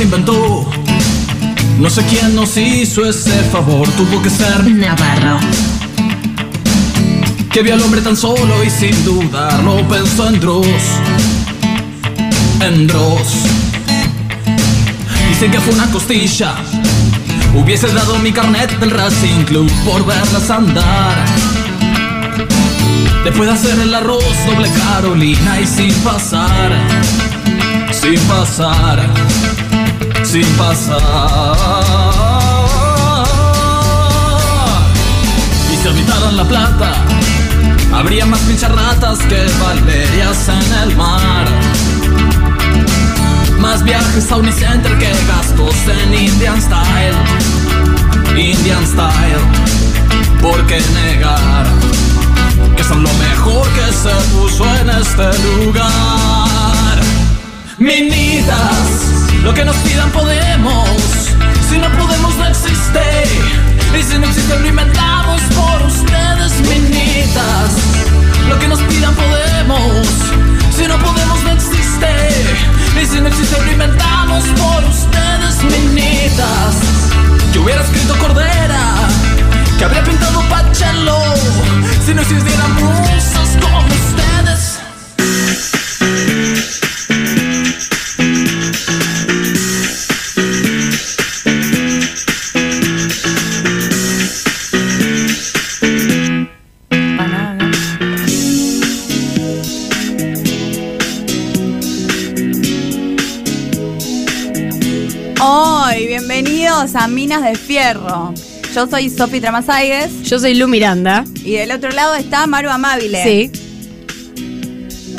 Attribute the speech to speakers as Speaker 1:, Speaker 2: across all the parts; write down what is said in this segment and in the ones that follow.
Speaker 1: inventó. No sé quién nos hizo ese favor, tuvo que ser
Speaker 2: Navarro,
Speaker 1: que vio al hombre tan solo y sin dudarlo pensó en Dross. En Dross. Dicen que fue una costilla. Hubiese dado mi carnet del Racing Club por verlas andar. Después de hacer el arroz doble Carolina y sin pasar. Sin pasar. Sin pasar. Y si habitaran la plata, habría más pincharratas que valerias en el mar. Más viajes a Unicenter que gastos en Indian Style. Indian Style, ¿por qué negar? Que son lo mejor que se puso en este lugar. Minitas, lo que nos pidan podemos. Si no podemos, no existe. Y si no existe, lo inventamos por ustedes, minitas. Lo que nos pidan podemos. Si no podemos, no existe. Y si no existe, lo inventamos por ustedes, minitas. Yo hubiera escrito Cordera, que habría pintado Pachelo. Si no existieran musas como ustedes.
Speaker 3: Hoy, bienvenidos a Minas de Fierro. Yo soy Sofi Tramasaigues
Speaker 4: Yo soy Lu Miranda.
Speaker 3: y del otro lado está Maru Amabile.
Speaker 4: Sí.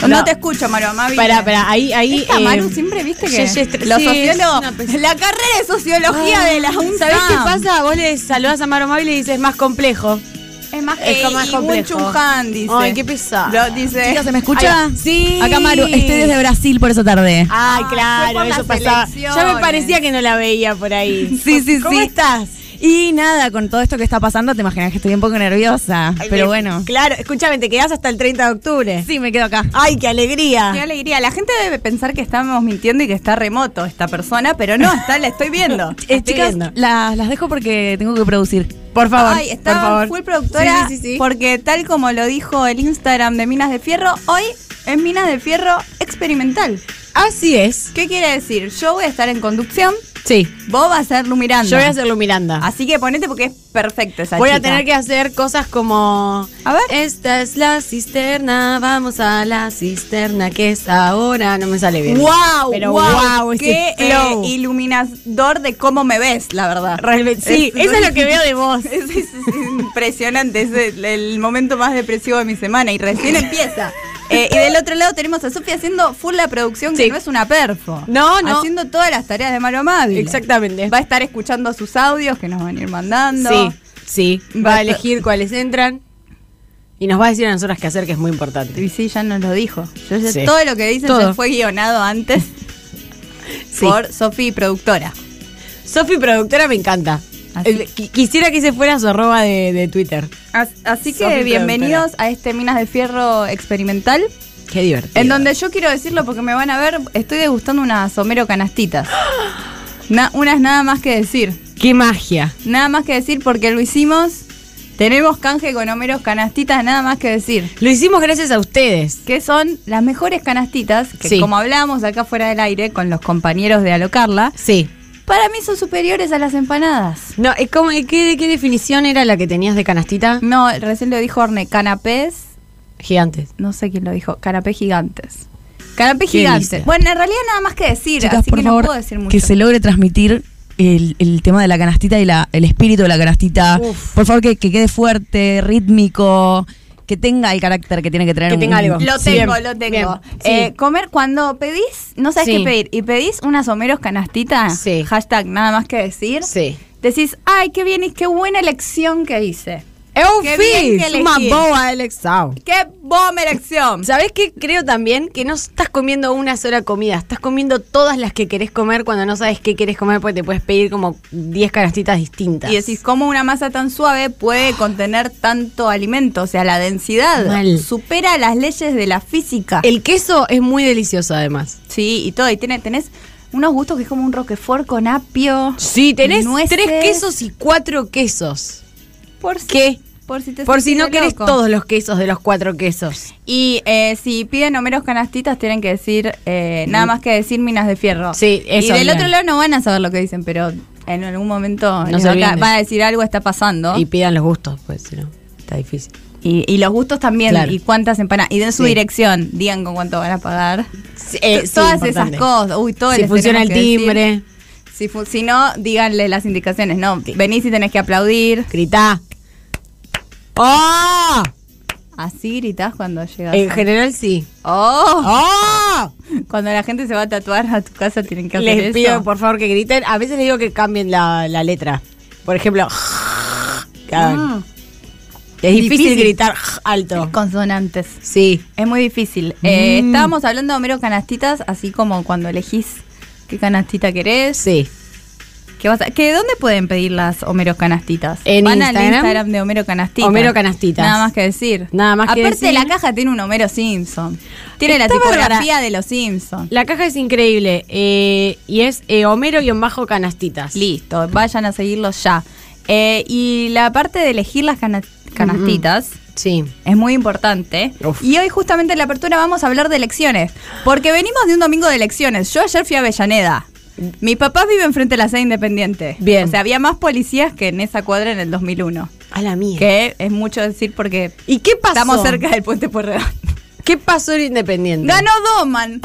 Speaker 3: No,
Speaker 4: No.
Speaker 3: te escucho, Maru Amabile.
Speaker 4: Pará, pará, ahí, ahí.
Speaker 3: Esta
Speaker 4: eh,
Speaker 3: Maru siempre viste
Speaker 4: sí,
Speaker 3: que
Speaker 4: sí,
Speaker 3: los
Speaker 4: sí, es
Speaker 3: sociólogos,
Speaker 4: una pes-
Speaker 3: la carrera de sociología de la UNSAM.
Speaker 4: ah, ¿Sabés qué pasa? Vos le saludás a Maro Amable y dices es más complejo.
Speaker 3: Es más
Speaker 4: Es
Speaker 3: que
Speaker 4: como más
Speaker 3: y
Speaker 4: complejo.
Speaker 3: Wun Chun Han, dice.
Speaker 4: Ay, qué pesado.
Speaker 3: Lo dice.
Speaker 5: Chicos, ¿se me escucha?
Speaker 3: Ay,
Speaker 4: Sí.
Speaker 5: Acá Maru, estoy desde Brasil por eso tardé.
Speaker 4: Ay,
Speaker 3: Ah,
Speaker 4: claro,
Speaker 3: fue por
Speaker 4: eso
Speaker 3: las
Speaker 4: pasaba. Ya me
Speaker 3: elecciones.
Speaker 4: parecía que no la veía por ahí.
Speaker 5: Sí, sí,
Speaker 4: ¿Cómo
Speaker 5: sí.
Speaker 4: estás?
Speaker 5: Y nada, con todo esto que está pasando, te imaginas que estoy un poco nerviosa. pero bueno.
Speaker 4: Claro, escúchame, te quedás hasta el 30 de octubre.
Speaker 5: Sí, me quedo acá.
Speaker 3: Ah,
Speaker 4: Ay, qué alegría.
Speaker 3: Qué alegría. La gente debe pensar que estamos mintiendo y que está remoto esta persona, pero no, está, la estoy viendo.
Speaker 5: Eh,
Speaker 4: Estoy
Speaker 5: chicas,
Speaker 4: viendo.
Speaker 5: las, las dejo porque tengo que producir.
Speaker 4: Por favor.
Speaker 3: Ay, está
Speaker 4: por favor.
Speaker 3: full productora
Speaker 4: Sí, sí, sí, sí.
Speaker 3: porque tal como lo dijo el Instagram de Minas de Fierro, hoy es Minas de Fierro experimental.
Speaker 4: Así es.
Speaker 3: ¿Qué quiere decir? Yo voy a estar en conducción,
Speaker 4: Sí.
Speaker 3: vos vas a ser Lu Miranda.
Speaker 4: Yo voy a hacer Lu Miranda.
Speaker 3: Así que ponete porque es perfecta esa
Speaker 4: Voy a
Speaker 3: chica.
Speaker 4: tener que hacer cosas como.
Speaker 3: A ver.
Speaker 4: Esta es la cisterna, vamos a la cisterna que es ahora. No me sale bien.
Speaker 3: ¡Wow!
Speaker 4: Pero
Speaker 3: wow,
Speaker 4: guau, ese
Speaker 3: ¡Qué
Speaker 4: flow.
Speaker 3: eh, iluminador de cómo me ves, la verdad!
Speaker 4: Realmente- sí, eso es lo que veo de vos.
Speaker 3: Es, es- es impresionante, es el, el momento más depresivo de mi semana y recién empieza. Eh, y del otro lado tenemos a Sofía haciendo full la producción, que
Speaker 4: Sí.
Speaker 3: no es una perfo.
Speaker 4: No, no.
Speaker 3: Haciendo todas las tareas de Maro Amable.
Speaker 4: Exactamente.
Speaker 3: Va a estar escuchando sus audios que nos van a ir mandando.
Speaker 4: Sí, sí. Va a elegir cuáles entran y nos va a decir a nosotras qué hacer, que es muy importante.
Speaker 3: Y sí, ya nos lo dijo. Yo ya-
Speaker 4: Sí.
Speaker 3: Todo lo que dice
Speaker 4: Todo.
Speaker 3: ya fue guionado antes
Speaker 4: Sí.
Speaker 3: por Sofi, productora.
Speaker 4: Sofi, productora, me encanta.
Speaker 3: Así.
Speaker 4: Eh, qui- Quisiera que ese fuera su arroba de, de Twitter.
Speaker 3: As- Así que
Speaker 4: Sofi,
Speaker 3: bienvenidos a este Minas de Fierro experimental.
Speaker 4: Qué divertido.
Speaker 3: En donde yo quiero decirlo porque me van a ver, estoy degustando unas Homero canastitas. Na- unas nada más que decir.
Speaker 4: Qué magia.
Speaker 3: Nada más que decir porque lo hicimos. Tenemos canje con Homero canastitas, nada más que decir.
Speaker 4: Lo hicimos gracias a ustedes.
Speaker 3: Que son las mejores canastitas, que
Speaker 4: Sí.
Speaker 3: como hablábamos acá fuera del aire con los compañeros de Alocarla,
Speaker 4: Sí.
Speaker 3: para mí son superiores a las empanadas.
Speaker 4: No, es como, ¿qué, ¿qué definición era la que tenías de canastita?
Speaker 3: No, recién lo dijo Orne, canapés
Speaker 4: Gigantes.
Speaker 3: no sé quién lo dijo, canapé gigantes. Canapé
Speaker 4: Qué
Speaker 3: gigantes.
Speaker 4: lista.
Speaker 3: Bueno, en realidad nada más que decir,
Speaker 5: Chicas,
Speaker 3: así
Speaker 5: por
Speaker 3: que
Speaker 5: favor,
Speaker 3: no puedo decir mucho.
Speaker 5: que se logre transmitir el, el tema de la canastita y la, el espíritu de la canastita.
Speaker 4: Uf.
Speaker 5: Por favor, que, que quede fuerte, rítmico, que tenga el carácter que tiene que tener.
Speaker 4: Que tenga algo.
Speaker 3: Lo
Speaker 4: Sí.
Speaker 3: tengo,
Speaker 4: Bien,
Speaker 3: lo
Speaker 4: bien,
Speaker 3: tengo. Eh,
Speaker 4: sí.
Speaker 3: Comer cuando pedís, no sabes
Speaker 4: Sí.
Speaker 3: qué pedir, y pedís unas homeros canastitas,
Speaker 4: Sí.
Speaker 3: hashtag nada más que decir,
Speaker 4: Sí.
Speaker 3: decís, ay, qué bien y qué buena elección que hice. Qué bien
Speaker 4: ¡Eufi!
Speaker 3: que
Speaker 4: Es una
Speaker 3: elegí.
Speaker 4: boba, Alex Sau.
Speaker 3: ¡Qué bomba elección!
Speaker 4: ¿Sabés qué? Creo también que no estás comiendo una sola comida, estás comiendo todas las que querés comer cuando no sabes qué querés comer porque te puedes pedir como 10 canastitas distintas.
Speaker 3: Y decís, ¿cómo una masa tan suave puede contener tanto alimento? O sea, la densidad
Speaker 4: Mal.
Speaker 3: supera las leyes de la física.
Speaker 4: El queso es muy delicioso además.
Speaker 3: Sí, y todo. Y tiene, tenés unos gustos que es como un roquefort con apio.
Speaker 4: Sí, tenés
Speaker 3: nueces.
Speaker 4: tres quesos y cuatro quesos.
Speaker 3: Por si,
Speaker 4: ¿Qué?
Speaker 3: Por si, te
Speaker 4: Por si
Speaker 3: sentís
Speaker 4: no
Speaker 3: de
Speaker 4: querés
Speaker 3: loco.
Speaker 4: todos los quesos de los cuatro quesos.
Speaker 3: Y eh, si piden Homeros Canastitas, tienen que decir, eh, nada más que decir Minas de Fierro.
Speaker 4: Mm. Sí, eso,
Speaker 3: Y del
Speaker 4: bien.
Speaker 3: otro lado no van a saber lo que dicen, pero en algún momento
Speaker 4: No
Speaker 3: les
Speaker 4: se
Speaker 3: va, a
Speaker 4: olviden
Speaker 3: ca-
Speaker 4: de-
Speaker 3: va a decir algo está pasando.
Speaker 4: Y
Speaker 3: Y,
Speaker 4: pidan los gustos, pues si no, está difícil.
Speaker 3: y los gustos también,
Speaker 4: Claro.
Speaker 3: y cuántas empanadas. Y den su
Speaker 4: Sí.
Speaker 3: dirección, digan con cuánto van a pagar.
Speaker 4: Eh,
Speaker 3: To-
Speaker 4: sí,
Speaker 3: Todas esas
Speaker 4: importante.
Speaker 3: cosas. Uy, todo
Speaker 4: si
Speaker 3: les
Speaker 4: funciona el
Speaker 3: tenemos que decir.
Speaker 4: timbre,
Speaker 3: Si, fu- si no, díganle las indicaciones. No, venís y tenés que aplaudir.
Speaker 4: gritá. ¡Oh!
Speaker 3: Así gritás cuando llegas.
Speaker 4: En general sí.
Speaker 3: ¡Oh!
Speaker 4: ¡Oh!
Speaker 3: Cuando la gente se va a tatuar a tu casa, tienen que hacer
Speaker 4: Les
Speaker 3: eso.
Speaker 4: pido por favor que griten. A veces les digo que cambien la, la letra. Por ejemplo, que hagan.
Speaker 3: Mm.
Speaker 4: es Ah. difícil,
Speaker 3: difícil.
Speaker 4: gritar alto.
Speaker 3: Consonantes.
Speaker 4: Sí.
Speaker 3: Es muy difícil. Eh,
Speaker 4: Mm.
Speaker 3: estábamos hablando de Homero canastitas, así como cuando elegís qué canastita querés.
Speaker 4: Sí.
Speaker 3: ¿Qué vas a- que ¿Dónde pueden pedir las Homero canastitas?
Speaker 4: En
Speaker 3: Van al
Speaker 4: Instagram.
Speaker 3: Instagram de Homero canastitas.
Speaker 4: Homero Canastitas.
Speaker 3: Nada más que decir.
Speaker 4: Nada más que
Speaker 3: Aparte,
Speaker 4: decir.
Speaker 3: la caja tiene un Homero Simpson. Tiene la
Speaker 4: Está
Speaker 3: tipografía
Speaker 4: bárbara.
Speaker 3: de los Simpson.
Speaker 4: La caja es increíble. eh, y es eh, Homero-canastitas.
Speaker 3: Listo, vayan a seguirlo ya. Eh, y la parte de elegir las cana- canastitas.
Speaker 4: Sí.
Speaker 3: Es muy importante.
Speaker 4: Uf.
Speaker 3: Y hoy justamente en la apertura vamos a hablar de elecciones. Porque venimos de un domingo de elecciones. Yo ayer fui a Avellaneda. Mis papás viven frente a la sede independiente.
Speaker 4: Bien.
Speaker 3: O sea, había más policías que en esa cuadra en el 2001.
Speaker 4: A la mía.
Speaker 3: Que es mucho decir porque
Speaker 4: ¿Y qué pasó?
Speaker 3: estamos cerca del puente Pueyrredón.
Speaker 4: ¿Qué pasó en Independiente?
Speaker 3: Ganó Doman.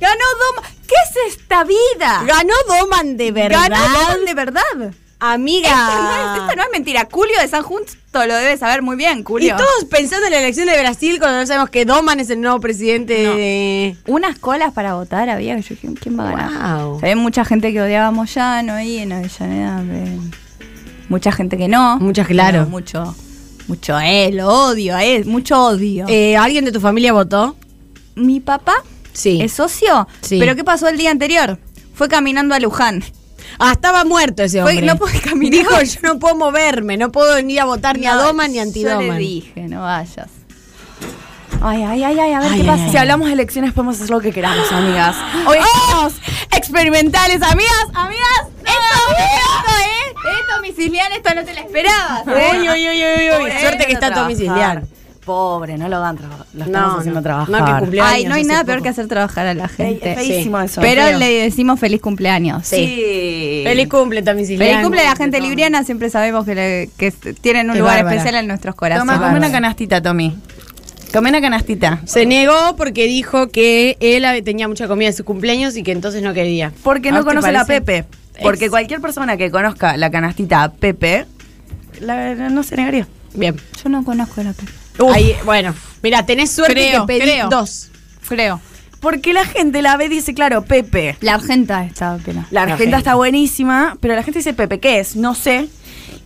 Speaker 3: Ganó Doman. ¿Qué es esta vida?
Speaker 4: Ganó Doman de verdad.
Speaker 3: Ganó Doman de verdad.
Speaker 4: Amiga.
Speaker 3: Esto no, es, esto no es mentira. Julio de San Justo lo debe saber muy bien, Julio.
Speaker 4: Y todos pensando en la elección de Brasil cuando no sabemos que Doman es el nuevo presidente
Speaker 3: No.
Speaker 4: de...
Speaker 3: unas colas para votar había que yo dije, ¿quién va a ganar?
Speaker 4: Guau.
Speaker 3: Había mucha gente que odiaba a Moyano ahí en Avellaneda. eh, Mucha gente que no.
Speaker 4: Mucha, claro.
Speaker 3: Pero Mucho, mucho él, odio a él, mucho odio.
Speaker 4: Eh, ¿Alguien de tu familia votó?
Speaker 3: Mi papá
Speaker 4: Sí.
Speaker 3: es socio,
Speaker 4: Sí.
Speaker 3: pero ¿qué pasó el día anterior? Fue caminando a Luján.
Speaker 4: Ah, estaba muerto ese
Speaker 3: Fue-
Speaker 4: hombre.
Speaker 3: no puede caminar.
Speaker 4: Dijo, yo no puedo moverme, no puedo ni a votar ni a
Speaker 3: No,
Speaker 4: Doman ni a Antidoman.
Speaker 3: Yo le dije, no vayas. Ay, ay, ay, ay, a ver
Speaker 4: Ay,
Speaker 3: qué
Speaker 4: ay,
Speaker 3: pasa.
Speaker 4: ay.
Speaker 3: Si hablamos de elecciones podemos hacer lo que queramos, amigas. Hoy estamos experimentales, amigas, amigas. Esto, esto, eh. Esto, Miss Lilian, esto no te la esperabas. ¿eh?
Speaker 4: Uy, uy, uy, uy, uy.
Speaker 3: Pobre,
Speaker 4: Suerte que
Speaker 2: Déjenlo
Speaker 4: está Tommy
Speaker 2: trabajar.
Speaker 4: Cisliar.
Speaker 2: Pobre, no lo dan trabajar. Lo estamos haciendo trabajar.
Speaker 4: No, que cumplió
Speaker 3: Ay,
Speaker 4: años
Speaker 3: no hay
Speaker 4: hace
Speaker 3: nada
Speaker 4: poco.
Speaker 3: peor que hacer trabajar a la
Speaker 2: Fe-
Speaker 3: gente.
Speaker 2: es feísimo eso.
Speaker 3: Pero
Speaker 4: Feo.
Speaker 3: le decimos feliz cumpleaños.
Speaker 2: Sí.
Speaker 4: Feliz cumple, Tommy Cisliar.
Speaker 3: Feliz cumple a la gente libriana, siempre sabemos que, le- que s- tienen un
Speaker 4: Qué
Speaker 3: lugar
Speaker 4: bárbara.
Speaker 3: especial en nuestros
Speaker 2: Toma,
Speaker 3: corazones.
Speaker 2: come una canastita, Tommy. Come una canastita.
Speaker 4: Se negó porque dijo que él hab- tenía mucha comida en sus cumpleaños y que entonces no quería.
Speaker 2: Porque
Speaker 4: ¿A
Speaker 2: no
Speaker 4: vos Ah, te
Speaker 2: conoce a la
Speaker 4: parece?
Speaker 2: Pepe. Porque cualquier persona que conozca la canastita a Pepe, la- no se negaría.
Speaker 4: Bien.
Speaker 3: Yo no conozco a la Pepe.
Speaker 4: Ahí, bueno, mira, tenés suerte
Speaker 3: Creo,
Speaker 4: que pedí
Speaker 3: creo.
Speaker 4: dos.
Speaker 3: Creo.
Speaker 2: Porque la gente la ve y dice, claro, Pepe.
Speaker 3: La argenta está pena.
Speaker 2: La
Speaker 4: Argenta.
Speaker 2: argenta está buenísima, pero la gente dice, Pepe, ¿qué es? No sé.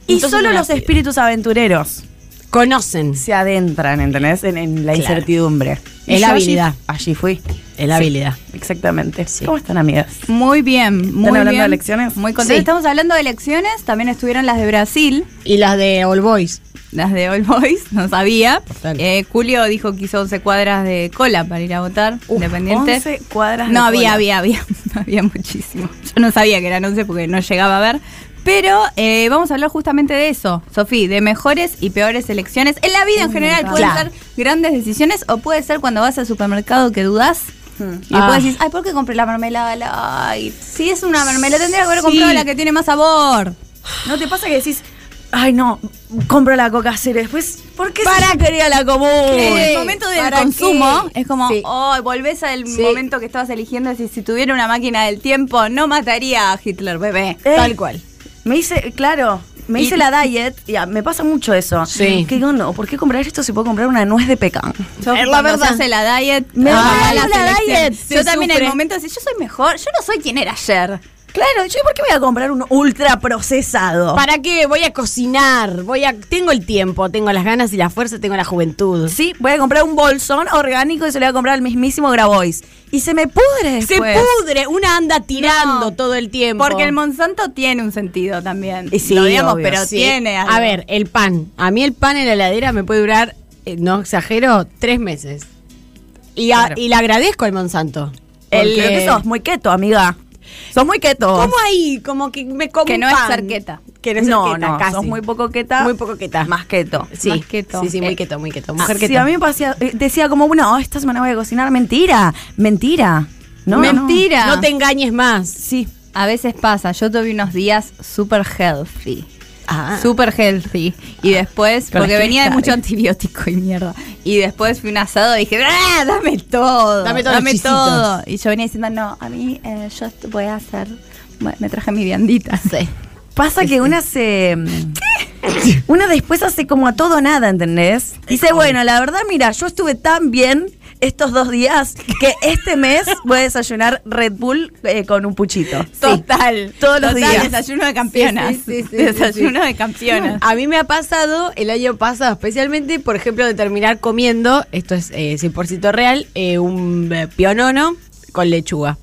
Speaker 2: Y
Speaker 4: Entonces
Speaker 2: solo
Speaker 4: no la
Speaker 2: los
Speaker 4: pido.
Speaker 2: espíritus aventureros
Speaker 4: Conocen.
Speaker 2: se adentran, ¿entendés? En, en la
Speaker 4: Claro.
Speaker 2: incertidumbre.
Speaker 4: Es
Speaker 2: Y
Speaker 4: la
Speaker 2: yo
Speaker 4: habilidad.
Speaker 2: Allí, allí fui.
Speaker 4: Es la habilidad.
Speaker 2: Exactamente.
Speaker 4: Sí.
Speaker 2: ¿Cómo están, amigas?
Speaker 3: Muy bien, muy
Speaker 2: hablando
Speaker 3: bien.
Speaker 2: de elecciones?
Speaker 3: Muy contenta.
Speaker 4: Sí.
Speaker 3: Estamos hablando de elecciones, también estuvieron las de Brasil,
Speaker 4: Y las de All Boys.
Speaker 3: las de All Boys, no sabía.
Speaker 4: Total.
Speaker 3: Eh, Julio dijo que hizo 11 cuadras de cola para ir a votar, independiente.
Speaker 2: 11 cuadras
Speaker 3: no,
Speaker 2: de
Speaker 3: había,
Speaker 2: cola.
Speaker 3: había, había, había muchísimo. Yo no sabía que eran 11 porque no llegaba a ver. Pero eh, vamos a hablar justamente de eso, Sofía, de mejores y peores elecciones en la vida en general. Pueden
Speaker 4: Mm, Claro.
Speaker 3: ser grandes decisiones o puede ser cuando vas al supermercado que dudás. Y
Speaker 4: Ah.
Speaker 3: después decís, ay, ¿por qué compré la mermelada? La- Ay, si es una mermelada, tendría que haber
Speaker 4: Sí.
Speaker 3: comprado la que tiene más sabor.
Speaker 2: ¿No te pasa que decís, ay no, compro la coca cero? Después, ¿por qué?
Speaker 4: Para que era la común.
Speaker 3: En el momento del
Speaker 4: Eh, ¿Para
Speaker 3: consumo
Speaker 4: qué?
Speaker 3: es como,
Speaker 4: Sí.
Speaker 3: oh, volvés al
Speaker 4: Sí.
Speaker 3: momento que estabas eligiendo. Decís, si tuviera una máquina del tiempo, no mataría a Hitler, bebé.
Speaker 2: Eh,
Speaker 4: Tal cual.
Speaker 2: Me hice, claro, me
Speaker 3: Y-
Speaker 2: hice la diet, y a- me pasa mucho eso.
Speaker 4: Sí.
Speaker 2: Que digo, no, ¿por qué comprar esto si puedo comprar una nuez de pecan?
Speaker 3: Yo
Speaker 4: Es la
Speaker 3: cuando
Speaker 4: verdad.
Speaker 3: se hace la diet,
Speaker 2: Me
Speaker 3: ah,
Speaker 2: regalo
Speaker 3: las
Speaker 2: la
Speaker 3: elecciones.
Speaker 2: diet, se
Speaker 3: Yo también en
Speaker 2: sufre.
Speaker 3: el momento decís, yo soy mejor, yo no soy quien era ayer.
Speaker 2: Claro, yo ¿por qué voy a comprar un ultra
Speaker 3: Oh.
Speaker 2: procesado?
Speaker 4: ¿Para qué? Voy a cocinar. Voy a... Tengo el tiempo, tengo las ganas y la fuerza, tengo la juventud.
Speaker 2: Sí, voy a comprar un bolsón orgánico y se lo voy a comprar al mismísimo Grabois. Y se me pudre.
Speaker 4: Se
Speaker 2: después.
Speaker 4: pudre, una anda tirando
Speaker 3: pues. No,
Speaker 4: todo el tiempo. Eh,
Speaker 3: Porque el Monsanto tiene un sentido también.
Speaker 2: Y sí,
Speaker 3: Lo digamos,
Speaker 2: obvio,
Speaker 3: pero
Speaker 4: Sí.
Speaker 3: tiene algo.
Speaker 4: A ver, el pan. A mí el pan en la heladera me puede durar, eh, no exagero, tres meses. Y, a-
Speaker 2: Claro.
Speaker 4: y le agradezco al Monsanto. eh,
Speaker 2: El, creo
Speaker 3: Porque-
Speaker 2: que sos muy keto, amiga. Sos muy keto.
Speaker 4: ¿Cómo ahí? Como que me como
Speaker 3: Que
Speaker 4: un
Speaker 3: no es
Speaker 4: pan.
Speaker 3: cerqueta.
Speaker 4: Que no es
Speaker 2: no,
Speaker 4: cerqueta,
Speaker 2: no,
Speaker 4: casi.
Speaker 2: sos muy poco queta.
Speaker 4: Muy poco queta.
Speaker 2: Más keto.
Speaker 4: Sí,
Speaker 3: más keto.
Speaker 4: sí, sí, muy
Speaker 3: Eh,
Speaker 4: quieto, muy quieto.
Speaker 2: Ah,
Speaker 4: Mujer
Speaker 2: sí,
Speaker 4: quieto.
Speaker 2: a mí me parecía, eh, decía como, bueno, esta semana voy a cocinar. Mentira, mentira. No, no, no.
Speaker 3: Mentira.
Speaker 4: No te engañes más.
Speaker 2: Sí.
Speaker 3: A veces pasa, yo tuve unos días super healthy.
Speaker 4: Ah.
Speaker 3: Super healthy. Y después,
Speaker 2: Con
Speaker 3: porque
Speaker 2: las
Speaker 3: venía de
Speaker 2: cristales.
Speaker 3: mucho antibiótico y mierda. Y después fui a un asado y dije, ¡Ah, dame todo.
Speaker 4: Dame todos los chisitos".
Speaker 3: todo. Y yo venía diciendo, no, a mí eh, yo esto voy a hacer. bueno, me traje mi viandita. Sí.
Speaker 2: Pasa que una se. Una después hace como a todo nada, ¿entendés? Dice, bueno, la verdad, mira, yo estuve tan bien estos dos días que este mes voy a desayunar Red Bull eh, con un puchito.
Speaker 3: Total.
Speaker 2: Todos los
Speaker 3: Total,
Speaker 2: días.
Speaker 3: Desayuno de campeonas.
Speaker 4: Sí, sí, sí, sí,
Speaker 3: desayuno
Speaker 4: sí.
Speaker 3: de campeonas.
Speaker 4: A mí me ha pasado el año pasado, especialmente, por ejemplo, de terminar comiendo, esto es eh, 100% real, eh, un eh, pionono con lechuga.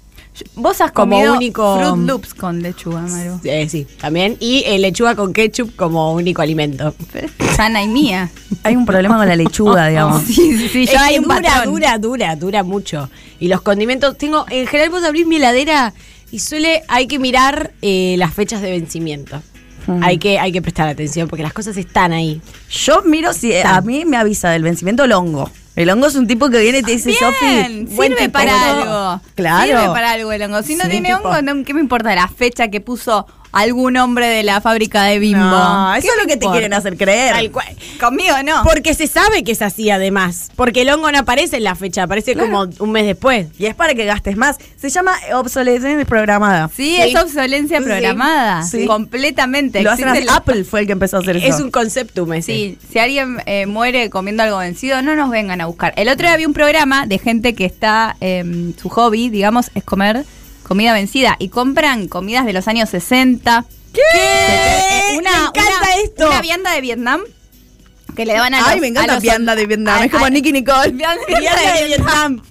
Speaker 3: Vos has
Speaker 4: Como
Speaker 3: comido
Speaker 4: único-
Speaker 3: Fruit Loops con lechuga, Maru.
Speaker 4: Eh, sí, también. Y eh, lechuga con ketchup como único alimento.
Speaker 3: Pero es sana y mía.
Speaker 2: Hay un problema con la lechuga, digamos.
Speaker 3: Sí, sí, sí.
Speaker 4: Es
Speaker 3: Ya
Speaker 4: que
Speaker 3: hay un
Speaker 4: dura,
Speaker 3: patrón.
Speaker 4: dura, dura, dura mucho. Y los condimentos, tengo, en general vos abrís mi heladera y suele, hay que mirar eh, las fechas de vencimiento.
Speaker 3: Mm.
Speaker 4: Hay, que, hay que prestar atención porque las cosas están ahí.
Speaker 2: Yo miro si eh, a mí me avisa del vencimiento el hongo. El hongo es un tipo que viene y te dice, Sofi,
Speaker 3: Bien,
Speaker 2: buen
Speaker 3: sirve
Speaker 2: tipo,
Speaker 3: para
Speaker 2: buen tipo".
Speaker 3: algo.
Speaker 2: Claro.
Speaker 3: Sirve para algo el hongo. Si no
Speaker 2: Sí,
Speaker 3: tiene
Speaker 2: tipo-
Speaker 3: hongo, no- ¿qué me importa la fecha que puso algún hombre de la fábrica de bimbo?
Speaker 2: No,
Speaker 3: ¿Qué
Speaker 2: Ah, eso es lo
Speaker 3: me
Speaker 2: que te
Speaker 3: importa?
Speaker 2: quieren hacer creer.
Speaker 4: Tal cual.
Speaker 3: Conmigo
Speaker 2: Ah.
Speaker 3: no.
Speaker 4: Porque se sabe que es así además. Porque el hongo no aparece en la fecha, aparece como un mes después.
Speaker 2: Y es para que gastes más. Se llama obsolescencia programada.
Speaker 3: Sí,
Speaker 4: Sí.
Speaker 3: es obsolencia
Speaker 4: Sí.
Speaker 3: programada.
Speaker 2: Sí.
Speaker 3: Completamente.
Speaker 2: Lo hacen
Speaker 3: Existen
Speaker 2: así.
Speaker 3: los-
Speaker 2: Apple fue el que empezó a hacer eso.
Speaker 4: Es un conceptum ese.
Speaker 3: Sí, si alguien eh, muere comiendo algo vencido, no nos vengan a buscar. El otro día vi un programa de gente que está, em, su hobby, digamos, es comer comida vencida y compran comidas de los años 60. ¿Qué?
Speaker 2: Eh,
Speaker 4: Me encanta esto.
Speaker 3: Una vianda de Vietnam que le daban a los...
Speaker 2: Ay, me encanta
Speaker 3: a los-
Speaker 2: vianda de Vietnam.
Speaker 3: a-
Speaker 2: es como
Speaker 3: a-
Speaker 2: Nicky Nicole.
Speaker 3: Vianda-
Speaker 4: Vianda de Vietnam.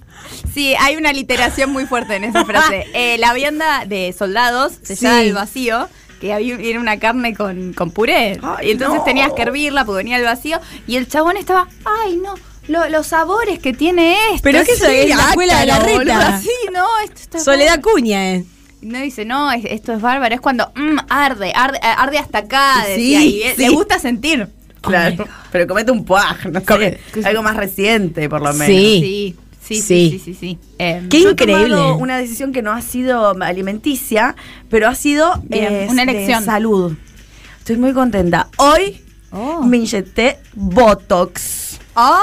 Speaker 3: Sí, hay una literación muy fuerte en esa frase. Eh, la vianda de soldados se
Speaker 2: Sí.
Speaker 3: llama el vacío. Que había, era una carne con, con puré.
Speaker 2: Ay,
Speaker 3: y entonces
Speaker 2: no.
Speaker 3: tenías que hervirla porque venía el vacío. Y el chabón estaba, ay, no, lo- los sabores que tiene esto.
Speaker 4: Pero que eso
Speaker 3: Sí,
Speaker 4: es la escuela de la
Speaker 3: ácaro,
Speaker 4: reta.
Speaker 3: boludo. Sí, no, esto está
Speaker 4: Soledad Cuña, eh.
Speaker 3: no dice, no, es- esto es bárbaro. Es cuando mm, arde, arde, arde hasta acá. decía,
Speaker 2: Sí,
Speaker 3: y, eh,
Speaker 2: sí.
Speaker 3: Le gusta sentir.
Speaker 2: Claro. Pero comete un puaj, no sé. Algo más reciente, por lo menos.
Speaker 4: Sí.
Speaker 3: Sí, sí, sí,
Speaker 4: Sí.
Speaker 3: sí. sí, sí. Em,
Speaker 4: Qué
Speaker 2: Yo he
Speaker 4: increíble.
Speaker 2: tomado una decisión que no ha sido alimenticia, pero ha sido
Speaker 3: Bien,
Speaker 2: eh,
Speaker 3: una
Speaker 2: de
Speaker 3: elección.
Speaker 2: salud. Estoy muy contenta. Hoy
Speaker 3: Oh.
Speaker 2: me inyecté Botox.
Speaker 3: ¡Ay!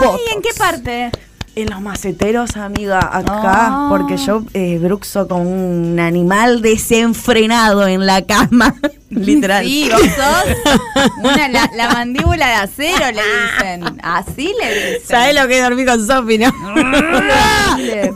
Speaker 2: Botox.
Speaker 3: ¿En qué parte?
Speaker 2: En los maceteros, amiga, acá,
Speaker 3: Ah.
Speaker 2: porque yo eh, bruxo con un animal desenfrenado en la cama, literal.
Speaker 3: Sí, vos sos una, la, la mandíbula de acero, le dicen. Así le dicen.
Speaker 4: ¿Sabes lo que dormí con Sofi, no?
Speaker 2: horrible,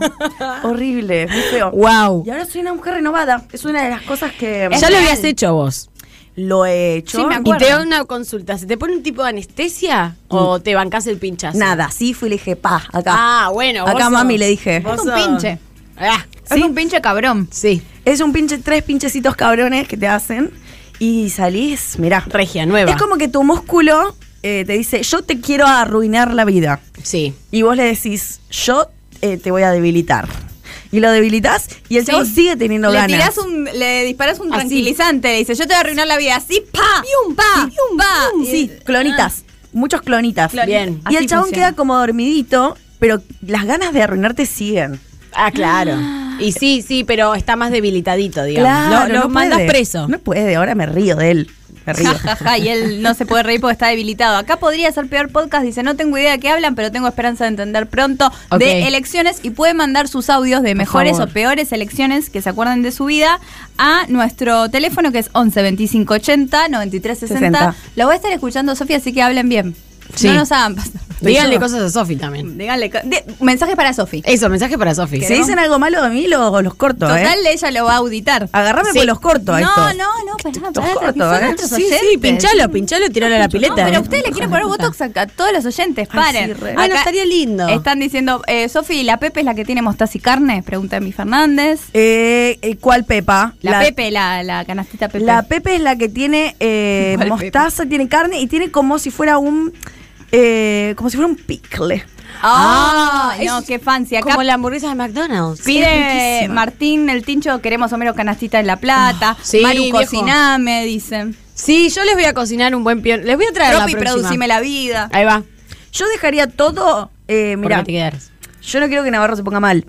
Speaker 2: horrible, muy feo.
Speaker 4: wow.
Speaker 2: Y ahora soy una mujer renovada, es una de las cosas que
Speaker 3: Es
Speaker 4: Ya lo
Speaker 3: real.
Speaker 4: habías hecho vos.
Speaker 2: lo he hecho.
Speaker 3: Sí, me acuerdo.
Speaker 4: Y te da una consulta. ¿Se te pone un tipo de anestesia o te bancas el pinchazo?
Speaker 2: Mm. Nada, sí fui y le dije, pa, acá.
Speaker 4: Ah, bueno.
Speaker 2: Acá
Speaker 4: vos
Speaker 2: mami
Speaker 4: sos-
Speaker 2: le dije.
Speaker 4: vos
Speaker 3: Es un
Speaker 4: sos-
Speaker 3: pinche.
Speaker 4: Ah,
Speaker 3: Es un pinche cabrón.
Speaker 4: sí.
Speaker 2: Es un pinche, tres pinchecitos cabrones que te hacen y salís, mirá.
Speaker 4: Regia, nueva.
Speaker 2: Es como que tu músculo eh, te dice, yo te quiero arruinar la vida.
Speaker 4: Sí.
Speaker 2: y vos le decís, yo eh, te voy a debilitar. Y lo debilitas y el chavo sigue teniendo
Speaker 3: le
Speaker 2: ganas.
Speaker 3: tirás un, le disparas un
Speaker 4: Así.
Speaker 3: tranquilizante, le dice, yo te voy a arruinar la vida. Así, pa,
Speaker 4: Pium,
Speaker 3: pa,
Speaker 4: pium,
Speaker 3: pa.
Speaker 4: pium.
Speaker 3: Y-
Speaker 2: Sí, clonitas. Ah. Muchos clonitas.
Speaker 4: Clonitas. Bien.
Speaker 2: Y el
Speaker 3: Así
Speaker 2: chabón
Speaker 3: funciona.
Speaker 2: queda como dormidito, pero las ganas de arruinarte siguen.
Speaker 4: Ah, claro. Y sí, sí, pero está más debilitadito, digamos. lo lo
Speaker 2: no
Speaker 4: mandas
Speaker 2: puede.
Speaker 4: preso.
Speaker 2: No puede, ahora me río de él. Me río.
Speaker 3: Ja, ja, ja, y él no se puede reír porque está debilitado. Acá podría ser peor podcast, dice, no tengo idea de qué hablan, pero tengo esperanza de entender pronto
Speaker 4: Ok.
Speaker 3: de elecciones y puede mandar sus audios de mejores o
Speaker 4: favor.
Speaker 3: peores elecciones que se acuerden de su vida a nuestro teléfono que es 11 25 80 93 60.
Speaker 2: 60.
Speaker 3: Lo voy a estar escuchando, Sofía, así que hablen bien.
Speaker 4: Sí.
Speaker 3: No nos hagan pasar.
Speaker 4: Díganle cosas a Sofi también.
Speaker 3: Díganle co- de- mensaje para Sofi.
Speaker 4: Eso, mensaje para Sofi.
Speaker 2: Si dicen algo malo de mí, lo- los corto,
Speaker 3: Total,
Speaker 2: ¿eh?
Speaker 3: ella lo va a auditar.
Speaker 2: Agarrame por los corto a
Speaker 3: no,
Speaker 2: esto.
Speaker 3: no, no, pará,
Speaker 2: Estos
Speaker 3: pará,
Speaker 2: cortos,
Speaker 3: que son
Speaker 2: ¿eh?
Speaker 3: nuestros
Speaker 4: Sí, sí,
Speaker 3: oyentes.
Speaker 4: pinchalo, pinchalo, tiralo a la
Speaker 3: No,
Speaker 4: pileta.
Speaker 3: pero a usted le quiere poner Botox a, a todos los oyentes,
Speaker 2: Ay, sí,
Speaker 3: paren.
Speaker 2: re.
Speaker 3: Acá
Speaker 4: Bueno, estaría lindo.
Speaker 3: Están diciendo, eh, Sofi, ¿la Pepe es la que tiene mostaza y carne? Pregunta Emi Fernández.
Speaker 2: Eh, eh, ¿Cuál Pepa?
Speaker 3: La, Pepe, la, la canastita Pepe.
Speaker 2: La Pepe es la que tiene eh,
Speaker 3: ¿Cuál
Speaker 2: mostaza, tiene carne y tiene como si fuera un. eh, como si fuera un pickle.
Speaker 3: Ah,
Speaker 4: Ah,
Speaker 3: no,
Speaker 4: es
Speaker 3: qué fancy. Acá
Speaker 4: Como la hamburguesa de McDonald's.
Speaker 3: pide Martín el tincho, queremos Homero canastita en La Plata.
Speaker 4: Ah, sí,
Speaker 3: Maru
Speaker 4: viejo.
Speaker 3: cociname, dicen.
Speaker 4: Sí, yo les voy a cocinar un buen pion. Les voy a traer
Speaker 3: Propi,
Speaker 4: la próxima.
Speaker 3: producime la vida.
Speaker 4: Ahí va.
Speaker 2: Yo dejaría todo, eh, mira,
Speaker 4: Porque te quedas.
Speaker 2: yo no quiero que Navarro se ponga mal.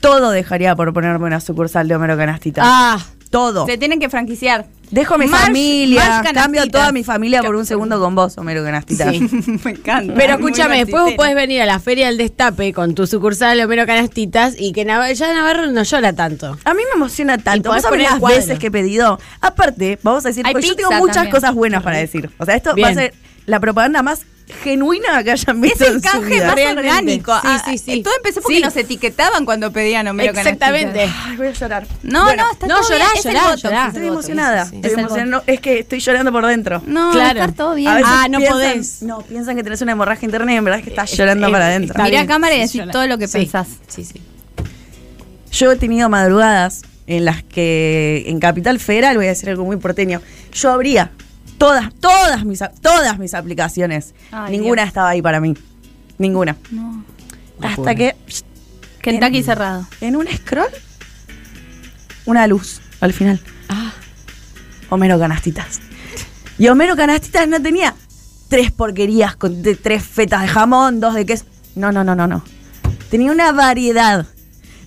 Speaker 2: Todo dejaría por ponerme una sucursal de Homero Canastita.
Speaker 4: Ah,
Speaker 2: Todo.
Speaker 3: Se tienen que franquiciar.
Speaker 2: Dejo mi
Speaker 3: Marsh-
Speaker 2: familia,
Speaker 3: Marsh canastitas.
Speaker 2: cambio a toda mi familia por un segundo con vos, Homero Canastita.
Speaker 3: Me encanta.
Speaker 4: pero
Speaker 3: Muy
Speaker 4: escúchame, después vos
Speaker 3: narcisera.
Speaker 4: podés venir a la Feria del Destape con tu sucursal de Homero Canastitas y que Nav- ya Navarro no llora tanto.
Speaker 2: A mí me emociona tanto.
Speaker 4: podés
Speaker 2: Vos sabés
Speaker 4: poner
Speaker 2: las
Speaker 4: cuadro.
Speaker 2: veces que he pedido. Aparte, vamos a decir,
Speaker 3: Hay
Speaker 2: porque yo
Speaker 3: pizza
Speaker 2: tengo muchas
Speaker 3: también.
Speaker 2: cosas buenas para decir. O sea, esto va
Speaker 4: Bien.
Speaker 2: a ser la propaganda más genuina que hayan
Speaker 3: Es
Speaker 2: visto.
Speaker 3: el
Speaker 2: en su
Speaker 3: canje
Speaker 2: vida.
Speaker 3: más
Speaker 4: Realmente.
Speaker 3: orgánico.
Speaker 4: Sí,
Speaker 3: Ah,
Speaker 4: sí, sí.
Speaker 3: Todo empezó porque
Speaker 4: Sí.
Speaker 3: nos etiquetaban cuando pedían Homero
Speaker 4: Exactamente.
Speaker 3: Canastita.
Speaker 2: Ay, voy a llorar.
Speaker 3: No,
Speaker 2: Bueno,
Speaker 3: no, está
Speaker 4: no,
Speaker 3: todo bien.
Speaker 4: llorá,
Speaker 3: Es el
Speaker 4: llorá,
Speaker 3: botox,
Speaker 4: llorá.
Speaker 3: es el
Speaker 2: Estoy
Speaker 4: voto,
Speaker 3: botox.
Speaker 2: emocionada.
Speaker 4: sí, sí.
Speaker 2: Estoy
Speaker 4: Es el
Speaker 2: emocionada. No, Es que estoy llorando por dentro.
Speaker 3: No,
Speaker 4: Claro.
Speaker 3: está todo bien.
Speaker 2: A veces
Speaker 4: Ah, no
Speaker 2: piensan-
Speaker 4: podés.
Speaker 2: No, piensan que tenés una hemorragia interna y en verdad es que estás llorando
Speaker 4: Eh,
Speaker 2: para
Speaker 4: eh,
Speaker 2: adentro.
Speaker 4: está
Speaker 3: Mirá
Speaker 4: bien.
Speaker 3: a cámara y
Speaker 4: Sí,
Speaker 3: decí
Speaker 4: llora.
Speaker 3: todo lo que
Speaker 4: Sí,
Speaker 3: pensás.
Speaker 4: Sí, sí.
Speaker 2: Yo he tenido madrugadas en las que en Capital Federal, voy a decir algo muy porteño, yo abría todas, todas mis, a- todas mis aplicaciones.
Speaker 3: Ay,
Speaker 2: Ninguna
Speaker 3: Dios.
Speaker 2: estaba ahí para mí. Ninguna. Hasta que psh,
Speaker 3: Kentucky cerrado.
Speaker 2: en un scroll, una luz al final.
Speaker 4: Ah.
Speaker 2: Homero Canastitas. Y Homero Canastitas no tenía tres porquerías con de- tres fetas de jamón, dos de queso. No, no, no, no, no. Tenía una variedad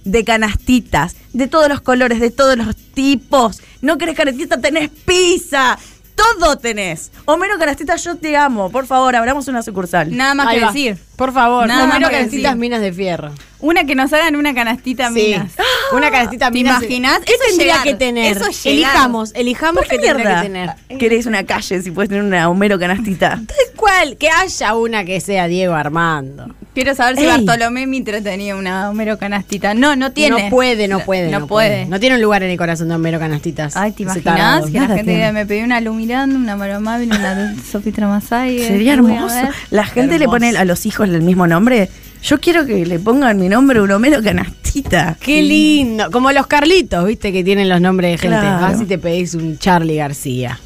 Speaker 2: de canastitas, de todos los colores, de todos los tipos. No querés canastita, tenés pizza. Todo tenés. Homero Canastitas, yo te amo. Por favor, abramos una sucursal.
Speaker 3: Nada más
Speaker 4: Ahí
Speaker 3: que
Speaker 4: va.
Speaker 3: decir.
Speaker 4: Por favor,
Speaker 3: Nada
Speaker 4: Homero
Speaker 3: más que
Speaker 4: Canastitas
Speaker 3: decir.
Speaker 4: Minas de Fierro.
Speaker 3: Una que nos hagan una canastita
Speaker 4: Sí.
Speaker 3: minas.
Speaker 4: Una canastita
Speaker 3: ¿Te
Speaker 4: minas.
Speaker 3: imaginas?
Speaker 4: ¿Qué
Speaker 3: Eso es
Speaker 4: tendría
Speaker 3: llegar.
Speaker 4: que tener?
Speaker 3: Eso es llegar.
Speaker 4: elijamos, elijamos
Speaker 2: ¿Por qué
Speaker 4: qué tendría
Speaker 2: mierda
Speaker 4: que tener.
Speaker 2: querés una calle si puedes tener una Homero Canastita?
Speaker 4: Tal cual, que haya una que sea Diego Armando.
Speaker 3: Quiero saber si
Speaker 2: Ey.
Speaker 3: Bartolomé Mitre tenía una Homero canastita. No, no tiene.
Speaker 4: No puede, no puede.
Speaker 3: No, puede.
Speaker 4: No tiene un lugar en el corazón de Homero Canastitas.
Speaker 3: Ay, ¿te
Speaker 4: Ese
Speaker 3: imaginas?
Speaker 4: tarado.
Speaker 3: Que la
Speaker 2: Nada
Speaker 3: gente
Speaker 2: tiene.
Speaker 3: me pidió una Lumirando, una Maromávil, una Sofitra Masai.
Speaker 2: Sería hermoso. La gente le pone a los hijos el mismo nombre. Yo quiero que le pongan mi nombre un Homero Canastita.
Speaker 4: Qué lindo. Como los Carlitos, viste, que tienen los nombres de gente.
Speaker 2: Claro.
Speaker 4: Vas y te pedís un Charlie García.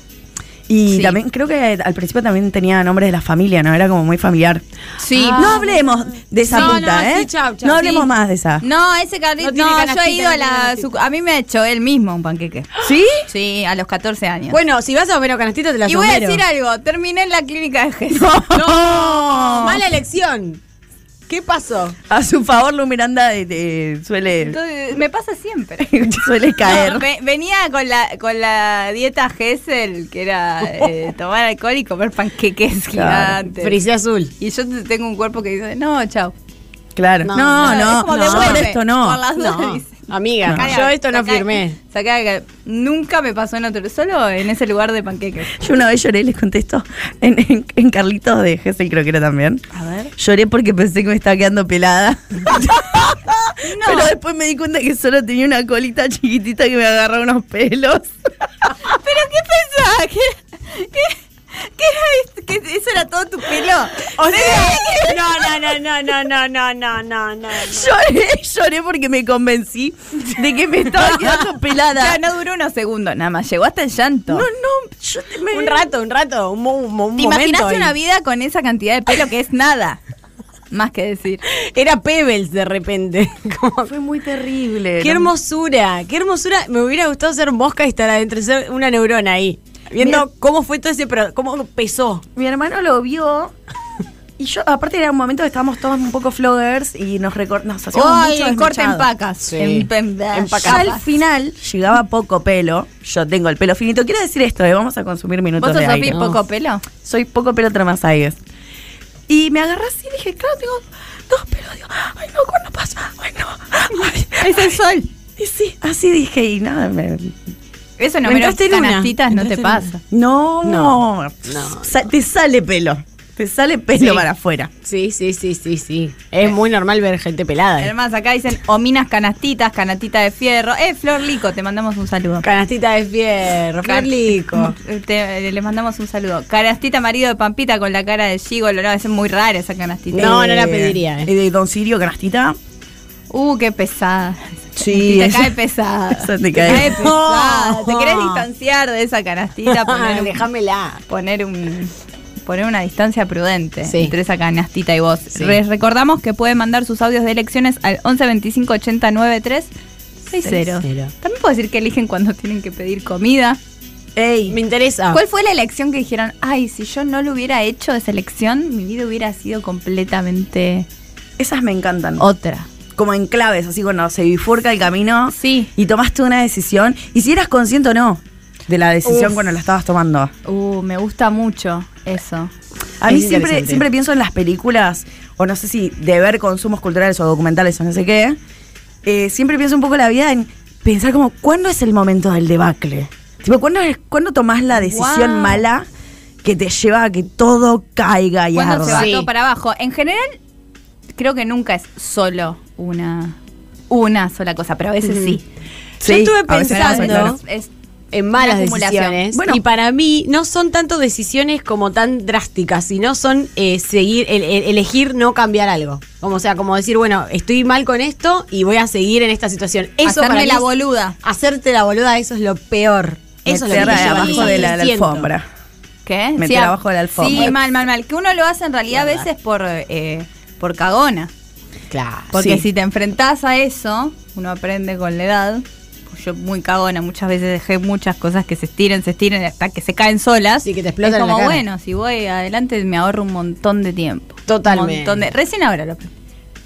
Speaker 2: Y
Speaker 3: Sí.
Speaker 2: también creo que al principio también tenía nombre de la familia, ¿no? Era como muy familiar.
Speaker 3: Sí. Ah.
Speaker 2: no hablemos de esa
Speaker 4: No, no,
Speaker 2: puta, ¿eh?
Speaker 4: sí, chau, chau,
Speaker 2: no hablemos
Speaker 4: sí.
Speaker 2: más de esa.
Speaker 3: No, ese Carlitos.
Speaker 4: No tiene
Speaker 3: No, yo
Speaker 4: canastita,
Speaker 3: he ido
Speaker 4: no
Speaker 3: a
Speaker 4: tiene
Speaker 3: la.
Speaker 4: canastita.
Speaker 3: su- a mí me ha hecho él mismo un panqueque.
Speaker 2: ¿Sí?
Speaker 3: Sí, a los 14 años.
Speaker 4: Bueno, si vas a Homero Canastita, te la
Speaker 3: y voy a decir algo. Terminé en la clínica de Jesús.
Speaker 2: No.
Speaker 4: Mala elección. ¿Qué pasó?
Speaker 2: A su favor, Lu Miranda eh, eh, suele,
Speaker 3: Entonces, Me pasa siempre.
Speaker 2: suele caer.
Speaker 3: No, ve- venía con la, con la dieta Gessel, que era eh, tomar alcohol y comer panqueques
Speaker 2: Claro.
Speaker 3: gigantes.
Speaker 4: Frisé azul.
Speaker 3: Y yo te- tengo un cuerpo que dice, no, chao.
Speaker 2: Claro. No,
Speaker 4: No,
Speaker 2: no,
Speaker 3: no, es como
Speaker 2: no,
Speaker 3: devuelve.
Speaker 2: por esto
Speaker 4: Ah,
Speaker 2: no.
Speaker 3: Por las dudas dice.
Speaker 4: Amiga,
Speaker 3: Sacá-
Speaker 4: yo esto no
Speaker 3: sacá-
Speaker 4: firmé.
Speaker 3: sacá que- nunca me pasó en otro, solo en ese lugar de panqueques.
Speaker 2: Yo una vez lloré, les contesto, en, en, en Carlitos de Gessel creo que era también.
Speaker 3: A ver.
Speaker 2: Lloré porque pensé que me estaba quedando pelada. Pero después me di cuenta que solo tenía una colita chiquitita que me agarraba unos pelos.
Speaker 3: ¿Pero qué pensabas? ¿Qué, qué, qué era esto? ¿Que eso era todo tu pelo?
Speaker 4: O sea, no, no, no, no, no, no, no, no, no, no.
Speaker 2: Lloré, lloré porque me convencí de que me estaba quedando pelada.
Speaker 3: Ya, no duró unos segundos nada más, llegó hasta el llanto.
Speaker 2: No, no, yo te me...
Speaker 4: Un rato, un rato, un, mo- un mo- un
Speaker 3: ¿Te
Speaker 4: momento
Speaker 3: imaginaste
Speaker 4: ahí.
Speaker 3: una vida con esa cantidad de pelo que es nada? Más que decir.
Speaker 4: Era Pebbles de repente. Como,
Speaker 2: Fue muy terrible.
Speaker 4: qué hermosura, qué hermosura. Me hubiera gustado ser mosca y estar adentro, ser una neurona ahí. Viendo cómo fue todo ese, pro- cómo pesó.
Speaker 2: Mi hermano lo vio. Y yo, aparte era un momento que estábamos todos un poco floggers y nos, recor- nos hacíamos mucho
Speaker 3: el corte en
Speaker 2: desmechado.
Speaker 3: pacas.
Speaker 4: Sí.
Speaker 3: En, en- en
Speaker 2: Ya
Speaker 3: pacas.
Speaker 2: al final llegaba poco pelo. Yo tengo el pelo finito. Quiero decir esto, eh, vamos a consumir minutos
Speaker 3: ¿Vos
Speaker 2: de
Speaker 3: sos Sofi
Speaker 2: aire.
Speaker 3: poco pelo?
Speaker 2: Soy poco pelo Tramasaigues. Y me agarré así y dije, claro, tengo dos pelos. Digo, ay, no, ¿cuándo pasa? Ay, no. Ay,
Speaker 3: Es el sol.
Speaker 2: y sí, así dije y nada. me-
Speaker 3: Eso no,
Speaker 4: Me
Speaker 3: pero
Speaker 4: entraste en una.
Speaker 3: canastitas no te
Speaker 4: Entraste en
Speaker 3: pasa.
Speaker 2: No, no,
Speaker 4: No, no,
Speaker 2: Sa- Te sale pelo. Te sale pelo
Speaker 4: Sí.
Speaker 2: para afuera.
Speaker 4: Sí, sí, sí, sí, sí. Es muy normal ver gente pelada.
Speaker 3: Además, acá dicen ominas canastitas, canastita de fierro. Eh, Flor Lico, te mandamos un saludo.
Speaker 4: Canastita de fierro,
Speaker 3: Can-
Speaker 4: Fierlico.
Speaker 3: Te- les mandamos un saludo. Canastita marido de Pampita con la cara de Gigolo. No, es muy rara esa canastita.
Speaker 4: No, no la pediría, eh.
Speaker 2: Y de Don Sirio, canastita.
Speaker 3: Uh, qué pesada.
Speaker 2: Sí,
Speaker 3: Te
Speaker 2: esa-
Speaker 3: cae pesada.
Speaker 2: esa te cae.
Speaker 3: pesada.
Speaker 4: No.
Speaker 3: Te querés distanciar de esa canastita, poner un,
Speaker 4: Déjamela.
Speaker 3: poner un poner una distancia prudente
Speaker 4: Sí.
Speaker 3: entre esa canastita y vos.
Speaker 4: Sí.
Speaker 3: Les recordamos que pueden mandar sus audios de elecciones al 11 25 80 93 60.
Speaker 4: Cero.
Speaker 3: También puedo decir que eligen cuando tienen que pedir comida.
Speaker 2: Ey.
Speaker 4: Me interesa.
Speaker 3: ¿Cuál fue la elección que dijeron, ay, si yo no lo hubiera hecho esa elección, mi vida hubiera sido completamente
Speaker 2: Esas me encantan.
Speaker 3: otra?
Speaker 2: como en claves, así cuando se bifurca el camino
Speaker 3: Sí.
Speaker 2: y tomaste una decisión. Y si eras consciente o no de la decisión
Speaker 3: Uf.
Speaker 2: cuando la estabas tomando.
Speaker 3: Uh, me gusta mucho eso.
Speaker 2: A
Speaker 4: Es
Speaker 2: mí siempre,
Speaker 4: interesante.
Speaker 2: siempre pienso en las películas, o no sé si de ver consumos culturales o documentales o no sé qué. eh, siempre pienso un poco la vida en pensar como, ¿cuándo es el momento del debacle? Tipo, ¿cuándo, es, ¿cuándo tomás la decisión
Speaker 3: Guau.
Speaker 2: mala que te lleva a que todo caiga y
Speaker 3: Cuando se
Speaker 2: arda?
Speaker 3: va
Speaker 4: Sí.
Speaker 3: todo para abajo. En general, creo que nunca es solo una, una sola cosa, pero a veces
Speaker 4: Ujú.
Speaker 3: sí.
Speaker 2: Sí,
Speaker 4: Yo estuve
Speaker 2: a veces pasa,
Speaker 4: pensando-
Speaker 2: claro.
Speaker 3: Es-
Speaker 4: en malas
Speaker 3: Una acumulación.
Speaker 4: decisiones.
Speaker 2: Bueno.
Speaker 4: y para mí no son tanto decisiones como tan drásticas, sino son eh, seguir, el- el- elegir no cambiar algo. Como, o sea, como decir, bueno, estoy mal con esto y voy a seguir en esta situación. Eso
Speaker 3: Hacerme
Speaker 4: para mí
Speaker 3: la
Speaker 4: es-
Speaker 3: boluda.
Speaker 4: Hacerte la boluda, eso es lo peor. Eso es lo que
Speaker 2: Meterla
Speaker 4: yo
Speaker 2: abajo de la, la
Speaker 4: siento.
Speaker 2: alfombra.
Speaker 3: ¿Qué?
Speaker 2: Meter
Speaker 3: a-
Speaker 2: abajo de la alfombra.
Speaker 3: Sí, mal, mal, mal. Que uno lo hace en realidad a
Speaker 4: Verdad.
Speaker 3: veces por, eh, por cagona.
Speaker 4: Claro.
Speaker 3: Porque
Speaker 2: Sí.
Speaker 3: si te enfrentás a eso, uno aprende con la edad. Pues yo muy cagona, muchas veces dejé muchas cosas que se estiren, se estiren hasta que se caen solas.
Speaker 4: Sí, que te explotan
Speaker 3: Es
Speaker 4: en la
Speaker 3: como,
Speaker 4: cara.
Speaker 3: bueno, si voy adelante me ahorro un montón de tiempo.
Speaker 4: Totalmente.
Speaker 3: Un montón de- Recién ahora lo aprendí.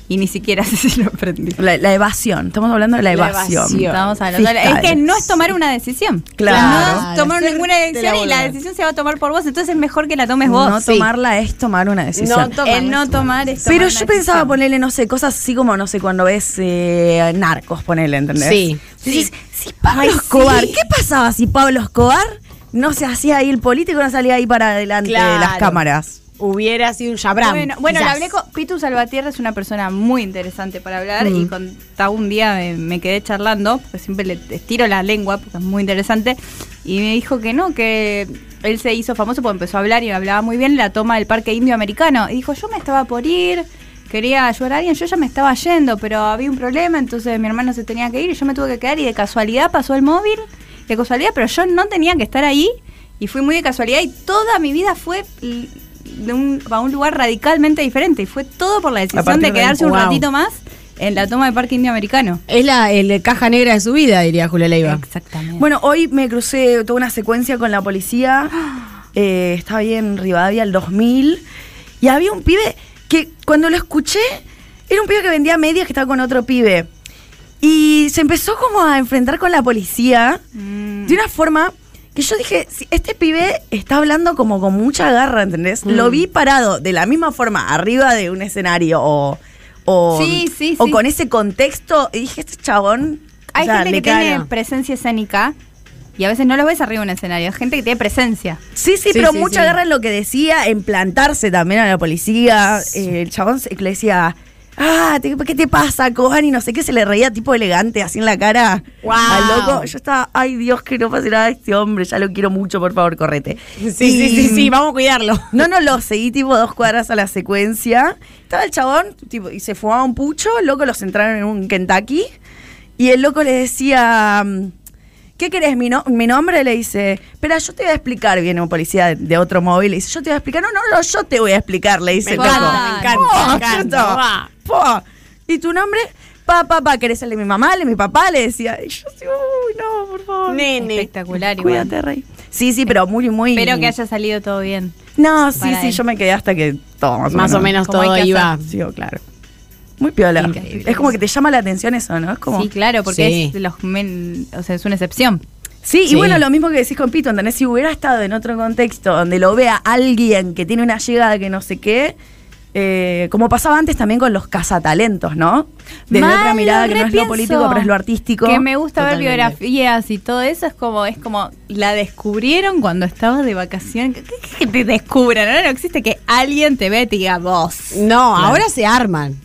Speaker 3: Y ni siquiera sé si lo aprendí.
Speaker 2: La, la evasión, estamos hablando de la
Speaker 4: La
Speaker 2: evasión.
Speaker 4: evasión.
Speaker 3: Estábamos hablando- Es
Speaker 2: Fiscales.
Speaker 3: que no es tomar una decisión.
Speaker 2: Claro.
Speaker 3: No es tomar
Speaker 4: Hacerte
Speaker 3: ninguna decisión
Speaker 4: la
Speaker 3: y la
Speaker 4: boluda.
Speaker 3: decisión se va a tomar por vos. Entonces es mejor que la tomes vos.
Speaker 2: No
Speaker 3: Sí.
Speaker 2: tomarla es tomar una
Speaker 4: No
Speaker 2: decisión.
Speaker 4: to-
Speaker 3: El no tomar es tomar
Speaker 2: pero
Speaker 3: una
Speaker 2: yo pensaba
Speaker 3: decisión.
Speaker 2: ponerle, no sé, cosas así como, no sé, cuando ves eh, narcos, ponerle, ¿entendés?
Speaker 4: Sí.
Speaker 2: Dices, si Pablo Escobar, ¿qué pasaba si Pablo Escobar no se hacía ahí el político, no salía ahí para adelante de las
Speaker 4: Claro.
Speaker 2: cámaras?
Speaker 4: Hubiera sido un Jabram.
Speaker 3: Bueno, bueno le
Speaker 4: quizás.
Speaker 3: hablé con Pitu Salvatierra, es una persona muy interesante para hablar y contaba un día, me, me quedé charlando, porque siempre le estiro la lengua, porque es muy interesante, y me dijo que no, que él se hizo famoso porque empezó a hablar y hablaba muy bien la toma del parque indio americano. Y dijo, yo me estaba por ir, quería ayudar a alguien, yo ya me estaba yendo, pero había un problema, entonces mi hermano se tenía que ir y yo me tuve que quedar y de casualidad pasó el móvil, de casualidad, pero yo no tenía que estar ahí. Y fui muy de casualidad y toda mi vida fue l- de un, para un lugar radicalmente diferente. Y fue todo por la decisión
Speaker 2: partir
Speaker 3: de
Speaker 2: de-
Speaker 3: quedarse un
Speaker 4: wow.
Speaker 3: ratito más en la toma del Parque Indio Americano.
Speaker 4: Es la el caja negra de su vida, diría Julia Leiva.
Speaker 3: Exactamente.
Speaker 2: Bueno, hoy me crucé toda una secuencia con la policía. Eh, estaba ahí en Rivadavia el 2000. Y había un pibe que cuando lo escuché, era un pibe que vendía medias que estaba con otro pibe. Y se empezó como a enfrentar con la policía
Speaker 3: Mm.
Speaker 2: de una forma que yo dije, "Si este pibe está hablando como con mucha garra, ¿entendés? Lo vi parado de la misma forma, arriba de un escenario o, o,
Speaker 3: Sí, sí,
Speaker 2: o
Speaker 3: sí.
Speaker 2: con ese contexto. Y dije, este chabón...
Speaker 3: Hay
Speaker 2: o sea,
Speaker 3: gente
Speaker 2: le
Speaker 3: que
Speaker 2: cae-
Speaker 3: tiene presencia escénica y a veces no los ves arriba de un escenario. Hay gente que tiene presencia.
Speaker 2: Sí,
Speaker 4: Sí,
Speaker 2: sí, pero
Speaker 4: sí,
Speaker 2: mucha
Speaker 4: sí.
Speaker 2: guerra en lo que decía, en plantarse también a la policía. Eh, el chabón se- le decía, ah, te- ¿qué te pasa, Cohan? Y no sé qué, se le reía tipo elegante, así en la cara.
Speaker 4: Wow.
Speaker 2: Al loco. Yo estaba, ay Dios, que no pase nada a este hombre, ya lo quiero mucho, por favor, correte.
Speaker 4: Sí, sí, sí, sí, vamos a cuidarlo.
Speaker 2: No, no, lo seguí tipo dos cuadras a la secuencia. Estaba el chabón tipo, y se fumaba un pucho, el loco los entraron en un Kentucky y el loco le decía, mm, ¿qué querés? Mi, no- mi nombre le dice, espera, yo te voy a explicar, viene un policía de, de otro móvil, le dice, yo te voy a explicar, no, no, no, yo te voy a explicar, le dice
Speaker 4: Me
Speaker 2: el loco.
Speaker 4: encanta, me encanta,
Speaker 2: Oh,
Speaker 4: me encanta,
Speaker 2: chuto.
Speaker 4: va.
Speaker 2: Po. ¿Y tu nombre? Pa, pa, pa, ¿querés el de mi mamá, el de mi papá? Le decía, y yo así, uy, no, por favor.
Speaker 4: Nene.
Speaker 3: Espectacular igual.
Speaker 2: Cuídate, rey. Sí, sí, pero muy, muy...
Speaker 3: Espero que haya salido todo bien.
Speaker 2: No, sí,
Speaker 3: para
Speaker 2: sí,
Speaker 3: él.
Speaker 2: yo me quedé hasta que todo.
Speaker 4: Más o menos
Speaker 3: Como hay
Speaker 4: todo
Speaker 3: que
Speaker 4: iba.
Speaker 2: Sí, o claro. Muy piola.
Speaker 3: Increíble.
Speaker 2: Es como que te llama la atención eso, ¿no? Es como.
Speaker 3: Sí, claro, porque
Speaker 4: Sí.
Speaker 3: es de los men- o sea, es una excepción.
Speaker 2: Sí, y
Speaker 4: Sí.
Speaker 2: bueno, lo mismo que decís con Pito, ¿entendés? Si hubiera estado en otro contexto donde lo vea alguien que tiene una llegada que no sé qué, eh, como pasaba antes también con los cazatalentos, ¿no? Desde
Speaker 3: Mal,
Speaker 2: otra mirada
Speaker 3: lo
Speaker 2: que no es lo
Speaker 3: repienso.
Speaker 2: político, pero es lo artístico.
Speaker 3: Que me gusta ver
Speaker 4: Totalmente.
Speaker 3: biografías y todo eso, es como, es como, la descubrieron cuando estabas de vacación. ¿Qué, qué- qué te descubran? Ahora no existe que alguien te ve y te diga vos.
Speaker 4: No, ahora se arman.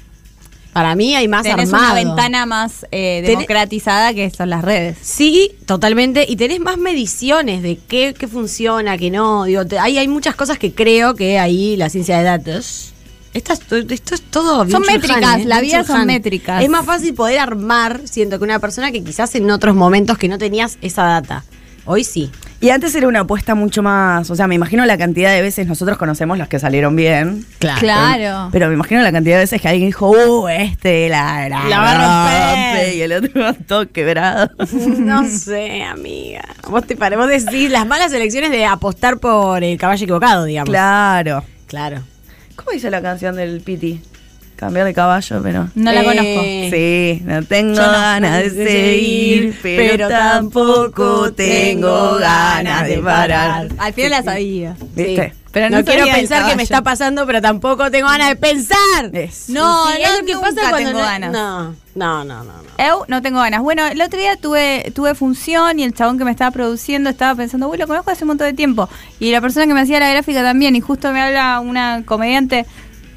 Speaker 4: Para mí hay más
Speaker 3: Tenés
Speaker 4: armado.
Speaker 3: una ventana más eh,
Speaker 4: Tenés-
Speaker 3: democratizada que son las redes.
Speaker 4: Sí, totalmente. Y tenés más mediciones de qué, qué funciona, qué no. Digo, te- hay, hay muchas cosas que creo que ahí la ciencia de datos. Esta es to- esto es todo. bien
Speaker 3: Son
Speaker 4: Chulhan,
Speaker 3: métricas, la
Speaker 4: bien
Speaker 3: vida son
Speaker 4: Chulhan.
Speaker 3: métricas.
Speaker 4: Es más fácil poder armar, siento, que una persona que quizás en otros momentos que no tenías esa data. Hoy sí.
Speaker 2: Y antes era una apuesta mucho más, o sea, me imagino la cantidad de veces nosotros conocemos los que salieron bien.
Speaker 4: Claro.
Speaker 3: Claro.
Speaker 2: Pero me imagino la cantidad de veces que alguien dijo, uh, este la, la,
Speaker 4: La va a romper".
Speaker 2: rompe", Y el otro todo quebrado.
Speaker 4: No sé, amiga. Vos te pare- vos decís las malas elecciones de apostar por el caballo equivocado, digamos.
Speaker 2: claro.
Speaker 4: Claro.
Speaker 2: ¿Cómo dice la canción del Piti? Cambiar de caballo, pero.
Speaker 3: No la
Speaker 4: Eh,
Speaker 3: conozco.
Speaker 2: Sí, no tengo
Speaker 4: Yo no-
Speaker 2: ganas de seguir, pero tampoco tengo ganas de parar.
Speaker 3: Al final la sabía.
Speaker 2: ¿Viste?
Speaker 3: Pero
Speaker 4: no
Speaker 3: no
Speaker 4: quiero
Speaker 3: sabía del
Speaker 4: pensar que me
Speaker 3: caballo.
Speaker 4: está pasando, pero tampoco tengo ganas de pensar.
Speaker 2: Es.
Speaker 3: No,
Speaker 4: Sí, sí,
Speaker 3: no,
Speaker 4: es lo que
Speaker 3: nunca
Speaker 4: pasa cuando
Speaker 3: tengo
Speaker 4: no-
Speaker 3: ganas.
Speaker 4: No, no, no, no. no.
Speaker 3: Eu no tengo ganas. Bueno, el otro día tuve, tuve función y el chabón que me estaba produciendo estaba pensando, uy, lo conozco hace un montón de tiempo. Y la persona que me hacía la gráfica también, y justo me habla una comediante,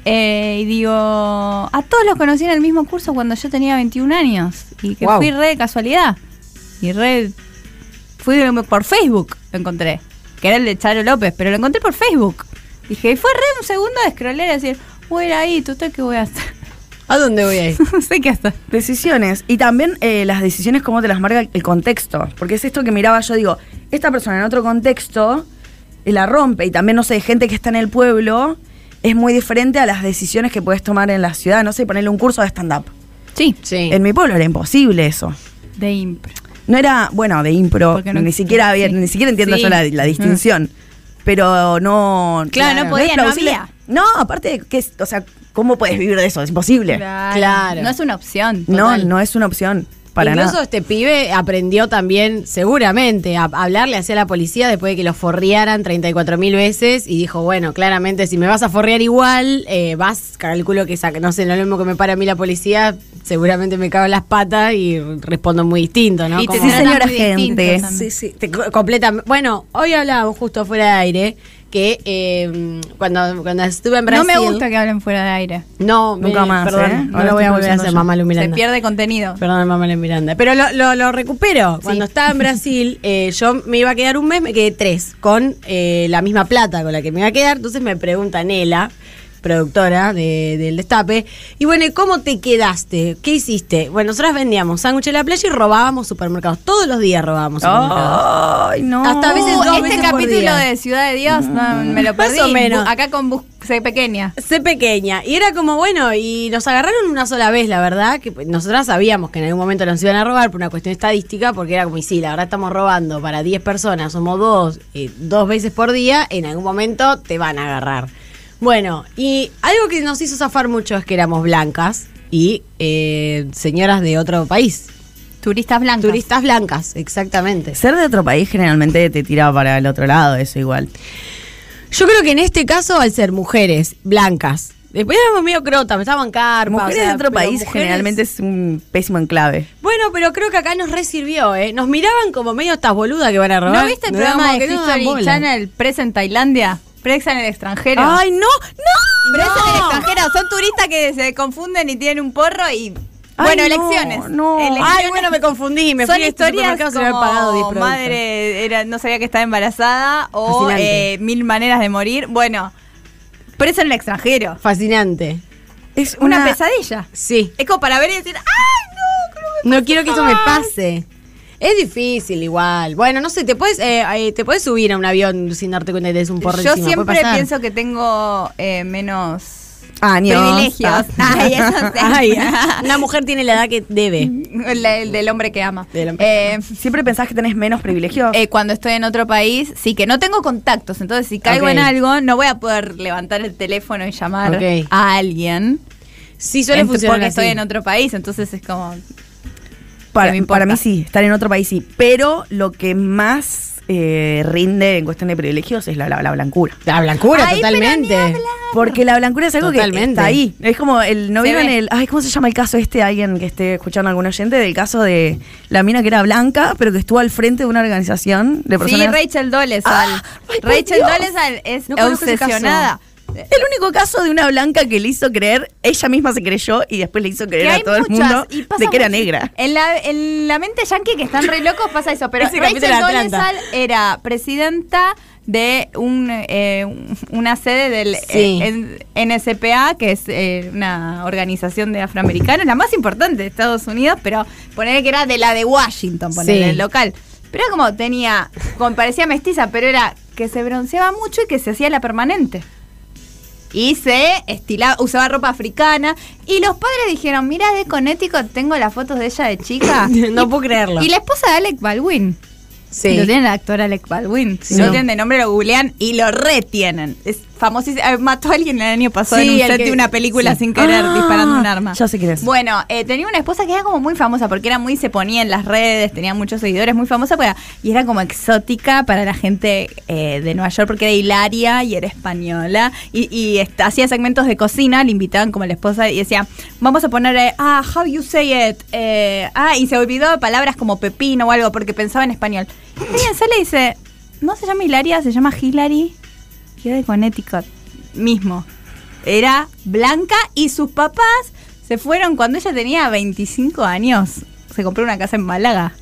Speaker 3: eh, y digo, a todos los conocí en el mismo curso cuando yo tenía 21 años. Y que
Speaker 4: Guau.
Speaker 3: fui re de casualidad. Y re. Fui de- por Facebook, lo encontré. Que era el de Charo López, pero lo encontré por Facebook. Dije, y fue re un segundo de scrollear y decir, uy, era ahí, ¿tú usted qué voy a hacer?
Speaker 4: ¿A dónde voy a ir?
Speaker 3: no sé qué hacer.
Speaker 2: Decisiones. Y también eh, las decisiones, cómo te las marca el contexto. Porque es esto que miraba yo, digo, esta persona en otro contexto eh, la rompe. Y también, no sé, gente que está en el pueblo es muy diferente a las decisiones que puedes tomar en la ciudad. No sé, ponerle un curso de stand-up.
Speaker 3: Sí,
Speaker 4: Sí.
Speaker 2: En mi pueblo era imposible eso.
Speaker 3: de impro.
Speaker 2: No era, bueno, de impro,
Speaker 3: Porque no-
Speaker 2: ni siquiera había,
Speaker 3: sí.
Speaker 2: ni siquiera entiendo
Speaker 3: Sí. Mm.
Speaker 2: yo la, la distinción. Pero no.
Speaker 3: Claro, no podía,
Speaker 2: es
Speaker 3: no
Speaker 2: plausible.
Speaker 3: había.
Speaker 2: No, aparte, de que es- o sea, ¿cómo puedes vivir de eso? Es imposible.
Speaker 4: Claro.
Speaker 3: No es una opción.
Speaker 2: No,
Speaker 3: total.
Speaker 2: no es una opción. Para
Speaker 4: Incluso
Speaker 2: nada.
Speaker 4: este pibe aprendió también, seguramente, a a hablarle hacia la policía después de que lo forrearan 34 mil veces y dijo, bueno, claramente si me vas a forrear igual, eh, vas, calculo que, saca- no sé, no es lo mismo que me para a mí la policía, seguramente me cago en las patas y respondo muy distinto, ¿no?
Speaker 3: Y te
Speaker 4: Como-
Speaker 2: Sí,
Speaker 3: tratan
Speaker 2: señora
Speaker 3: muy distinto
Speaker 2: gente.
Speaker 3: también.
Speaker 4: Sí, sí, te- co- completamente. Bueno, hoy hablábamos justo fuera de aire que eh, cuando, cuando estuve en
Speaker 3: No
Speaker 4: Brasil...
Speaker 3: me gusta que hablen fuera de aire.
Speaker 4: No, me-
Speaker 2: Nunca más,
Speaker 4: perdón,
Speaker 2: ¿eh?
Speaker 4: no
Speaker 2: Ahora
Speaker 4: lo voy
Speaker 2: estoy
Speaker 4: a volver a
Speaker 2: pensando
Speaker 4: hacer,
Speaker 2: yo.
Speaker 4: mamá Lumiranda.
Speaker 3: Se pierde contenido.
Speaker 4: Perdón, mamá en Miranda. Pero lo, lo- lo recupero. Cuando estaba en Brasil, eh, yo me iba a quedar un mes, me quedé tres, con eh, la misma plata con la que me iba a quedar. Entonces me pregunta Nela, productora de- del Destape, y bueno, ¿y ¿cómo te quedaste? ¿Qué hiciste? Bueno, nosotras vendíamos sándwiches en la playa y robábamos supermercados. Todos los días robábamos
Speaker 2: Oh.
Speaker 4: supermercados.
Speaker 2: Ay, no.
Speaker 4: Hasta a veces
Speaker 3: Uh,
Speaker 4: dos
Speaker 3: este
Speaker 4: veces por
Speaker 3: capítulo
Speaker 4: día.
Speaker 3: de Ciudad de Dios no, me lo
Speaker 4: Mm. Más
Speaker 3: perdí.
Speaker 4: o menos.
Speaker 3: Bu- Acá con bus- soy pequeña.
Speaker 4: Sé pequeña. Y era como, bueno, y nos agarraron una sola vez, la verdad, que pues, nosotras sabíamos que en algún momento nos iban a robar por una cuestión estadística, porque era como, y sí, la verdad estamos robando para 10 personas, somos dos, eh, dos veces por día, en algún momento te van a agarrar. Bueno, y algo que nos hizo zafar mucho es que éramos blancas y eh, señoras de otro país.
Speaker 3: Turistas blancos.
Speaker 4: Turistas blancas, exactamente.
Speaker 2: Ser de otro país generalmente te tira para el otro lado, eso igual.
Speaker 4: Yo creo que en este caso, al ser mujeres blancas, después éramos medio crota, me estaban carpa.
Speaker 2: mujeres
Speaker 4: o sea,
Speaker 2: de otro
Speaker 4: pero
Speaker 2: país
Speaker 4: mujeres-
Speaker 2: generalmente es un pésimo enclave.
Speaker 4: Bueno, pero creo que acá nos resirvió, ¿eh? Nos miraban como medio estas boludas que van a robar.
Speaker 3: ¿No viste el
Speaker 4: Nos
Speaker 3: programa
Speaker 4: daban
Speaker 3: de
Speaker 4: que no daban
Speaker 3: History
Speaker 4: bola.
Speaker 3: Channel Presa en Tailandia? Presa en el extranjero.
Speaker 2: ¡Ay, no! ¡No!
Speaker 3: Presa en el extranjero. Son turistas que se confunden y tienen un porro y...
Speaker 2: Ay,
Speaker 3: Bueno,
Speaker 2: no,
Speaker 3: elecciones.
Speaker 2: no. Ay,
Speaker 3: Elecciones.
Speaker 4: Ay, bueno, me confundí. Me
Speaker 3: Son
Speaker 4: fui a este
Speaker 3: historias
Speaker 4: supermercado
Speaker 3: como
Speaker 4: sin haber pagado 10 productos.
Speaker 3: madre era, no sabía que estaba embarazada o
Speaker 4: Fascinante.
Speaker 3: eh, mil maneras de morir. Bueno, presa en el extranjero.
Speaker 4: Fascinante.
Speaker 2: Es
Speaker 3: Una,
Speaker 2: una,
Speaker 3: pesadilla.
Speaker 4: Sí.
Speaker 3: Es como para ver y decir, ¡ay, no! creo que-".
Speaker 4: No quiero que eso me pase. Es difícil igual. Bueno, no sé, te puedes eh, eh, te puedes subir a un avión sin darte cuenta que tenés un porro
Speaker 3: Yo
Speaker 4: encima, puede
Speaker 3: siempre
Speaker 4: pasar.
Speaker 3: pienso que tengo eh, menos
Speaker 2: Años.
Speaker 3: privilegios. Ay, eso sé.
Speaker 4: Ay, una mujer tiene la edad que debe.
Speaker 3: La- el del hombre que ama.
Speaker 4: Del hombre que
Speaker 3: Eh,
Speaker 2: ¿Siempre pensás que tenés menos privilegios?
Speaker 3: eh, cuando estoy en otro país, sí que no tengo contactos, entonces si caigo
Speaker 4: Ok.
Speaker 3: en algo, no voy a poder levantar el teléfono y llamar
Speaker 4: Ok.
Speaker 3: a alguien.
Speaker 4: Sí, suele
Speaker 3: Ent-
Speaker 4: funcionar
Speaker 3: porque
Speaker 4: así.
Speaker 3: estoy en otro país, entonces es como
Speaker 2: Para,
Speaker 3: que me
Speaker 2: para mí
Speaker 3: importa.
Speaker 2: sí, estar en otro país sí. Pero lo que más eh, rinde en cuestión de privilegios es la, la- la blancura.
Speaker 4: La blancura,
Speaker 3: Ay, pero ni
Speaker 4: totalmente.
Speaker 3: hablar.
Speaker 2: Porque la blancura es algo que
Speaker 4: Totalmente.
Speaker 2: está ahí. Es como el. No
Speaker 3: Se
Speaker 2: vieron
Speaker 3: ve.
Speaker 2: el. Ay, ¿cómo se llama el caso este? Alguien que esté escuchando a algún oyente del caso de la mina que era blanca, pero que estuvo al frente de una organización de
Speaker 3: Sí,
Speaker 2: personas.
Speaker 3: Rachel Dolezal.
Speaker 2: Ah, ay, por
Speaker 3: Rachel
Speaker 2: Dios.
Speaker 3: Dolezal es
Speaker 4: No conozco ese
Speaker 3: obsesionada.
Speaker 2: El único caso de una blanca que le hizo creer, ella misma se creyó y después le hizo creer
Speaker 3: Que
Speaker 2: a
Speaker 3: hay
Speaker 2: todo el
Speaker 3: muchas,
Speaker 2: mundo
Speaker 3: y pasa
Speaker 2: de que era
Speaker 3: mucho.
Speaker 2: negra.
Speaker 3: En la, en la mente yankee que están re locos pasa eso, pero
Speaker 4: Ese
Speaker 3: Rachel
Speaker 4: capítulo de Atlanta.
Speaker 3: Dolezal era presidenta de un, eh, un- una sede del
Speaker 4: Sí.
Speaker 3: eh, en- NSPA, que es eh, una organización de afroamericanos, la más importante de Estados Unidos, pero poner que era de la de Washington, poner
Speaker 4: Sí.
Speaker 3: el local. Pero era como tenía, como parecía mestiza, pero era que se bronceaba mucho y que se hacía la permanente. Y se estilaba, usaba ropa africana. Y los padres dijeron, mira, de Connecticut tengo las fotos de ella de chica.
Speaker 4: No
Speaker 3: Y-
Speaker 4: puedo creerlo.
Speaker 3: Y la esposa de Alec Baldwin.
Speaker 4: Sí.
Speaker 3: Lo tiene el actor Alec Baldwin. Si
Speaker 4: Sí.
Speaker 3: no tienen de nombre, lo googlean y lo retienen. Es famosísimo. Eh, Mató a alguien el año pasado
Speaker 4: Sí,
Speaker 3: en un
Speaker 4: el
Speaker 3: set
Speaker 4: que-
Speaker 3: de una película
Speaker 4: sí.
Speaker 3: sin querer,
Speaker 2: Ah,
Speaker 3: disparando un arma.
Speaker 2: ya sé quién es.
Speaker 3: Bueno, eh, tenía una esposa que era como muy famosa porque era muy, se ponía en las redes, tenía muchos seguidores, muy famosa pero- y era como exótica para la gente eh, de Nueva York porque era hilaria y era española y, y est- hacía segmentos de cocina, le invitaban como la esposa y decía, vamos a poner, eh, ah, how you say it, eh, ah, y se olvidó de palabras como pepino o algo porque pensaba en español. Y bien, sale y dice, no se llama Hilaria, se llama Hillary, que era de Connecticut mismo era blanca y sus papás se fueron cuando ella tenía 25 años. Se compró una casa en Málaga.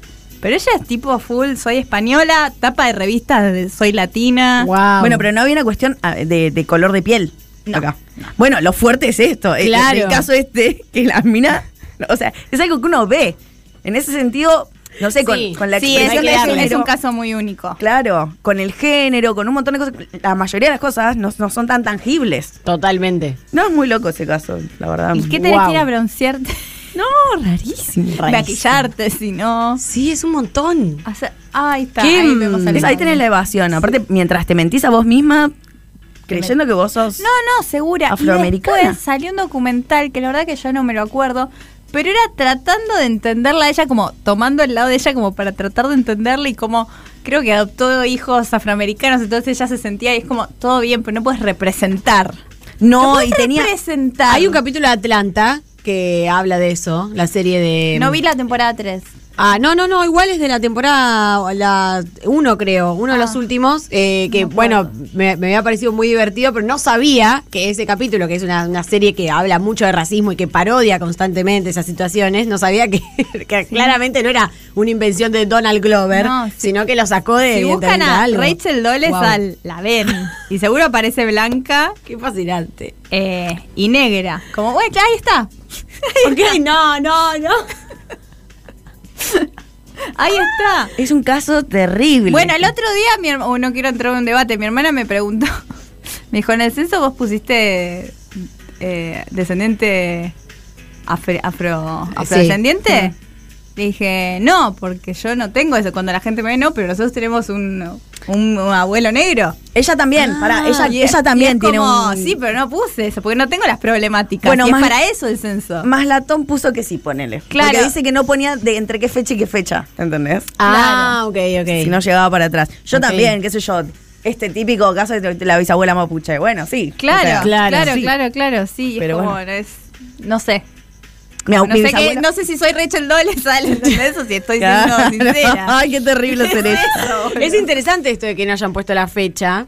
Speaker 3: Pero ella es tipo full, soy española, tapa de revistas de soy latina.
Speaker 4: Wow.
Speaker 2: Bueno, pero no había una cuestión ah, de, de color de piel.
Speaker 3: No.
Speaker 2: acá. Bueno, lo fuerte es esto. eh, El-
Speaker 4: Claro.
Speaker 2: El, caso este, que la mina. O sea, es algo que uno ve. En ese sentido, no sé, con,
Speaker 4: Sí.
Speaker 2: con la
Speaker 3: sí,
Speaker 2: expresión
Speaker 3: es,
Speaker 2: de
Speaker 3: es un-
Speaker 2: género.
Speaker 3: es un caso muy único.
Speaker 2: Claro, con el género, con un montón de cosas. La mayoría de las cosas no, no son tan tangibles.
Speaker 4: Totalmente.
Speaker 2: No es muy loco ese caso, la verdad.
Speaker 3: ¿Y qué tenés
Speaker 4: Wow.
Speaker 3: que ir a broncearte?
Speaker 2: No, rarísimo.
Speaker 3: Maquillarte, si no.
Speaker 4: Sí, es un montón.
Speaker 3: Hacer- ahí está.
Speaker 2: ¿Qué?
Speaker 3: Ahí, vemos al
Speaker 2: ¿Ves? Ahí
Speaker 3: fenómeno.
Speaker 2: tenés la evasión. Aparte, mientras te mentís a vos misma, creyendo que vos sos.
Speaker 3: No, no, segura. Y
Speaker 2: Afroamericana.
Speaker 3: después salió un documental que la verdad que yo no me lo acuerdo, pero era tratando de entenderla a ella, como tomando el lado de ella, como para tratar de entenderla y como creo que adoptó hijos afroamericanos, entonces ella se sentía y es como todo bien, pero no puedes representar.
Speaker 2: No,
Speaker 3: puedes
Speaker 2: y tenía.
Speaker 3: representar.
Speaker 4: Hay un capítulo de Atlanta que habla de eso, la serie de...
Speaker 3: No vi la temporada 3.
Speaker 4: Ah, no, no, no, igual es de la temporada la uno creo, uno de
Speaker 3: Ah.
Speaker 4: los últimos, eh, que bueno, me, me había parecido muy divertido, pero no sabía que ese capítulo, que es una, una serie que habla mucho de racismo y que parodia constantemente esas situaciones, no sabía que, que claramente no era una invención de Donald Glover,
Speaker 3: No, sí.
Speaker 4: sino que lo sacó de...
Speaker 3: Si buscan
Speaker 4: evidentemente,
Speaker 3: a
Speaker 4: algo.
Speaker 3: Rachel Doles,
Speaker 4: Guau.
Speaker 3: al- la ven. Y seguro aparece blanca
Speaker 4: Qué fascinante.
Speaker 3: eh, y negra. Como, bueno, ahí está.
Speaker 4: Ok, no, no, no.
Speaker 3: Ahí está.
Speaker 2: Ah, Es un caso terrible.
Speaker 3: Bueno, el otro día, mi herma- oh, no quiero entrar en un debate, mi hermana me preguntó, me dijo, en el censo vos pusiste eh, descendiente afre- afro, afrodescendiente. Le dije, no, porque yo no tengo eso. Cuando la gente me ve, no, pero nosotros tenemos un, un abuelo negro.
Speaker 2: Ella también, pará, Ah, ella,
Speaker 3: Y es-
Speaker 2: ella
Speaker 3: y
Speaker 2: también
Speaker 3: es
Speaker 2: tiene
Speaker 3: como,
Speaker 2: un.
Speaker 3: Sí, pero no puse eso, porque no tengo las problemáticas.
Speaker 2: Bueno,
Speaker 3: Bueno,
Speaker 2: más-
Speaker 3: es para eso el censo.
Speaker 2: Más latón puso que sí, ponele.
Speaker 3: Claro.
Speaker 2: Porque dice que no ponía de entre qué fecha y qué fecha, ¿entendés?
Speaker 4: Ah, ok, ok.
Speaker 2: Si no llegaba para atrás. Yo
Speaker 4: Ok.
Speaker 2: también, qué sé yo, este típico caso de la bisabuela mapuche. Bueno, sí.
Speaker 3: claro,
Speaker 2: o sea,
Speaker 4: claro,
Speaker 3: claro, claro,
Speaker 4: sí.
Speaker 3: claro, sí.
Speaker 2: Pero
Speaker 3: es como, no
Speaker 2: bueno.
Speaker 3: es, no sé.
Speaker 2: mi,
Speaker 3: No
Speaker 2: mi
Speaker 3: sé,
Speaker 2: bisabuela-
Speaker 3: que, no sé si soy Rachel Doles, ¿sale? ¿Entendés? O si estoy siendo
Speaker 2: Claro.
Speaker 3: sincera.
Speaker 2: Ay, qué terrible ser eso.
Speaker 4: Es interesante esto de que no hayan puesto la fecha.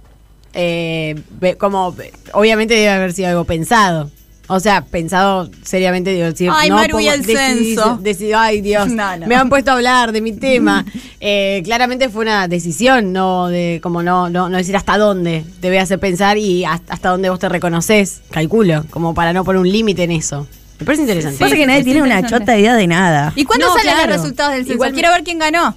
Speaker 4: eh, ve- como, ve- obviamente debe haber sido algo pensado. O sea, pensado seriamente, digo, si
Speaker 3: Ay,
Speaker 4: no
Speaker 3: Maru y
Speaker 4: pongo-
Speaker 3: el
Speaker 4: decidí-
Speaker 3: censo.
Speaker 4: decidí- ay, Dios,
Speaker 3: No, no.
Speaker 4: me han puesto a hablar de mi tema. Eh, claramente fue una decisión, no de como no, no, no decir hasta dónde te voy a hacer pensar y hasta, hasta dónde vos te reconoces, calculo, como para no poner un límite en eso. Me parece interesante.
Speaker 2: Pasa que nadie
Speaker 3: es
Speaker 2: tiene una
Speaker 3: interesante.
Speaker 2: chota idea de nada.
Speaker 3: ¿Y cuándo
Speaker 4: No,
Speaker 3: salen
Speaker 4: claro.
Speaker 3: los resultados del censo?
Speaker 4: Igualmente-
Speaker 3: Quiero ver quién ganó.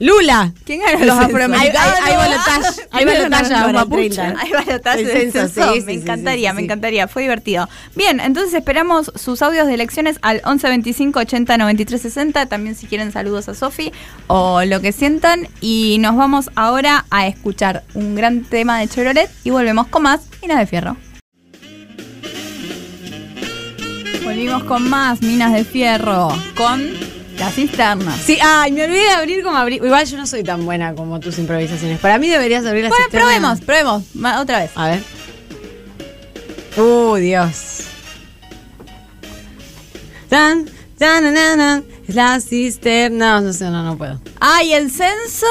Speaker 4: Lula,
Speaker 3: ¿Quién ganó el
Speaker 4: Los
Speaker 3: censo?
Speaker 4: afroamericanos.
Speaker 3: Ah,
Speaker 4: Hay- hay balotaje, hay balotaje
Speaker 3: Los
Speaker 4: ahora el
Speaker 3: mapuches.
Speaker 4: 30.
Speaker 3: Hay balotaje
Speaker 4: El
Speaker 3: del
Speaker 4: censo,
Speaker 3: censo.
Speaker 4: sí, sí,
Speaker 3: me
Speaker 4: sí,
Speaker 3: encantaría,
Speaker 4: sí,
Speaker 3: me
Speaker 4: sí.
Speaker 3: encantaría. Fue divertido. Bien, entonces esperamos sus audios de elecciones al 11 25 80 93 60. También si quieren saludos a Sofi o lo que sientan. Y nos vamos ahora a escuchar un gran tema de Chevrolet y volvemos con más Minas de Fierro. Volvimos con más Minas de Fierro con las cisternas.
Speaker 4: Sí, ay, me olvidé de abrir como abrir. Igual yo no soy tan buena como tus improvisaciones. Para mí deberías abrir la
Speaker 3: Bueno,
Speaker 4: cisterna.
Speaker 3: probemos, probemos. Ma- Otra vez.
Speaker 4: A ver. Uh, Dios. Tan, tan, na, na, na, es la cisterna. No sé, no, no puedo.
Speaker 3: Ay, el censo.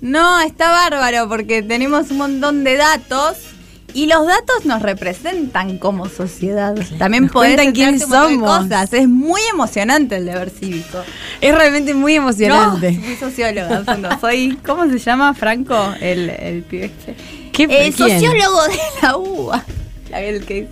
Speaker 3: No, está bárbaro porque tenemos un montón de datos y los datos nos representan como sociedad. También
Speaker 4: nos
Speaker 3: podés
Speaker 4: cuentan
Speaker 3: enterarte
Speaker 4: quiénes
Speaker 3: un montón de
Speaker 4: somos.
Speaker 3: cosas. Es muy emocionante el deber cívico.
Speaker 4: Es realmente muy emocionante.
Speaker 3: No, soy socióloga, al fondo. soy, ¿cómo se llama Franco? El, el pibe este.
Speaker 4: ¿Qué-
Speaker 3: El
Speaker 4: quién?
Speaker 3: sociólogo de la UBA. La- el que-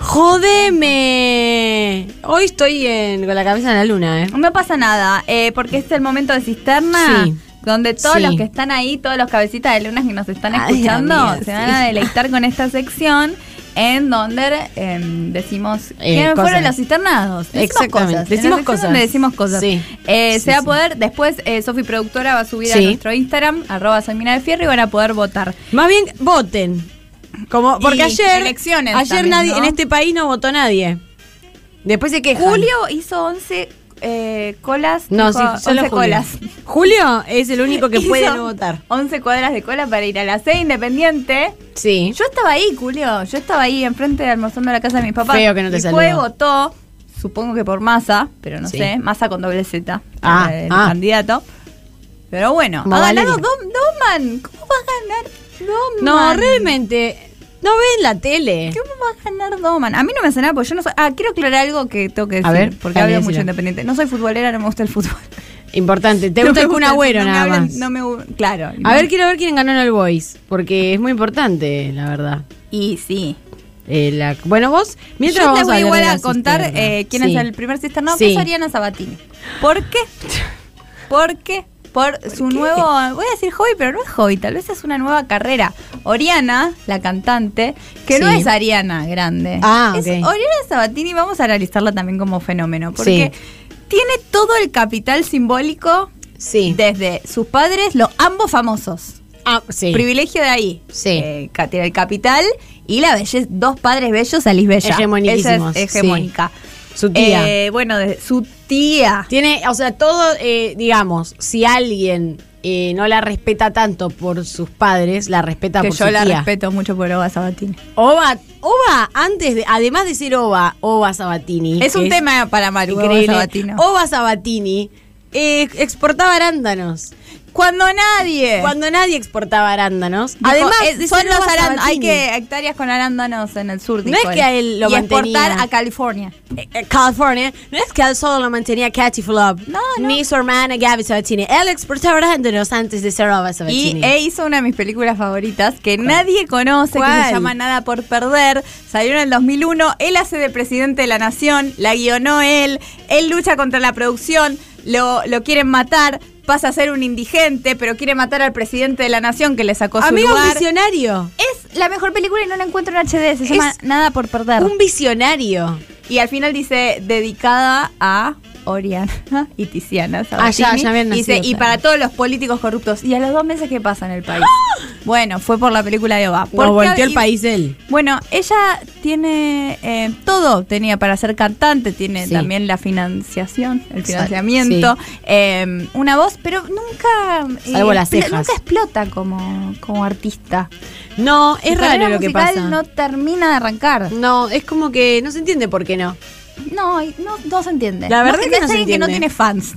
Speaker 4: ¡Jodeme! Hoy estoy en- con la cabeza en la luna, ¿eh?
Speaker 3: No pasa nada, eh, porque este es el momento de cisterna.
Speaker 4: Sí.
Speaker 3: donde todos
Speaker 4: Sí.
Speaker 3: los que están ahí, todos los cabecitas de lunas que nos están
Speaker 5: Ay,
Speaker 3: escuchando,
Speaker 5: amiga,
Speaker 3: se van a
Speaker 5: sí.
Speaker 3: deleitar con esta sección en donde em, decimos
Speaker 4: Eh,
Speaker 3: quiénes
Speaker 4: cosas.
Speaker 3: fueron los internados. Decimos
Speaker 4: Exactamente.
Speaker 3: cosas.
Speaker 4: Decimos
Speaker 3: En la sección
Speaker 4: cosas.
Speaker 3: donde decimos cosas.
Speaker 4: Sí.
Speaker 3: Eh,
Speaker 4: Sí,
Speaker 3: se va a
Speaker 4: sí.
Speaker 3: poder, después eh, Sofi Productora va a subir a
Speaker 4: Sí.
Speaker 3: nuestro Instagram, arroba soy Mina de Fierro, y van a poder votar.
Speaker 4: Más bien, voten. Como, porque
Speaker 3: Y
Speaker 4: ayer.
Speaker 3: elecciones
Speaker 4: ayer
Speaker 3: también,
Speaker 4: nadie,
Speaker 3: ¿no?
Speaker 4: en este país no votó nadie. Después se quejan.
Speaker 3: Julio hizo 11 eh, colas.
Speaker 4: No, sí,
Speaker 3: dijo,
Speaker 4: solo
Speaker 3: 11
Speaker 4: Julio.
Speaker 3: colas.
Speaker 4: Julio es el único que puede
Speaker 3: Hizo
Speaker 4: no votar.
Speaker 3: 11 cuadras de cola para ir a la C Independiente.
Speaker 4: Sí.
Speaker 3: Yo estaba ahí, Julio. Yo estaba ahí enfrente de almorzando a la casa de mis papás.
Speaker 4: Feo que no te
Speaker 3: y
Speaker 4: saludó.
Speaker 3: fue, votó, supongo que por masa, pero no
Speaker 4: Sí.
Speaker 3: sé, masa con doble Z,
Speaker 4: Ah,
Speaker 3: el
Speaker 4: ah.
Speaker 3: candidato. Pero bueno,
Speaker 4: Como
Speaker 3: ha ganado
Speaker 4: Valeria.
Speaker 3: Dom- Doman. ¿Cómo va a ganar Doman?
Speaker 4: No, realmente. No ven la tele.
Speaker 3: ¿Cómo va a ganar Doman? A mí no me hace nada porque yo no soy. Ah, quiero aclarar algo que tengo que
Speaker 4: A
Speaker 3: decir.
Speaker 4: ver,
Speaker 3: porque
Speaker 4: dale,
Speaker 3: hablo
Speaker 4: decilo.
Speaker 3: mucho independiente. No soy futbolera, no me gusta el fútbol.
Speaker 4: Importante. Te
Speaker 3: No
Speaker 4: gusta
Speaker 3: me
Speaker 4: el Kun
Speaker 3: gusta el-
Speaker 4: Agüero
Speaker 3: no me
Speaker 4: nada
Speaker 3: hablan-
Speaker 4: más.
Speaker 3: No me, gu- claro.
Speaker 4: A ver, quiero ver quién ganó en el Voice. Porque es muy importante, la verdad.
Speaker 3: Y sí.
Speaker 4: Eh, la- bueno, vos, mientras
Speaker 3: Yo
Speaker 4: vamos
Speaker 3: te voy
Speaker 4: hablar
Speaker 3: igual
Speaker 4: de
Speaker 3: a
Speaker 4: la
Speaker 3: contar
Speaker 4: cisterna.
Speaker 3: eh, quién
Speaker 4: Sí.
Speaker 3: es el primer cisterno,
Speaker 4: Sí.
Speaker 3: que es Oriana Sabatini. ¿Por qué? ¿Por qué? Por, su nuevo, voy a decir hobby, pero no es hobby, tal vez es una nueva carrera. Oriana, la cantante, que no
Speaker 4: Sí.
Speaker 3: es Ariana Grande.
Speaker 4: Ah,
Speaker 3: es
Speaker 4: ok.
Speaker 3: Oriana Sabatini, vamos a analizarla también como fenómeno, porque tiene todo el capital simbólico
Speaker 4: Sí.
Speaker 3: desde sus padres, los ambos famosos.
Speaker 4: Ah, sí.
Speaker 3: Privilegio de ahí.
Speaker 4: Sí.
Speaker 3: Eh, ca- tiene el capital y la belleza. Dos padres bellos, Alice Bella. Ella
Speaker 4: Hegemoniquísimos,
Speaker 3: es hegemónica.
Speaker 4: Su tía.
Speaker 3: Eh, bueno, de- su tía.
Speaker 4: Tiene, o sea, todo, eh, digamos, si alguien eh, no la respeta tanto por sus padres, la respeta
Speaker 3: Que
Speaker 4: por
Speaker 3: yo
Speaker 4: su
Speaker 3: la
Speaker 4: tía.
Speaker 3: respeto mucho por Oba Sabatini.
Speaker 4: Ova, Ova, antes de, además de ser Ova, Ova Sabatini.
Speaker 3: Es un
Speaker 4: que
Speaker 3: tema para Maru, Oba
Speaker 4: increíble. Oh,
Speaker 3: Sabatino.
Speaker 4: Ova Sabatini eh, exportaba arándanos.
Speaker 3: Cuando nadie.
Speaker 4: Cuando nadie exportaba arándanos.
Speaker 3: Dijo,
Speaker 4: además,
Speaker 3: eh,
Speaker 4: de
Speaker 3: son
Speaker 4: ser
Speaker 3: los
Speaker 4: Ova
Speaker 3: arán- hay
Speaker 4: Sabatini.
Speaker 3: que hectáreas con arándanos en el sur. dijo
Speaker 4: es que a él lo
Speaker 3: y exportar
Speaker 4: mantenía.
Speaker 3: a California.
Speaker 4: Eh, eh, California, no es que él solo lo mantenía Cathy Flop,
Speaker 3: No, no.
Speaker 4: ni su hermana Gaby Sabatini. Él exportaba arándanos antes de ser Ova Sabatini.
Speaker 3: Y e hizo una de mis películas favoritas que nadie conoce, que
Speaker 4: ¿Cuál?
Speaker 3: se llama Nada por Perder. Salió en el 2001. Él hace de presidente de la nación, la guionó él. Él lucha contra la producción, lo, lo quieren matar. Pasa a ser un indigente, pero quiere matar al presidente de la nación que le sacó su
Speaker 4: Amigo un
Speaker 3: lugar.
Speaker 4: visionario.
Speaker 3: Es la mejor película y no la encuentro en HD. Se llama Nada por Perder.
Speaker 4: Un visionario.
Speaker 3: Y al final dice, dedicada a Oriana y Tiziana. Sabatini.
Speaker 4: Ah, ya- ya habían
Speaker 3: Y dice,
Speaker 4: nacido,
Speaker 3: y
Speaker 4: claro.
Speaker 3: para todos los políticos corruptos. Y a los dos meses, ¿qué pasa en el país? Bueno, fue por la película de Ova. Porque-
Speaker 4: Por ¡Ah! volteó el
Speaker 3: y-
Speaker 4: país él.
Speaker 3: Bueno, ella tiene eh, todo, tenía para ser cantante, tiene
Speaker 4: Sí.
Speaker 3: también la financiación, el financiamiento, eh, una voz, pero nunca,
Speaker 4: Salvo las
Speaker 3: explo-
Speaker 4: cejas.
Speaker 3: nunca explota como, como artista.
Speaker 4: No, es
Speaker 3: Su
Speaker 4: raro
Speaker 3: carrera
Speaker 4: lo que
Speaker 3: musical
Speaker 4: pasa.
Speaker 3: No
Speaker 4: No,
Speaker 3: termina de arrancar.
Speaker 4: es como que no se entiende por qué no.
Speaker 3: No, y no, no se entiende.
Speaker 4: La verdad
Speaker 3: No se-
Speaker 4: que no
Speaker 3: es
Speaker 4: se
Speaker 3: alguien que no
Speaker 4: entiende.
Speaker 3: tiene fans.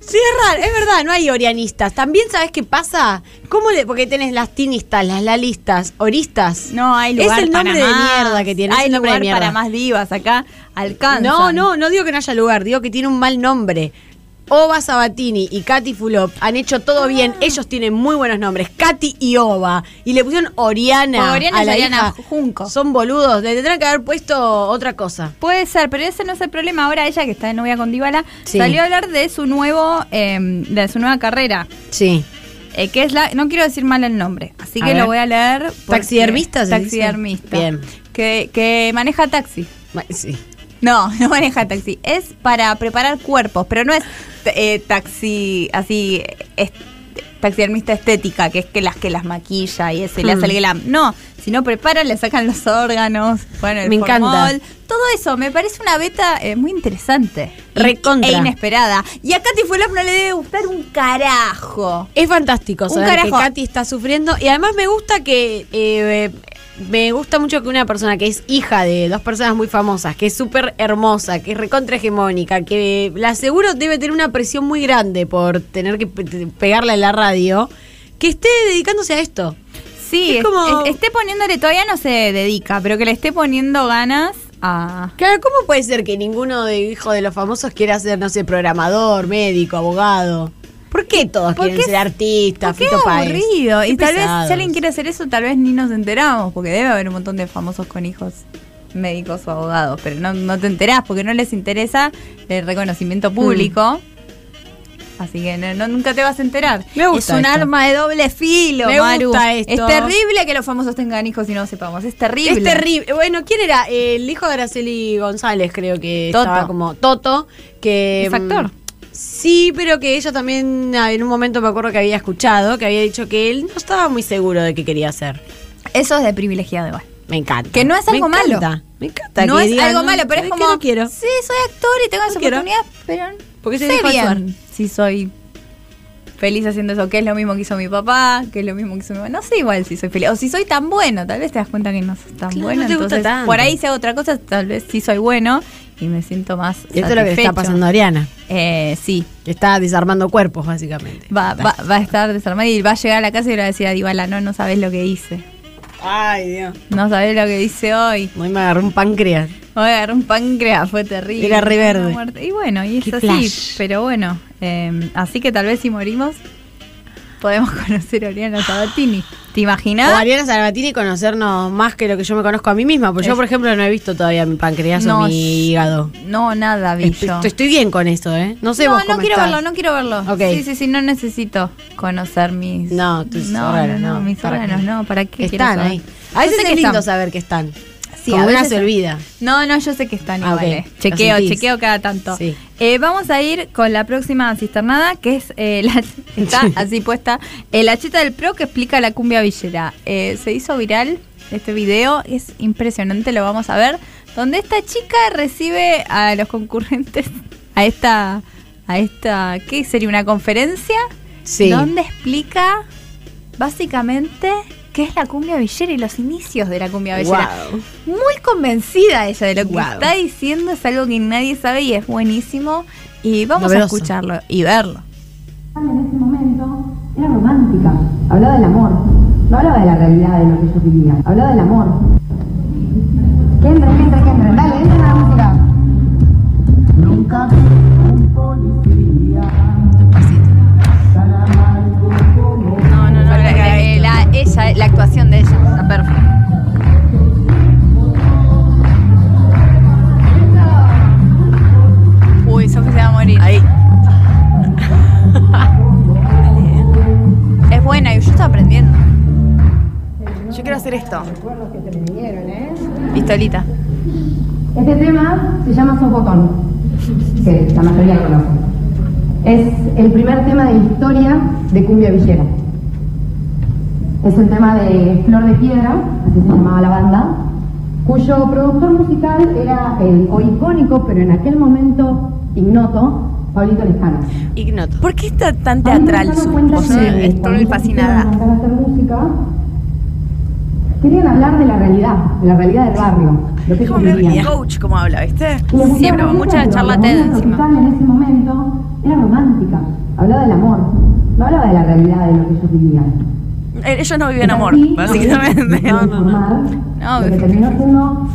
Speaker 4: Sí, es raro, es verdad, no hay orianistas. También sabes qué pasa, ¿cómo le porque tenés las tinistas, las lalistas, oristas?
Speaker 3: No hay
Speaker 4: lugar
Speaker 3: lugar
Speaker 4: Es el nombre
Speaker 3: para
Speaker 4: de
Speaker 3: más.
Speaker 4: mierda que tiene, es
Speaker 3: Hay
Speaker 4: el nombre de
Speaker 3: lugar para
Speaker 4: mierda.
Speaker 3: más divas acá. Alcanza.
Speaker 4: No, no, no digo que no haya lugar, digo que tiene un mal nombre. Ova Sabatini y Katy Fulop han hecho todo bien.
Speaker 3: Ah.
Speaker 4: Ellos tienen muy buenos nombres, Katy y Ova. Y le pusieron Oriana.
Speaker 3: Porque Oriana
Speaker 4: a
Speaker 3: es
Speaker 4: la
Speaker 3: Oriana
Speaker 4: hija.
Speaker 3: Junco.
Speaker 4: Son boludos. Le tendrán que haber puesto otra cosa.
Speaker 3: Puede ser, pero ese no es el problema. Ahora ella, que está de novia con Dybala,
Speaker 4: Sí.
Speaker 3: salió a hablar de su nuevo, eh, de su nueva carrera.
Speaker 4: Sí.
Speaker 3: eh, que es la, no quiero decir mal el nombre, así
Speaker 4: A
Speaker 3: que
Speaker 4: ver.
Speaker 3: lo voy a leer. porque-
Speaker 4: ¿Taxidermista se dice?
Speaker 3: Taxidermista.
Speaker 4: Bien.
Speaker 3: Que, que maneja taxi.
Speaker 4: Sí.
Speaker 3: No, no maneja taxi. Es para preparar cuerpos, pero no es eh, taxi así es- taxidermista estética, que es que las que las maquilla y ese le hace
Speaker 4: Hmm.
Speaker 3: el glam. No, si no preparan, le sacan los órganos, bueno, el
Speaker 4: Me encanta.
Speaker 3: formol, todo eso me parece una beta eh, muy interesante y-
Speaker 4: Recontra.
Speaker 3: e inesperada. Y a Katy Fulop no le debe gustar un carajo.
Speaker 4: Es fantástico
Speaker 3: Un
Speaker 4: saber que
Speaker 3: carajo.
Speaker 4: Katy está sufriendo. Y además me gusta que. eh, me gusta mucho que una persona que es hija de dos personas muy famosas, que es súper hermosa, que es recontra hegemónica, que la aseguro debe tener una presión muy grande por tener que pe- pegarla en la radio, que esté dedicándose a esto.
Speaker 3: Sí,
Speaker 4: Es
Speaker 3: es-
Speaker 4: como-
Speaker 3: es- esté poniéndole todavía no se dedica, pero que le esté poniendo ganas a
Speaker 4: Claro, ¿cómo puede ser que ninguno de hijo de los famosos quiera ser, no sé, programador, médico, abogado? ¿Por qué todos
Speaker 3: ¿Por
Speaker 4: quieren
Speaker 3: qué
Speaker 4: ser artistas,
Speaker 3: Qué
Speaker 4: Fito Páez?
Speaker 3: aburrido.
Speaker 4: Qué
Speaker 3: y tal vez
Speaker 4: pesados.
Speaker 3: si alguien quiere hacer eso, tal vez ni nos enteramos, porque debe haber un montón de famosos con hijos médicos o abogados,
Speaker 4: Hmm.
Speaker 3: pero no, no te enterás porque no les interesa el reconocimiento público. Así que no- no- nunca te vas a enterar.
Speaker 4: Me gusta
Speaker 3: es un
Speaker 4: esto.
Speaker 3: arma de doble filo,
Speaker 4: Me
Speaker 3: Maru.
Speaker 4: gusta esto.
Speaker 3: Es terrible que los famosos tengan hijos y no lo sepamos. Es terrible.
Speaker 4: Es terrible. Bueno, ¿quién era? El hijo de Araceli González, creo que
Speaker 3: Toto.
Speaker 4: estaba como Toto, que
Speaker 3: Es actor.
Speaker 4: mm, Sí, pero que ella también ah, en un momento me acuerdo que había escuchado, que había dicho que él no estaba muy seguro de qué quería hacer.
Speaker 3: Eso es de privilegiado igual.
Speaker 4: Me encanta.
Speaker 3: Que no es algo
Speaker 4: me encanta,
Speaker 3: malo.
Speaker 4: Me encanta.
Speaker 3: No
Speaker 4: que
Speaker 3: es
Speaker 4: digan,
Speaker 3: algo
Speaker 4: no,
Speaker 3: malo, pero es
Speaker 4: ¿sabes
Speaker 3: como.
Speaker 4: qué? No quiero.
Speaker 3: Sí, soy actor y tengo esa
Speaker 4: No quiero.
Speaker 3: oportunidad, pero.
Speaker 4: Porque se
Speaker 3: sé
Speaker 4: dijo
Speaker 3: bien
Speaker 4: actuar.
Speaker 3: Si soy feliz haciendo eso, que es lo mismo que hizo mi papá, que es lo mismo que hizo mi mamá. No sé igual si soy feliz. O si soy tan bueno, tal vez te das cuenta que no sos tan
Speaker 4: Claro,
Speaker 3: bueno.
Speaker 4: no te gusta
Speaker 3: entonces,
Speaker 4: tanto.
Speaker 3: por ahí si hago otra cosa, tal vez sí soy bueno y me siento más.
Speaker 4: Y esto es lo que le está
Speaker 3: satisfecho.
Speaker 4: pasando a Ariana,
Speaker 3: Eh, sí.
Speaker 4: que está desarmando cuerpos, básicamente.
Speaker 3: Va, va, va a estar desarmada y va a llegar a la casa y le va a decir a Dybala, no, no sabes lo que hice.
Speaker 4: Ay, Dios.
Speaker 3: No sabes lo que hice hoy.
Speaker 4: Hoy me agarró un páncreas.
Speaker 3: Voy a agarrar un páncreas, fue terrible.
Speaker 4: Era re verde.
Speaker 3: Una muerte. Y bueno, y es
Speaker 4: Qué
Speaker 3: así.
Speaker 4: flash.
Speaker 3: Pero bueno, eh, así que tal vez si morimos, podemos conocer a Oriana Sabatini. ¿Te imaginas?
Speaker 4: O Ariana Salvatini conocernos más que lo que yo me conozco a mí misma, porque yo,
Speaker 3: Es-
Speaker 4: por ejemplo, no he visto todavía mi páncreas o
Speaker 3: No,
Speaker 4: mi
Speaker 3: yo-
Speaker 4: hígado.
Speaker 3: No, nada, vi yo.
Speaker 4: Estoy, estoy bien con eso, ¿eh? No sé
Speaker 3: no,
Speaker 4: vos
Speaker 3: no
Speaker 4: cómo
Speaker 3: quiero
Speaker 4: estás.
Speaker 3: verlo, no quiero verlo.
Speaker 4: Ok.
Speaker 3: Sí, sí, sí, no necesito conocer mis.
Speaker 4: No, tus
Speaker 3: no,
Speaker 4: órganos,
Speaker 3: no,
Speaker 4: no,
Speaker 3: mis
Speaker 4: ¿para
Speaker 3: órganos,
Speaker 4: qué?
Speaker 3: no, ¿para qué? quiero
Speaker 4: Están
Speaker 3: saber?
Speaker 4: ahí.
Speaker 3: Yo
Speaker 4: A veces
Speaker 3: sé
Speaker 4: es
Speaker 3: que
Speaker 4: lindo
Speaker 3: están.
Speaker 4: saber que están.
Speaker 3: Sí,
Speaker 4: Como
Speaker 3: a
Speaker 4: una
Speaker 3: veces-
Speaker 4: se olvida.
Speaker 3: No, no, yo sé que están
Speaker 4: Ah, ok.
Speaker 3: iguales.
Speaker 4: Lo
Speaker 3: Chequeo,
Speaker 4: sentís.
Speaker 3: chequeo cada tanto.
Speaker 4: Sí.
Speaker 3: Eh, vamos a ir con la próxima cisternada, que es eh, la está así puesta. eh, la cheta del pro que explica la cumbia villera. Eh, se hizo viral este video, es impresionante, lo vamos a ver. Donde esta chica recibe a los concurrentes a esta, a esta, ¿qué sería? ¿Una conferencia?
Speaker 4: Sí.
Speaker 3: Donde explica básicamente qué es la cumbia villera y los inicios de la cumbia villera
Speaker 4: Wow.
Speaker 3: muy convencida ella de lo que
Speaker 4: Wow.
Speaker 3: está diciendo, es algo que nadie sabe y es buenísimo. Y vamos
Speaker 4: Novedoso.
Speaker 3: a escucharlo y verlo.
Speaker 5: en ese momento era romántica, hablaba del amor, no hablaba de la realidad de lo que yo vivía, hablaba del amor. Que entren, que entren, que entren, dale, entren a la música.
Speaker 6: Nunca vi un policía tan amargo como
Speaker 3: No, no, no, la, ella, la actuación de ella, está perfecta. Uy, Sofi se va a morir.
Speaker 4: Ahí.
Speaker 3: Es buena y yo estoy aprendiendo.
Speaker 4: Yo quiero hacer esto.
Speaker 3: Pistolita.
Speaker 5: Este tema se llama Sos Botón, que la mayoría conoce. Es el primer tema de la historia de Cumbia Villera. Es el tema de Flor de Piedra, así se llamaba la banda, cuyo productor musical era el o icónico, pero en aquel momento ignoto, Pablito Lejano.
Speaker 4: Ignoto.
Speaker 2: ¿Por qué está tan
Speaker 5: Pablito
Speaker 2: teatral
Speaker 5: Lejano
Speaker 2: su
Speaker 5: cuenta
Speaker 2: voz?
Speaker 5: que
Speaker 2: Sí,
Speaker 5: cuando ellos quisieron arrancar a hacer música, Querían hablar de la realidad, de la realidad del barrio, lo que ellos vivían.
Speaker 2: coach como habla, ¿viste?
Speaker 5: Siempre, mucha charla TED encima. En ese momento era romántica, hablaba del amor, no hablaba de la realidad de lo que ellos vivían.
Speaker 2: Eh, Ellos no viven amor,
Speaker 5: Así,
Speaker 2: básicamente.
Speaker 5: No, no, no.
Speaker 3: No,
Speaker 5: Lo que
Speaker 3: es
Speaker 5: terminó siendo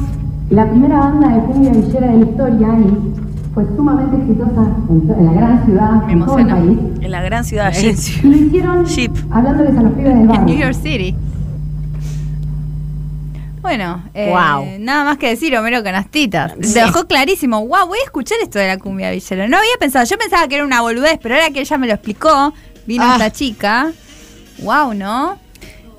Speaker 5: la primera banda de cumbia villera de la historia y fue sumamente exitosa en, to- en la gran ciudad,
Speaker 3: Me
Speaker 5: en todo el
Speaker 3: emociona.
Speaker 5: país.
Speaker 2: En la gran ciudad.
Speaker 5: Y lo hicieron
Speaker 2: Jeep.
Speaker 5: hablándoles a los pibes del
Speaker 3: En
Speaker 5: barrio.
Speaker 3: New York City. Bueno, eh,
Speaker 4: Guau.
Speaker 3: nada más que decir, Homero Canastitas.
Speaker 4: Sí.
Speaker 3: Lo dejó clarísimo. Wow, voy a escuchar esto de la cumbia villera. No había pensado, yo pensaba que era una boludez, pero ahora que ella me lo explicó, vino
Speaker 4: Ah.
Speaker 3: esta chica. Wow, ¿no?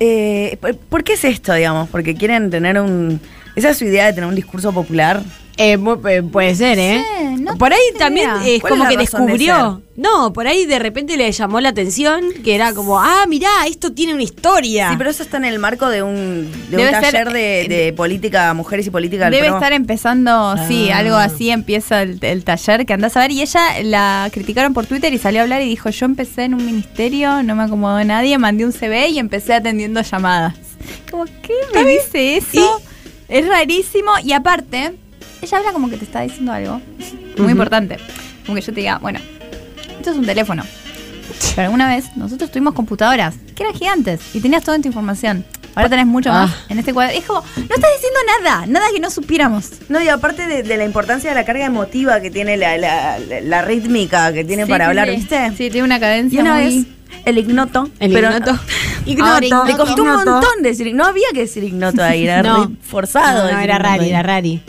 Speaker 2: Eh, ¿por- ¿Por qué es esto, digamos? Porque quieren tener un... Esa es su idea de tener un discurso popular.
Speaker 4: Eh, mu- eh, puede ser, ¿eh?
Speaker 3: Sí, no
Speaker 4: por ahí
Speaker 3: tenía
Speaker 4: también
Speaker 3: idea.
Speaker 4: es
Speaker 2: ¿Cuál
Speaker 4: como
Speaker 2: es
Speaker 4: que
Speaker 2: la razón de
Speaker 4: descubrió. No, por ahí de repente le llamó la atención que era como, ah, mirá, esto tiene una historia.
Speaker 2: Sí, pero eso está en el marco de un, de un
Speaker 3: Ah. Debe ser,
Speaker 2: taller de, de política, mujeres y política. del
Speaker 3: Debe
Speaker 2: PRO.
Speaker 3: estar empezando, sí,
Speaker 4: Ah.
Speaker 3: algo así empieza el, el taller que andás a ver. Y ella la criticaron por Twitter y salió a hablar y dijo, yo empecé en un ministerio, no me acomodó nadie, mandé un CV y empecé atendiendo llamadas. Como, ¿qué me dice eso? Es rarísimo. Y aparte, ella habla como que te está diciendo algo muy importante. Como que yo te diga, bueno, esto es un teléfono. Pero alguna vez nosotros tuvimos computadoras que eran gigantes y tenías toda tu información. Ahora tenés mucho más
Speaker 4: Ah.
Speaker 3: en este cuadro. Es como, no estás diciendo nada, nada que no supiéramos.
Speaker 2: No, y aparte de, de la importancia de la carga emotiva que tiene la, la- la- la rítmica que tiene para hablar, ¿viste?
Speaker 3: Sí, tiene una
Speaker 2: Y
Speaker 3: cadencia
Speaker 2: una
Speaker 3: muy...
Speaker 2: vez, el ignoto.
Speaker 4: El
Speaker 2: pero-
Speaker 4: ignoto.
Speaker 3: Ahora ignoto.
Speaker 2: Le costó un
Speaker 4: Ignoto.
Speaker 2: montón decir ignoto. No había que decir ignoto ahí, era
Speaker 4: No.
Speaker 2: re forzado.
Speaker 4: No, no,
Speaker 2: decir
Speaker 4: era
Speaker 2: ignoto
Speaker 4: rari,
Speaker 2: ahí.
Speaker 4: era rari.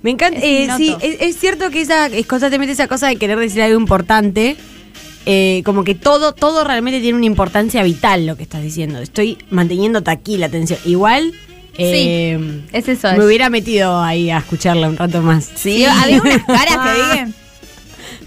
Speaker 4: Me encanta.
Speaker 3: Es
Speaker 4: eh, sí,
Speaker 3: ignoto.
Speaker 4: es, es cierto que esa, es constantemente esa cosa de querer decir algo importante. eh, como que todo, todo realmente tiene una importancia vital lo que estás diciendo. Estoy manteniendo aquí la atención. Igual. eh,
Speaker 3: es eso,
Speaker 4: Me
Speaker 3: es-
Speaker 4: hubiera metido ahí a escucharla un rato más.
Speaker 3: Sí, había unas caras que vi.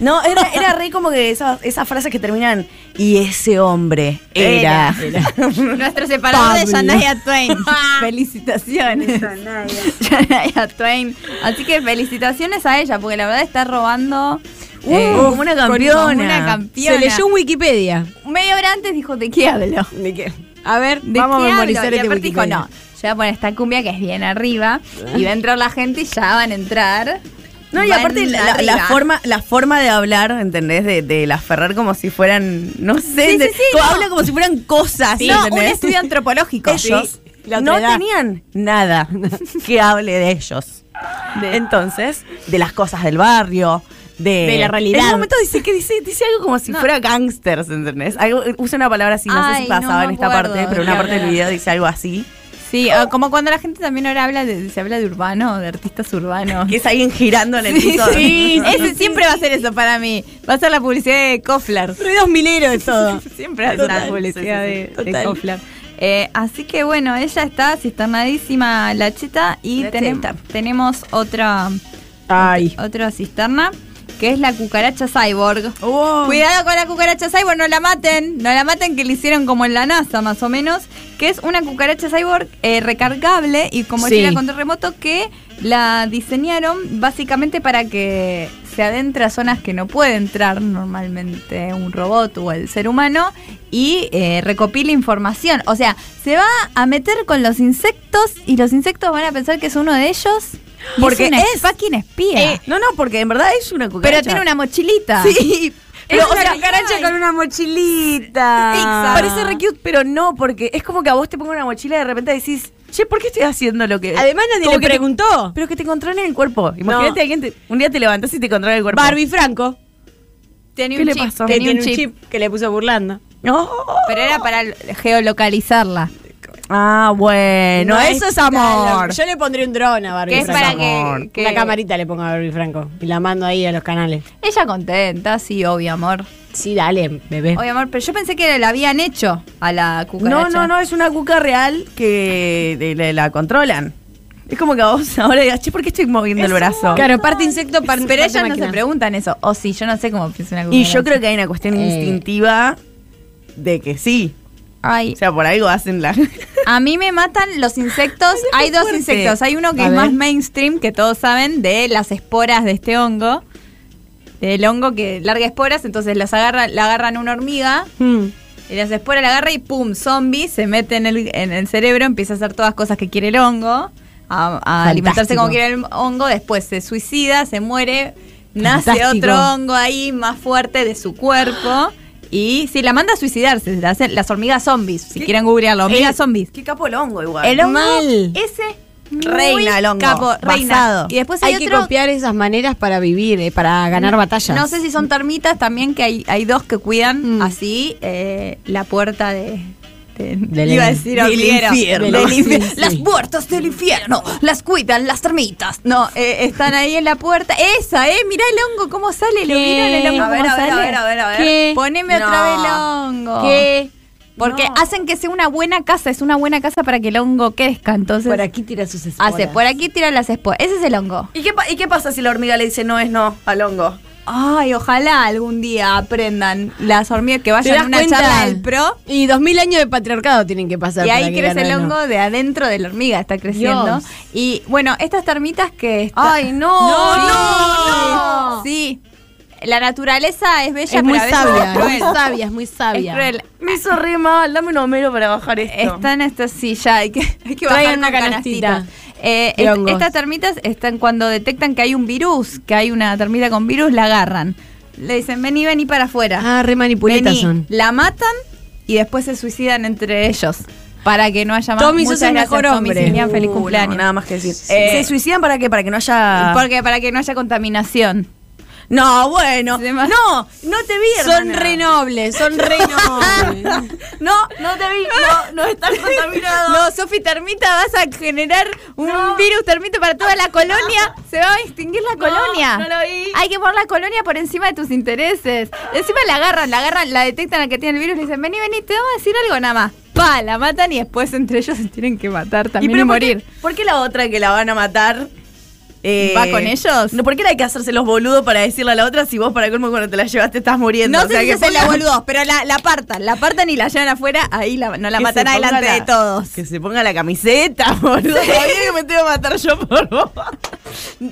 Speaker 2: No, era, era re como que esas, esas frases que terminan. Y ese hombre era.
Speaker 3: Nuestro separador de
Speaker 4: Pablo.
Speaker 3: Shania Twain. felicitaciones. Shania Twain. Así que felicitaciones a ella, porque la verdad está robando. eh,
Speaker 2: Uh, como una
Speaker 3: con-
Speaker 2: campeona.
Speaker 3: como una campeona.
Speaker 4: Se leyó un Wikipedia.
Speaker 3: Media hora antes dijo, ¿de qué hablo?
Speaker 4: ¿De qué? A ver,
Speaker 3: ¿De
Speaker 4: vamos a
Speaker 3: qué
Speaker 4: memorizar
Speaker 3: hablo? Y
Speaker 4: este
Speaker 3: aparte dijo,
Speaker 4: Wikipedia.
Speaker 3: no, yo voy a poner esta cumbia que es bien arriba y va a entrar la gente y ya van a entrar.
Speaker 2: No, y
Speaker 3: Van
Speaker 2: aparte la, la
Speaker 3: arriba.
Speaker 2: forma, la forma de hablar, ¿entendés? De, de las Ferrer como si fueran, no sé,
Speaker 3: Sí,
Speaker 2: de-
Speaker 3: sí, sí,
Speaker 2: como-
Speaker 3: no.
Speaker 2: habla como si fueran cosas,
Speaker 3: No, un
Speaker 2: ¿entendés?
Speaker 3: estudio antropológico.
Speaker 2: Ellos
Speaker 4: Sí, la otra
Speaker 2: no
Speaker 4: edad.
Speaker 2: tenían nada que hable de ellos. Entonces, de las cosas del barrio, de,
Speaker 4: De la realidad.
Speaker 2: En un momento dice que dice, dice algo como si fuera gangsters, ¿entendés? Algo- usa una palabra así, no sé
Speaker 3: Ay,
Speaker 2: si
Speaker 3: no
Speaker 2: pasaba
Speaker 3: me
Speaker 2: en esta
Speaker 3: acuerdo
Speaker 2: parte,
Speaker 3: de
Speaker 2: pero
Speaker 3: qué
Speaker 2: una parte del
Speaker 3: hablaba.
Speaker 2: video dice algo así.
Speaker 3: Sí, ah, como cuando la gente también ahora habla de, se habla de urbano, de artistas urbanos.
Speaker 2: Que es alguien girando en el
Speaker 3: Sí,
Speaker 2: piso.
Speaker 3: sí, ese siempre va a ser eso para mí. Va a ser la publicidad de Koflar.
Speaker 4: Ruidos mineros de todo.
Speaker 3: Siempre va a ser la
Speaker 2: Total,
Speaker 3: publicidad
Speaker 2: sí, sí, sí,
Speaker 3: de- de,
Speaker 2: total.
Speaker 3: Koflar. Eh, así que bueno, ella está cisternadísima la cheta y
Speaker 2: La
Speaker 3: tenem-
Speaker 2: cheta.
Speaker 3: tenemos otra
Speaker 4: Ay.
Speaker 3: otra cisterna que es la cucaracha cyborg.
Speaker 2: Oh.
Speaker 3: Cuidado con la cucaracha cyborg, no la maten, no la maten que le hicieron como en la NASA más o menos, que es una cucaracha cyborg eh, recargable y con mochila
Speaker 4: Sí.
Speaker 3: contra remoto que la diseñaron básicamente para que se adentre a zonas que no puede entrar normalmente un robot o el ser humano y eh, recopila información. O sea, se va a meter con los insectos y los insectos van a pensar que es uno de ellos. y
Speaker 2: Porque
Speaker 3: es, una
Speaker 2: es.
Speaker 3: fucking espía.
Speaker 2: Eh, no, no, porque en verdad es una cucaracha.
Speaker 3: pero tiene una mochilita.
Speaker 2: Sí. Pero, o sea,
Speaker 4: cucaracha con una mochilita.
Speaker 2: Exacto. Parece re cute, pero no, porque es como que a vos te pongan una mochila y de repente decís, che, ¿por qué estoy haciendo lo que.
Speaker 4: Además nadie
Speaker 2: Como
Speaker 4: le
Speaker 2: que te-
Speaker 4: preguntó.
Speaker 2: pero que te controlen el cuerpo. Imagínate
Speaker 4: No.
Speaker 2: alguien. te- un día te levantás y te controla el cuerpo.
Speaker 4: Barbie Franco.
Speaker 3: Tenía
Speaker 2: ¿Qué
Speaker 3: un
Speaker 2: le
Speaker 3: chip,
Speaker 2: pasó?
Speaker 4: Que
Speaker 3: tenía
Speaker 4: tiene
Speaker 3: un chip.
Speaker 4: que le puso burlando.
Speaker 2: No.
Speaker 3: Pero era para l- geolocalizarla.
Speaker 2: Ah, bueno, eso es amor.
Speaker 4: Yo le pondría un dron a Barbie
Speaker 3: Que es
Speaker 4: Franco.
Speaker 3: para que, que-
Speaker 4: Una camarita le pongo a Barbie Franco. Y la mando ahí a los canales.
Speaker 3: Ella contenta, sí, obvio amor.
Speaker 4: Sí, dale, bebé.
Speaker 3: Obvio amor, pero yo pensé que la habían hecho a la cucaracha.
Speaker 2: No, no, no, es una cuca real que de- la, la controlan. Es como que a vos ahora digas, che, ¿por qué estoy moviendo el brazo?
Speaker 4: Claro, parte insecto, parte
Speaker 3: Pero
Speaker 4: parte
Speaker 3: ellas no
Speaker 4: máquina.
Speaker 3: se preguntan eso. O sí, yo no sé cómo piensa una
Speaker 2: Y
Speaker 3: cucaracha.
Speaker 2: yo creo que hay una cuestión
Speaker 4: Eh.
Speaker 2: instintiva de que sí.
Speaker 3: Ay,
Speaker 2: O sea, por algo hacen la.
Speaker 3: a mí me matan los insectos. Hay dos
Speaker 2: fuerte.
Speaker 3: insectos. Hay uno que
Speaker 4: A
Speaker 3: es
Speaker 4: ver.
Speaker 3: más mainstream, que todos saben, de las esporas de este hongo. Del hongo que larga esporas, entonces las agarra, la agarran una hormiga.
Speaker 4: Hmm.
Speaker 3: Y las esporas la agarra y pum, zombie, se mete en el, en el cerebro, empieza a hacer todas las cosas que quiere el hongo, a, a alimentarse como quiere el hongo, después se suicida, se muere, nace
Speaker 4: Fantástico.
Speaker 3: otro hongo ahí más fuerte de su cuerpo. Y si la manda a suicidarse, la hacen- las hormigas zombies, si quieren googlearlo, hormigas zombies.
Speaker 2: Qué capo el hongo igual.
Speaker 3: Eh, El hongo,
Speaker 4: Mal.
Speaker 3: ese muy
Speaker 2: Reina el hongo,
Speaker 3: capo, reina.
Speaker 2: basado.
Speaker 3: Y después hay,
Speaker 4: Hay que
Speaker 3: otro,
Speaker 4: copiar esas maneras para vivir, eh, para ganar batallas.
Speaker 3: no sé si son termitas también, que hay, hay dos que cuidan
Speaker 4: Mm.
Speaker 3: así eh, la puerta de... de-
Speaker 4: Del-
Speaker 3: iba a decir
Speaker 2: del
Speaker 3: hormiguero.
Speaker 2: infierno.
Speaker 3: Del
Speaker 4: Sí,
Speaker 3: infi-
Speaker 4: sí.
Speaker 3: Las puertas del infierno, las cuidan las termitas. No, eh, están ahí en la puerta. Esa, ¿eh? Mirá el hongo, cómo sale. ¿Lo
Speaker 4: ¿Qué?
Speaker 3: miraron el hongo
Speaker 4: A ver,
Speaker 3: cómo
Speaker 4: a ver, a
Speaker 3: sale?
Speaker 4: ver, a ver, a ver.
Speaker 3: ¿Qué? Poneme otra
Speaker 2: No.
Speaker 3: vez el hongo.
Speaker 4: ¿Qué?
Speaker 3: Porque hacen que sea una buena casa, es una buena casa para que el hongo crezca. Entonces,
Speaker 4: Por aquí tira sus esporas.
Speaker 3: hace, por aquí tiran las esporas. Ese es el hongo.
Speaker 2: ¿Y qué, pa- ¿Y qué pasa si la hormiga le dice no es no al hongo?
Speaker 3: Ay, ojalá algún día aprendan las hormigas que
Speaker 4: ¿Te
Speaker 3: vayan
Speaker 4: das
Speaker 3: a una
Speaker 4: cuenta?
Speaker 3: charla del pro.
Speaker 4: Y dos mil años de patriarcado tienen que pasar.
Speaker 3: Y
Speaker 4: para
Speaker 3: ahí
Speaker 4: que
Speaker 3: crece el
Speaker 4: ganen, ¿no?
Speaker 3: hongo de adentro de la hormiga, está creciendo.
Speaker 4: Dios.
Speaker 3: Y bueno, estas termitas que... está-
Speaker 2: ¡Ay, no!
Speaker 3: ¡No,
Speaker 2: Sí.
Speaker 3: no, no! Sí. La naturaleza es bella,
Speaker 4: Es muy
Speaker 3: pero a veces
Speaker 4: sabia,
Speaker 3: es
Speaker 4: es muy
Speaker 3: cruel.
Speaker 4: sabia, es muy
Speaker 3: Es
Speaker 4: sabia.
Speaker 3: cruel.
Speaker 2: Me hizo re mal. Dame un homero para bajar esto.
Speaker 3: Están estas sillas, hay que, hay que bajar
Speaker 4: Traigan
Speaker 3: una
Speaker 4: una canastita
Speaker 3: canastita. Eh,
Speaker 4: de
Speaker 3: est-
Speaker 4: hongos.
Speaker 3: estas termitas están cuando detectan que hay un virus, que hay una termita con virus, la agarran. Le dicen, vení, vení para afuera.
Speaker 4: Ah, re manipulitas
Speaker 3: Vení,
Speaker 4: son.
Speaker 3: La matan y después se suicidan entre ellos. Para que no haya más.
Speaker 4: Tommy,
Speaker 3: Muchas
Speaker 4: sos el
Speaker 3: gracias,
Speaker 4: mejor
Speaker 3: Tommy,
Speaker 4: hombre.
Speaker 3: Silian,
Speaker 2: Uh,
Speaker 3: feliz
Speaker 2: no,
Speaker 3: cumpleaños.
Speaker 2: nada más que decir.
Speaker 3: Eh,
Speaker 2: ¿Se suicidan para qué? Para que no haya.
Speaker 3: Porque para que no haya contaminación.
Speaker 2: No, bueno.
Speaker 3: Demasi-
Speaker 2: No, no te vi,
Speaker 4: Son
Speaker 2: hermana.
Speaker 4: re nobles, son re nobles.
Speaker 2: No, no te vi. No, no estás contaminado.
Speaker 3: No, Sofi Termita, vas a generar un
Speaker 2: No.
Speaker 3: virus termita para toda la colonia. Se va a extinguir la
Speaker 2: No,
Speaker 3: colonia.
Speaker 2: no lo vi.
Speaker 3: Hay que poner la colonia por encima de tus intereses. Encima la agarran, la agarran, la detectan a que tiene el virus y le dicen, vení, vení, te vamos a decir algo nada más. Pa, la matan y después entre ellos se tienen que matar también y,
Speaker 5: pero por qué-
Speaker 3: morir.
Speaker 5: ¿Por qué la otra que la van a matar? eh,
Speaker 3: ¿Va con ellos?
Speaker 5: No, ¿por qué la hay que hacerse los boludos para decirle a la otra si vos para el colmo cuando te la llevaste estás muriendo?
Speaker 3: No sé si
Speaker 5: que
Speaker 3: se la
Speaker 5: pongan-
Speaker 3: boludos, pero la, la partan, la partan y la llevan afuera, ahí la- no la
Speaker 5: que
Speaker 3: matan
Speaker 5: se ponga
Speaker 3: adelante
Speaker 5: la-
Speaker 3: de todos.
Speaker 5: Que se ponga la camiseta, boludo. Todavía que me tengo que matar yo por vos.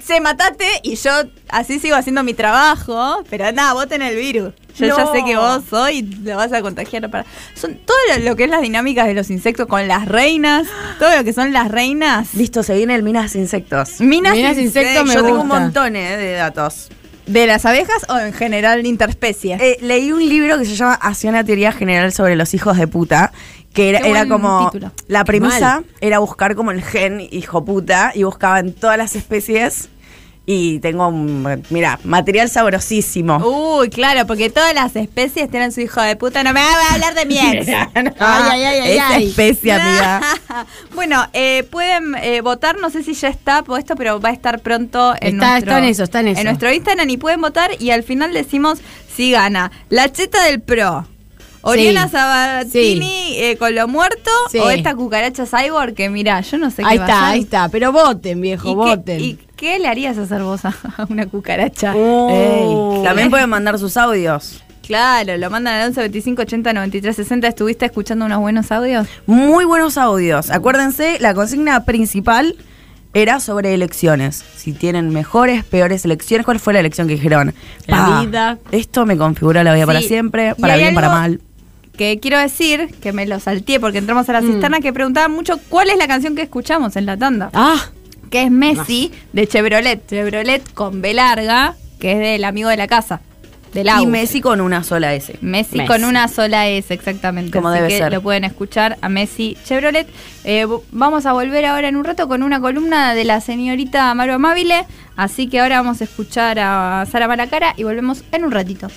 Speaker 3: Se matate y yo así sigo haciendo mi trabajo, pero nada, vos tenés el virus. Yo
Speaker 5: No.
Speaker 3: ya sé que vos soy, lo vas a contagiar para. Son todo lo, lo que es las dinámicas de los insectos con las reinas, todo lo que son las reinas.
Speaker 5: Listo, se viene el Minas Insectos.
Speaker 3: Minas,
Speaker 4: Minas insecto
Speaker 3: insectos
Speaker 4: me
Speaker 5: Yo tengo un
Speaker 4: gusta.
Speaker 5: montón eh, de datos.
Speaker 3: de las abejas o en general interespecies.
Speaker 5: Eh, leí un libro que se llama Hacia una teoría general sobre los hijos de puta. Que era,
Speaker 3: Qué
Speaker 5: era
Speaker 3: buen
Speaker 5: como.
Speaker 3: título.
Speaker 5: La premisa
Speaker 4: mal.
Speaker 5: era buscar como el gen hijo puta y buscaban todas las especies. Y tengo, un- mira, material sabrosísimo.
Speaker 3: Uy, claro, porque todas las especies tienen su hijo de puta. No me va a hablar de mi ex. Ah,
Speaker 4: Ay, ay, ay, ay,
Speaker 5: Esa
Speaker 4: ay.
Speaker 5: especie, amiga.
Speaker 3: bueno, eh, pueden eh, votar, no sé si ya está puesto, pero va a estar pronto en
Speaker 4: Está-
Speaker 3: nuestro...
Speaker 4: está en eso, está en eso.
Speaker 3: nuestro Instagram y pueden votar y al final decimos si gana la cheta del pro. Oriana
Speaker 4: Sí,
Speaker 3: Sabatini eh, con lo muerto
Speaker 4: Sí.
Speaker 3: o esta cucaracha cyborg que mira, yo no sé
Speaker 4: Ahí
Speaker 3: qué va a
Speaker 4: está,
Speaker 3: hacer.
Speaker 4: ahí está. Pero voten, viejo,
Speaker 3: ¿Y
Speaker 4: voten.
Speaker 3: qué, ¿Y qué le harías hacer vos a a una cucaracha?
Speaker 4: Uh.
Speaker 5: Ey, También pueden mandar sus audios.
Speaker 3: Claro, lo mandan al 11 25 80 93 60. ¿Estuviste escuchando unos buenos audios?
Speaker 5: Muy buenos audios. Acuérdense, la consigna principal era sobre elecciones. Si tienen mejores, peores elecciones. ¿Cuál fue la elección que dijeron?
Speaker 4: La
Speaker 5: Pa,
Speaker 4: vida.
Speaker 5: Esto me configuró la vida para
Speaker 3: Sí.
Speaker 5: siempre,
Speaker 3: Y
Speaker 5: para
Speaker 3: hay
Speaker 5: bien, para
Speaker 3: algo
Speaker 5: mal.
Speaker 3: Que quiero decir, que me lo salteé porque entramos a la
Speaker 5: Mm.
Speaker 3: cisterna, que preguntaban mucho cuál es la canción que escuchamos en la tanda.
Speaker 4: Ah,
Speaker 3: Que es
Speaker 5: Ah.
Speaker 3: Messi de Chevrolet. Chevrolet con B larga, que es del amigo de la casa, del
Speaker 5: Y
Speaker 3: Agus.
Speaker 5: Messi con una sola S.
Speaker 3: Messi,
Speaker 4: Messi.
Speaker 3: con una sola S, exactamente.
Speaker 5: Como
Speaker 3: Así
Speaker 5: debe
Speaker 3: que
Speaker 5: ser.
Speaker 3: lo pueden escuchar a Messi Chevrolet. Eh, vo- vamos a volver ahora en un rato con una columna de la señorita Maru Amabile. Así que ahora vamos a escuchar a Sara Malacara y volvemos en un ratito.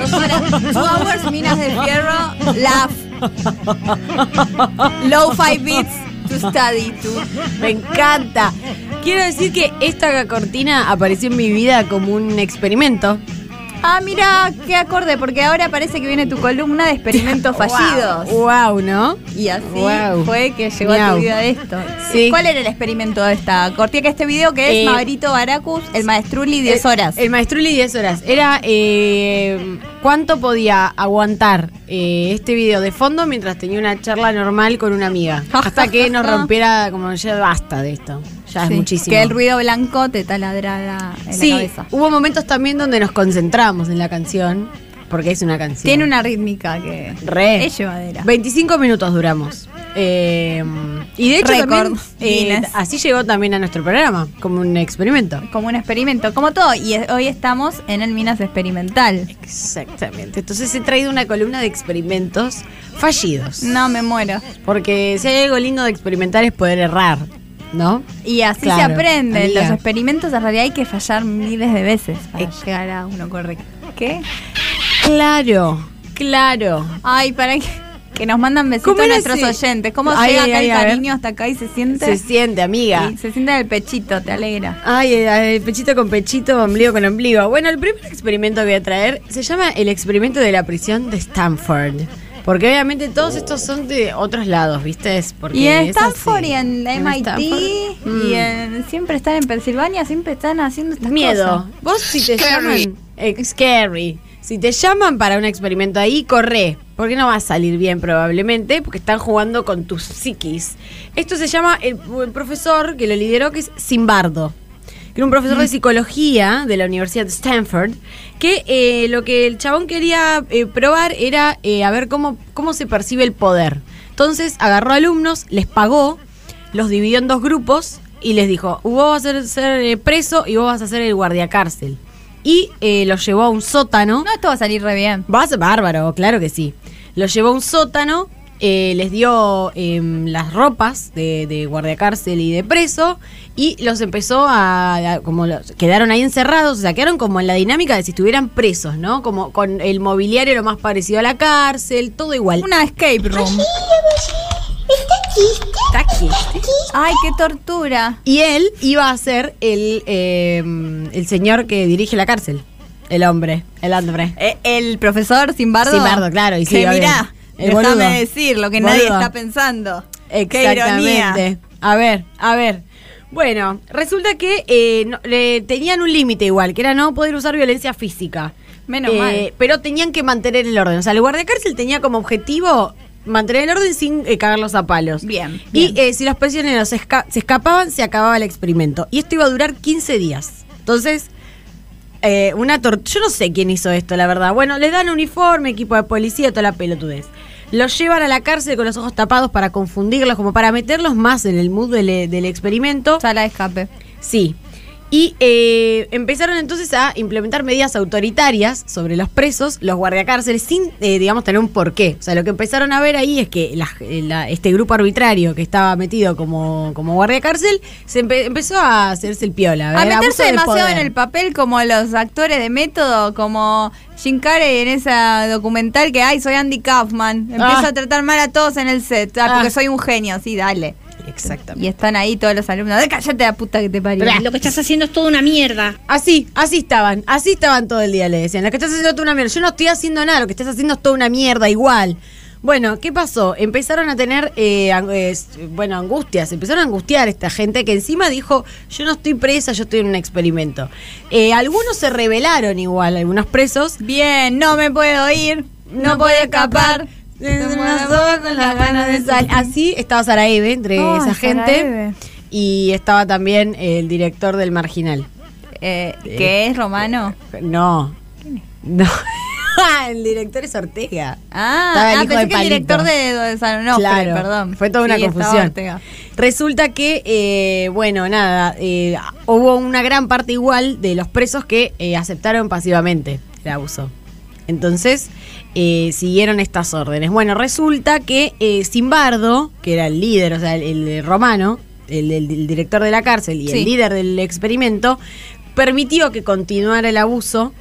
Speaker 3: Dos horas, two hours, minas de fierro, laugh. Low five beats to study to.
Speaker 4: me encanta. Quiero decir que esta cortina apareció en mi vida como un experimento.
Speaker 3: Ah, mira, qué acorde, porque ahora parece que viene tu columna de experimentos fallidos.
Speaker 4: Wow, ¿no?
Speaker 3: Y así
Speaker 4: Guau.
Speaker 3: fue que llegó a
Speaker 4: Miau.
Speaker 3: tu vida esto.
Speaker 4: Sí.
Speaker 3: ¿Cuál era el experimento de esta cortina que este video que es
Speaker 4: Eh,
Speaker 3: Maurito Baracus, el maestruli, 10
Speaker 4: Eh,
Speaker 3: horas?
Speaker 4: El maestruli 10 horas. Era eh, cuánto podía aguantar eh, este video de fondo mientras tenía una charla normal con una amiga. Hasta que nos rompiera como ya basta de esto. Ya
Speaker 3: Sí,
Speaker 4: es muchísimo.
Speaker 3: Que el ruido blanco te taladrara en
Speaker 4: sí,
Speaker 3: la cabeza.
Speaker 4: hubo momentos también donde nos concentramos en la canción, porque es una canción.
Speaker 3: Tiene una rítmica que
Speaker 4: Re.
Speaker 3: es llevadera.
Speaker 4: 25 minutos duramos. Eh, y de hecho
Speaker 3: Récord
Speaker 4: también, eh,
Speaker 3: Guinness.
Speaker 4: así llegó también a nuestro programa, como un experimento.
Speaker 3: Como un experimento, como todo. Y es- hoy estamos en el Minas Experimental.
Speaker 4: Exactamente. Entonces he traído una columna de experimentos fallidos.
Speaker 3: No, me muero.
Speaker 4: Porque si hay algo lindo de experimentar es poder errar, ¿no?
Speaker 3: Y así se
Speaker 4: Claro,
Speaker 3: aprende.
Speaker 4: amiga. Eh,
Speaker 3: Los experimentos en realidad hay que fallar miles de veces para llegar a uno correcto. ¿Qué?
Speaker 4: Claro, claro.
Speaker 3: Ay, para que, que nos mandan besitos
Speaker 4: ¿Cómo
Speaker 3: a
Speaker 4: era
Speaker 3: nuestros
Speaker 4: ese?
Speaker 3: oyentes. ¿Cómo
Speaker 4: Ay,
Speaker 3: llega
Speaker 4: ay,
Speaker 3: acá el
Speaker 4: ay, a ver.
Speaker 3: cariño hasta acá y se siente?
Speaker 4: Se siente, amiga.
Speaker 3: y se siente en el pechito, te alegra.
Speaker 4: Ay, el, el pechito con pechito, ombligo con ombligo. Bueno, el primer experimento que voy a traer se llama el experimento de la prisión de Stanford. Porque obviamente todos estos son de otros lados, ¿viste? Es porque
Speaker 3: Y en
Speaker 4: es así.
Speaker 3: Stanford y en la
Speaker 4: En
Speaker 3: MIT
Speaker 4: Stanford. Mm.
Speaker 3: y en, siempre están en Pensilvania, siempre están haciendo estas
Speaker 4: Miedo.
Speaker 3: cosas.
Speaker 4: Vos si te llaman. eh, scary. Si te llaman para un experimento ahí, corre. Porque no va a salir bien probablemente, porque están jugando con tus psiquis. Esto se llama el, el profesor que lo lideró, que es Simbardo. Que era un profesor de psicología de la Universidad de Stanford, que eh, lo que el chabón quería eh, probar era eh, a ver cómo, cómo se percibe el poder. Entonces agarró alumnos, les pagó, los dividió en dos grupos y les dijo, vos vas a ser, ser, eh, preso y vos vas a ser el guardiacárcel. Y eh, los llevó a un sótano.
Speaker 3: No, esto va a salir re bien.
Speaker 4: Vas bárbaro, claro que sí. Los llevó a un sótano eh, les dio em, las ropas de, de guardiacárcel y de preso y los empezó a, a- como los- quedaron ahí encerrados, o sea, quedaron como en la dinámica de si estuvieran presos, ¿no? Como con el mobiliario lo más parecido a la cárcel, todo igual.
Speaker 3: Una escape room. Ay, qué tortura.
Speaker 4: Y él iba a ser el, em, el señor que dirige la cárcel, el hombre, el hombre.
Speaker 3: Eh, El profesor Simbardo.
Speaker 4: Simbardo, claro, y sí,
Speaker 3: que
Speaker 4: obvio.
Speaker 3: mirá,
Speaker 4: El
Speaker 3: déjame
Speaker 4: boludo.
Speaker 3: decir lo que
Speaker 4: Boludo.
Speaker 3: nadie está pensando. Qué ironía.
Speaker 4: Exactamente. A ver, a ver. Bueno, resulta que eh, no- le tenían un límite igual, que era no poder usar violencia física. Eh,
Speaker 3: Menos mal.
Speaker 4: Pero tenían que mantener el orden. O sea, el guardiacárcel tenía como objetivo mantener el orden sin eh, cagarlos a palos.
Speaker 3: Bien, bien.
Speaker 4: Y eh, si los prisioneros se, esca- se escapaban, se acababa el experimento. Y esto iba a durar 15 días. Entonces, eh, una tor- Yo no sé quién hizo esto, la verdad. Bueno, les dan uniforme, equipo de policía, toda la pelotudez. Los llevan a la cárcel con los ojos tapados para confundirlos, como para meterlos más en el mood del, del experimento.
Speaker 3: Sala de escape.
Speaker 4: Sí. Y eh, empezaron entonces a implementar medidas autoritarias sobre los presos, los guardiacárceles, sin, eh, digamos, tener un porqué. O sea, lo que empezaron a ver ahí es que la- la- este grupo arbitrario que estaba metido como, como guardiacárcel se empe- empezó a hacerse el piola.
Speaker 3: A
Speaker 4: ¿ver? Abuso
Speaker 3: meterse
Speaker 4: de
Speaker 3: demasiado
Speaker 4: poder.
Speaker 3: en el papel como los actores de método, como Jim Carrey en esa documental que, ay, soy Andy Kaufman, empiezo
Speaker 4: Ah.
Speaker 3: a tratar mal a todos en el set, ah,
Speaker 4: Ah.
Speaker 3: porque soy un genio, sí, dale.
Speaker 4: Exactamente.
Speaker 3: Y están ahí todos los alumnos, "Ay, cállate la puta que te parió.
Speaker 7: Lo que estás haciendo es toda una mierda.
Speaker 4: Así, así estaban, así estaban todo el día, le decían. Lo que estás haciendo es toda una mierda. Yo no estoy haciendo nada, lo que estás haciendo es toda una mierda, igual. Bueno, ¿qué pasó? Empezaron a tener, eh, ang- eh, s- bueno, angustias. Empezaron a angustiar esta gente que encima dijo, yo no estoy presa, yo estoy en un experimento. Eh, algunos se rebelaron igual, algunos presos.
Speaker 3: Bien, no me puedo ir, no, puedo escapar.
Speaker 4: Desde unas horas con las ganas de salir. Ah, Así estaba Saraeve entre
Speaker 3: Ay,
Speaker 4: esa gente.
Speaker 3: Saraeve.
Speaker 4: Y estaba también el director del Marginal.
Speaker 3: Eh, ¿Qué es romano?
Speaker 4: No. No. el director es Ortega. Estaba
Speaker 3: Ah,
Speaker 4: el
Speaker 3: ah,
Speaker 4: hijo
Speaker 3: pensé
Speaker 4: de
Speaker 3: que el
Speaker 4: Palito.
Speaker 3: director de, de San Onofre,
Speaker 4: Claro,
Speaker 3: perdón.
Speaker 4: Fue toda una
Speaker 3: Sí, estaba
Speaker 4: confusión.
Speaker 3: Ortega.
Speaker 4: Resulta que, eh, bueno, nada, eh, hubo una gran parte igual de los presos que eh, aceptaron pasivamente el abuso. Entonces, eh, siguieron estas órdenes. Bueno, resulta que eh, Simbardo, que era el líder, o sea, el, el romano, el, el- el director de la cárcel y
Speaker 3: Sí.
Speaker 4: el líder del experimento, permitió que continuara el abuso.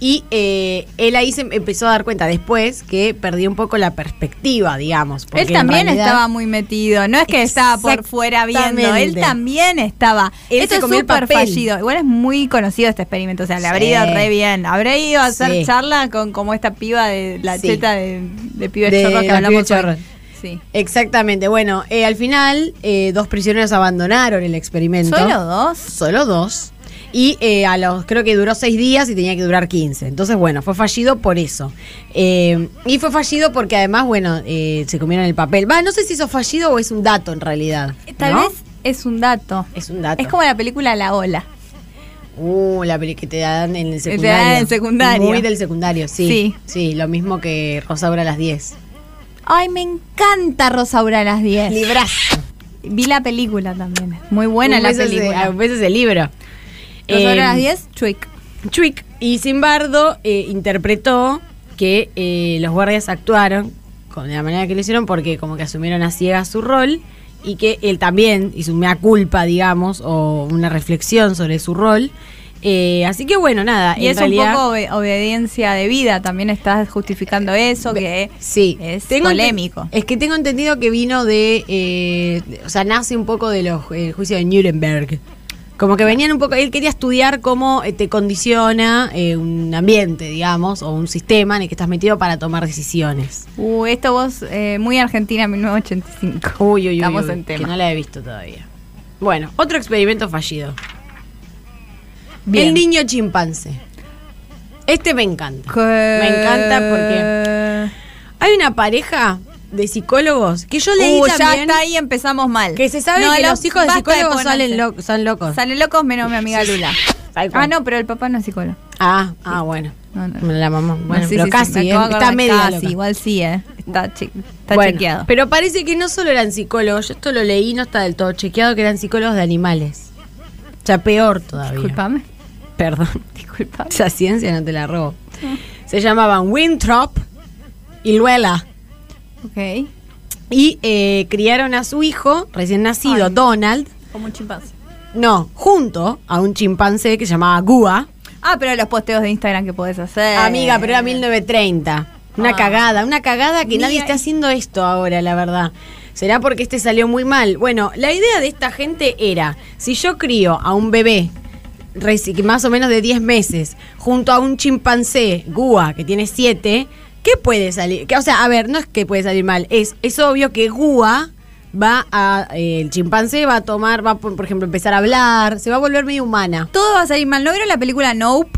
Speaker 4: Y eh, él ahí se empezó a dar cuenta después que perdió un poco la perspectiva, digamos. porque
Speaker 3: Él
Speaker 4: en
Speaker 3: también
Speaker 4: realidad-
Speaker 3: estaba muy metido, no es que estaba por fuera viendo, él
Speaker 4: Exactamente.
Speaker 3: también estaba.
Speaker 4: Él
Speaker 3: Esto
Speaker 4: se
Speaker 3: es
Speaker 4: comió el
Speaker 3: súper
Speaker 4: papel.
Speaker 3: fallido, igual es muy conocido este experimento, o sea, le habría
Speaker 4: Sí.
Speaker 3: ido re bien, habría ido a hacer
Speaker 4: Sí.
Speaker 3: charla con como esta piba de la
Speaker 4: Sí.
Speaker 3: cheta de, de pibe
Speaker 4: De
Speaker 3: chorro que
Speaker 4: la
Speaker 3: hablamos
Speaker 4: pibe
Speaker 3: hoy.
Speaker 4: chorro.
Speaker 3: Sí.
Speaker 4: Exactamente. Bueno, eh, al final, eh, dos prisioneros abandonaron el experimento.
Speaker 3: ¿Solo dos?
Speaker 4: Solo dos. Y eh, a los, creo que duró seis días y tenía que durar 15. Entonces, bueno, fue fallido por eso. Eh, y fue fallido porque además, bueno, eh, se comieron el papel. Va, no sé si eso es fallido o es un dato en realidad.
Speaker 3: Eh, Tal
Speaker 4: ¿no?
Speaker 3: vez es un dato.
Speaker 4: Es un dato.
Speaker 3: Es como la película La Ola.
Speaker 4: Uh, la peli que te dan en el
Speaker 3: te dan
Speaker 4: secundario.
Speaker 3: en el secundario.
Speaker 4: Muy del secundario, sí.
Speaker 3: Sí.
Speaker 4: Sí. lo mismo que Rosaura a las 10.
Speaker 3: Ay, me encanta Rosaura a las 10.
Speaker 4: Librazo.
Speaker 3: Vi la película también. Muy buena
Speaker 4: Un
Speaker 3: la
Speaker 4: beso ese-
Speaker 3: película. Eh,
Speaker 4: A veces el libro.
Speaker 3: Rosaura a las
Speaker 4: Em,
Speaker 3: 10, Chuic.
Speaker 4: Chuic y Simbardo eh, interpretó que eh, los guardias actuaron con, de la manera que lo hicieron porque como que asumieron a ciegas su rol y que él también hizo una culpa, digamos, o una reflexión sobre su rol. Eh, así que bueno, nada.
Speaker 3: Y
Speaker 4: en
Speaker 3: es
Speaker 4: realidad-
Speaker 3: un poco obe- obediencia de vida, también estás justificando eso, que
Speaker 4: Sí,
Speaker 3: es
Speaker 4: Tengo ente-
Speaker 3: polémico.
Speaker 4: Es que tengo entendido que vino de, eh, de- o sea, nace un poco de los eh, juicios de Nuremberg. Como que venían un poco, él quería estudiar cómo eh, te condiciona eh, un ambiente, digamos, o un sistema en el que estás metido para tomar decisiones.
Speaker 3: Uh, esto vos, eh, muy Argentina 1985.
Speaker 4: Uy, uy, uy.
Speaker 3: Estamos
Speaker 4: uy,
Speaker 3: en
Speaker 4: que
Speaker 3: tema.
Speaker 4: no la he visto todavía. Bueno, otro experimento fallido.
Speaker 3: Bien.
Speaker 4: El niño chimpancé. Este me encanta.
Speaker 3: Que-
Speaker 4: Me encanta porque
Speaker 3: Uh,
Speaker 4: hay una pareja de psicólogos que yo leí
Speaker 3: Uh, ya
Speaker 4: también.
Speaker 3: está ahí, empezamos mal.
Speaker 4: Que se sabe
Speaker 3: No,
Speaker 4: que
Speaker 3: lo-
Speaker 4: los hijos de
Speaker 3: basta
Speaker 4: psicólogos
Speaker 3: ponerse.
Speaker 4: salen lo- son locos.
Speaker 3: Salen locos menos mi amiga Lula.
Speaker 4: Tal cual.
Speaker 3: Ah, no, pero el papá no es psicólogo.
Speaker 4: Ah, ah, bueno.
Speaker 3: No, no.
Speaker 4: La mamá. Bueno,
Speaker 3: No, sí,
Speaker 4: pero
Speaker 3: sí, sí,
Speaker 4: casi,
Speaker 3: me
Speaker 4: eh,
Speaker 3: acabo de
Speaker 4: está
Speaker 3: acordar,
Speaker 4: media
Speaker 3: casi,
Speaker 4: loca.
Speaker 3: igual sí, eh. Está, che- está
Speaker 4: Bueno,
Speaker 3: chequeado.
Speaker 4: Pero parece que no solo eran psicólogos, yo esto lo leí, no está del todo chequeado, que eran psicólogos de animales. O sea, peor todavía.
Speaker 3: Disculpame,
Speaker 4: Perdón.
Speaker 3: disculpame.
Speaker 4: Esa ciencia no te la robo. Se llamaban Winthrop y Luela.
Speaker 3: Ok.
Speaker 4: Y eh, criaron a su hijo, recién nacido, Donald,
Speaker 3: Como un chimpancé.
Speaker 4: no, junto a un chimpancé que se llamaba Gua.
Speaker 3: Ah, pero los posteos de Instagram que podés hacer.
Speaker 4: Amiga, pero era 1930. Una
Speaker 3: Eh. Ah.
Speaker 4: cagada, una cagada que
Speaker 3: Mira,
Speaker 4: nadie está
Speaker 3: y-
Speaker 4: haciendo esto ahora, la verdad. ¿Será porque este salió muy mal? Bueno, la idea de esta gente era, si yo crío a un bebé reci- que más o menos de 10 meses junto a un chimpancé, Gua, que tiene 7, ¿qué puede salir? Que, o sea, a ver, no es que puede salir mal, es, es obvio que Gua va a, eh, el chimpancé va a tomar, va a, por por ejemplo, empezar a hablar, se va a volver medio humana.
Speaker 3: Todo va a salir mal. ¿No vieron la película Nope?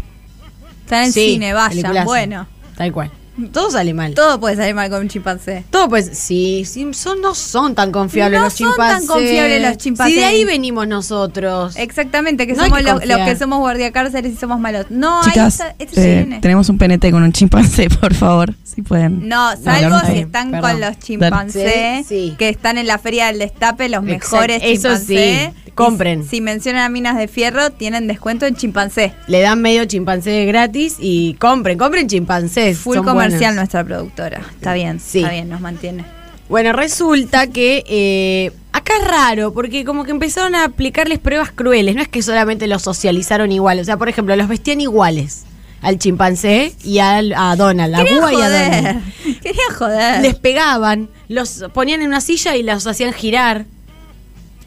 Speaker 3: Está en el
Speaker 4: Sí,
Speaker 3: cine, vaya.
Speaker 4: peliculazo.
Speaker 3: Bueno.
Speaker 4: Tal cual. Todo sale mal.
Speaker 3: Todo puede salir mal con un chimpancé.
Speaker 4: Todo pues, sí, sí, son, no son tan confiables
Speaker 3: No
Speaker 4: los
Speaker 3: son tan
Speaker 4: chimpancés.
Speaker 3: confiables los chimpancés.
Speaker 4: Si de ahí venimos nosotros.
Speaker 3: Exactamente, que
Speaker 4: No hay
Speaker 3: somos
Speaker 4: que
Speaker 3: los, los
Speaker 4: confiar.
Speaker 3: que somos guardiacárceles y somos malos. No,
Speaker 5: Chicas,
Speaker 3: ahí está, este
Speaker 5: eh,
Speaker 3: cine.
Speaker 5: tenemos un PNT con un chimpancé, por favor, si pueden.
Speaker 3: No,
Speaker 5: Hablar
Speaker 3: salvo
Speaker 5: un
Speaker 3: si
Speaker 5: poco.
Speaker 3: están
Speaker 4: Perdón.
Speaker 3: con los chimpancés
Speaker 4: Sí, sí.
Speaker 3: que están en la feria del destape, los
Speaker 4: Exacto,
Speaker 3: mejores
Speaker 4: eso
Speaker 3: chimpancés.
Speaker 4: sí,
Speaker 3: Y
Speaker 4: compren.
Speaker 3: Si, si mencionan a Minas de Fierro, tienen descuento en chimpancé.
Speaker 4: Le dan medio chimpancé gratis y compren, compren chimpancés.
Speaker 3: Full
Speaker 4: son
Speaker 3: comercial
Speaker 4: buenos.
Speaker 3: nuestra productora. Está bien,
Speaker 4: Sí.
Speaker 3: está bien, nos mantiene.
Speaker 4: Bueno, resulta que eh, acá es raro, porque como que empezaron a aplicarles pruebas crueles, no es que solamente los socializaron igual, o sea, por ejemplo, los vestían iguales al chimpancé y al, a Donald, a
Speaker 3: Quería
Speaker 4: Búa y a
Speaker 3: joder,
Speaker 4: Donald.
Speaker 3: quería joder.
Speaker 4: Les pegaban, los ponían en una silla y los hacían girar.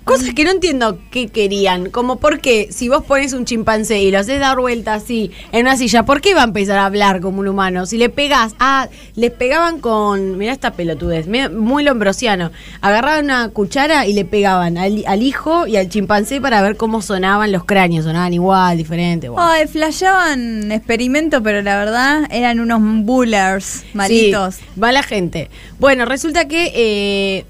Speaker 4: Cosas que no entiendo qué querían. Como por qué, si vos pones un chimpancé y lo haces dar vuelta así en una silla, ¿por qué va a empezar a hablar como un humano? Si le pegás, ah, les pegaban con. Mirá esta pelotudez, me- muy lombrosiano. Agarraban una cuchara y le pegaban al, al hijo y al chimpancé para ver cómo sonaban los cráneos. Sonaban igual, diferente. bueno.
Speaker 3: Ay, flasheaban experimento, pero la verdad eran unos bullers malitos.
Speaker 4: Sí, va la gente. Bueno, resulta que eh,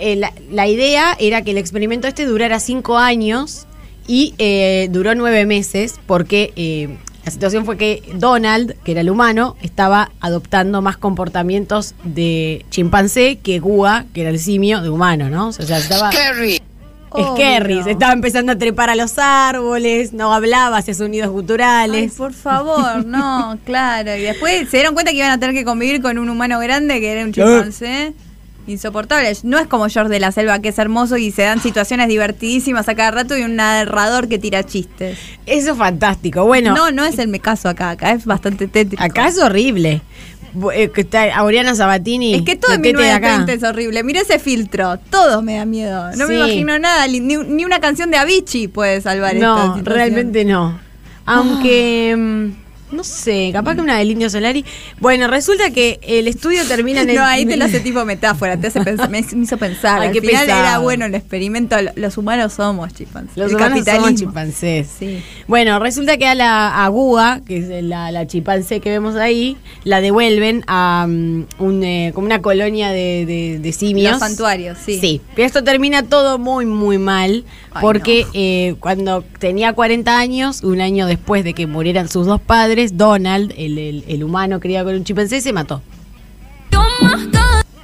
Speaker 4: eh, la, la idea era que el experimento este durara cinco años y eh, duró nueve meses porque eh, la situación fue que Donald, que era el humano, estaba adoptando más comportamientos de chimpancé que Gua, que era el simio, de humano, ¿no? O sea, estaba... Es Kerry, se estaba empezando a trepar a los árboles, no hablaba, hacía sonidos
Speaker 3: Ay,
Speaker 4: guturales.
Speaker 3: por favor, no, claro. Y después se dieron cuenta que iban a tener que convivir con un humano grande que era un chimpancé. Insoportable. No es como George de la Selva, que es hermoso y se dan situaciones divertidísimas a cada rato y un narrador que tira chistes.
Speaker 4: Eso es fantástico. Bueno,
Speaker 3: No, no, es el me caso acá, acá es bastante tétrico.
Speaker 4: Acá es horrible. Bu- eh, que está Aureana Sabatini.
Speaker 3: Es que todo en
Speaker 4: metete de acá.
Speaker 3: 1930 es horrible. Mira ese filtro. Todo me da miedo. No
Speaker 4: Sí.
Speaker 3: me imagino nada. Ni, ni una canción de Avicii puede salvar esta
Speaker 4: No,
Speaker 3: situación. Ah.
Speaker 4: realmente no. Aunque. mm, No sé, capaz que una del Indio Solari. Bueno, resulta que el estudio termina en el.
Speaker 3: No, ahí te lo hace tipo metáfora, te hace pensar, me me hizo pensar.
Speaker 4: Ay,
Speaker 3: Al
Speaker 4: qué
Speaker 3: final
Speaker 4: pesado.
Speaker 3: era bueno el experimento, lo- los humanos somos chimpancés.
Speaker 4: Los
Speaker 3: el
Speaker 4: humanos somos
Speaker 3: capitalismo.
Speaker 4: chimpancés.
Speaker 3: Sí.
Speaker 4: Bueno, resulta que a la a Gua, que es la, la chimpancé que vemos ahí, la devuelven a mm, un, eh, como una colonia de, de- de simios.
Speaker 3: Los santuarios, sí.
Speaker 4: Sí, pero esto termina todo muy, muy mal,
Speaker 3: Ay,
Speaker 4: porque eh, cuando tenía 40 años, un año después de que murieran sus dos padres, Donald, el, el- el humano criado con un chimpancé, se mató.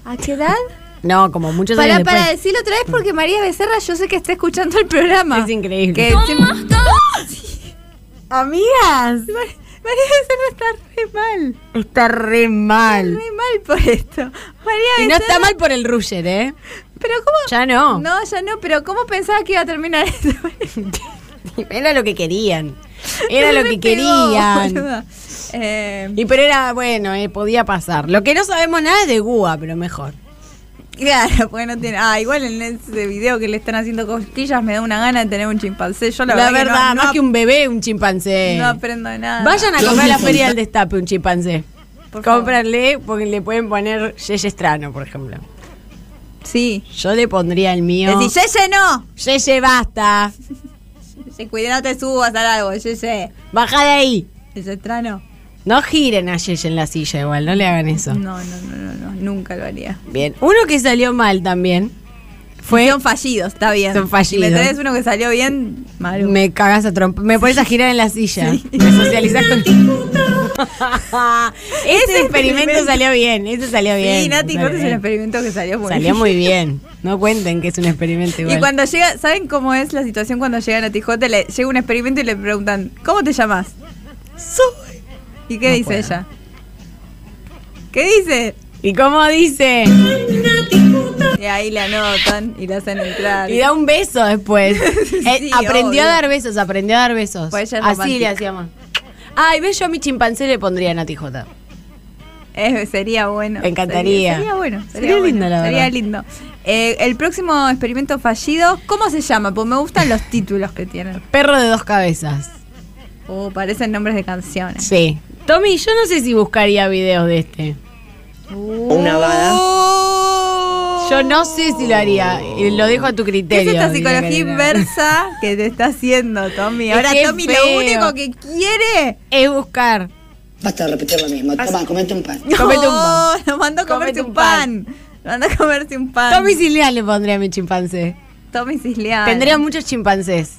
Speaker 3: ¿A qué edad?
Speaker 4: No, como muchos
Speaker 3: Para,
Speaker 4: años
Speaker 3: para
Speaker 4: después.
Speaker 3: decirlo otra vez, porque María Becerra, yo sé que está escuchando el programa.
Speaker 4: Es increíble.
Speaker 3: Que siempre- Sí. Amigas, Ma- María Becerra está re mal.
Speaker 4: Está re mal.
Speaker 3: Re mal por esto. María
Speaker 4: Y no
Speaker 3: Becerra.
Speaker 4: está mal por el Ruger, ¿eh?
Speaker 3: Pero cómo.
Speaker 4: Ya no.
Speaker 3: No, ya no, pero ¿cómo pensaba que iba a terminar esto?
Speaker 4: Era lo que querían. Era
Speaker 3: Me
Speaker 4: lo que
Speaker 3: pegó,
Speaker 4: querían.
Speaker 3: boluda. Eh,
Speaker 4: Y pero era bueno, eh, podía pasar. Lo que no sabemos nada es de Gua, pero mejor.
Speaker 3: Claro, porque no tiene. Ah, igual en ese video que le están haciendo cosquillas me da una gana de tener un chimpancé. Yo la,
Speaker 4: La
Speaker 3: verdad, que no-
Speaker 4: verdad,
Speaker 3: no,
Speaker 4: más que
Speaker 3: ap-
Speaker 4: un bebé, un chimpancé.
Speaker 3: no aprendo de nada.
Speaker 4: Vayan a comprar a la feria del destape un chimpancé.
Speaker 3: Por favor.
Speaker 4: Cómpranle porque le pueden poner Yeyestrano, por ejemplo.
Speaker 3: Sí.
Speaker 4: Yo le pondría el mío.
Speaker 3: Decís, Yeye, no.
Speaker 4: Yeye, basta.
Speaker 3: Yeye, cuidado, no te subas al árbol, Yeye.
Speaker 4: Baja de ahí.
Speaker 3: Yeye, trano.
Speaker 4: No giren a Yeye en la silla igual, no le hagan eso.
Speaker 3: No, no, no, no, no, nunca lo haría.
Speaker 4: Bien. Uno que salió mal también fue...
Speaker 3: Son fallidos, está bien.
Speaker 4: Son fallidos.
Speaker 3: Si me traes uno que salió bien, Maru.
Speaker 4: Me cagas a trompa. Me pones a girar en la silla. Me socializás con Ese experimento salió bien. Ese salió bien.
Speaker 3: Este Sí, Nati
Speaker 4: salió
Speaker 3: Corte es un
Speaker 4: bien.
Speaker 3: experimento que salió muy
Speaker 4: Salió
Speaker 3: bien.
Speaker 4: muy bien. No cuenten que es un experimento igual.
Speaker 3: Y cuando llega, ¿saben cómo es la situación cuando llegan a Tijote? Le llega un experimento y le preguntan, ¿cómo te llamas? Soy. ¿Y qué dice ella? ¿Qué dice?
Speaker 4: ¿Y cómo dice?
Speaker 3: Y ahí la anotan y la hacen entrar.
Speaker 4: Y da un beso después. Eh,
Speaker 3: Sí,
Speaker 4: aprendió a
Speaker 3: obvio.
Speaker 4: dar besos, aprendió a dar besos.
Speaker 3: Pues ella es
Speaker 4: Así
Speaker 3: romántica.
Speaker 4: le hacíamos. Ay, ve yo a mi chimpancé le pondría a Nati J.
Speaker 3: Eh, sería bueno.
Speaker 4: Me encantaría.
Speaker 3: Sería, sería bueno. Sería,
Speaker 4: Sería
Speaker 3: bueno,
Speaker 4: lindo, la
Speaker 3: Sería
Speaker 4: verdad.
Speaker 3: lindo. Eh, el próximo experimento fallido, ¿cómo se llama? Pues me gustan los títulos que tienen.
Speaker 4: Perro de dos cabezas.
Speaker 3: Oh, parecen nombres de canciones.
Speaker 4: Sí. Tommy, yo no sé si buscaría videos de este.
Speaker 8: Una
Speaker 3: Oh.
Speaker 8: vada.
Speaker 4: Yo no sé si lo haría. Eh, Lo dejo a tu
Speaker 3: ¿Qué es
Speaker 4: criterio.
Speaker 3: esta
Speaker 4: diría
Speaker 3: psicología
Speaker 4: Karina.
Speaker 3: inversa que te está haciendo, Tommy?
Speaker 4: Es
Speaker 3: Ahora,
Speaker 4: que es
Speaker 3: Tommy,
Speaker 4: feo.
Speaker 3: lo único que quiere.
Speaker 4: Es buscar.
Speaker 8: Basta de repetir lo mismo. Toma, comete un pan.
Speaker 4: Comete un pan.
Speaker 3: No, lo mandó a comerse
Speaker 4: Comete
Speaker 3: un
Speaker 4: un
Speaker 3: pan.
Speaker 4: pan.
Speaker 3: Lo mandó a comerse un pan.
Speaker 4: Tommy Silea le pondría a mi chimpancé.
Speaker 3: Tommy Cisleal.
Speaker 4: Tendría muchos chimpancés.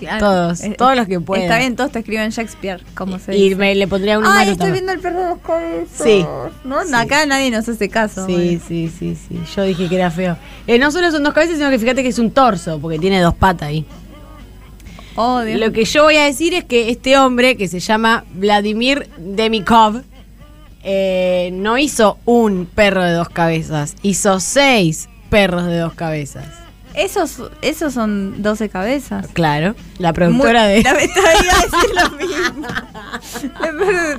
Speaker 3: Claro.
Speaker 4: todos, todos los que puedan.
Speaker 3: Eh, Está bien, todos te escriben Shakespeare, como se
Speaker 4: Y
Speaker 3: dice.
Speaker 4: me, le pondría un
Speaker 3: Ay,
Speaker 4: humano
Speaker 3: estoy
Speaker 4: también.
Speaker 3: viendo el perro de dos cabezas.
Speaker 4: Sí.
Speaker 3: No, acá nadie nos hace caso.
Speaker 4: Sí, sí, sí, sí. Yo dije que era feo. Eh, no solo son dos cabezas, sino que fíjate que es un torso, porque tiene dos patas ahí.
Speaker 3: Oh, Dios.
Speaker 4: Lo que yo voy a decir es que este hombre, que se llama Vladimir Demikov, eh, no hizo un perro de dos cabezas, hizo seis perros de dos cabezas.
Speaker 3: Esos, esos son 12 cabezas.
Speaker 4: Claro, la productora
Speaker 3: Muy-
Speaker 4: de...
Speaker 3: La estaba iba a decir lo mismo.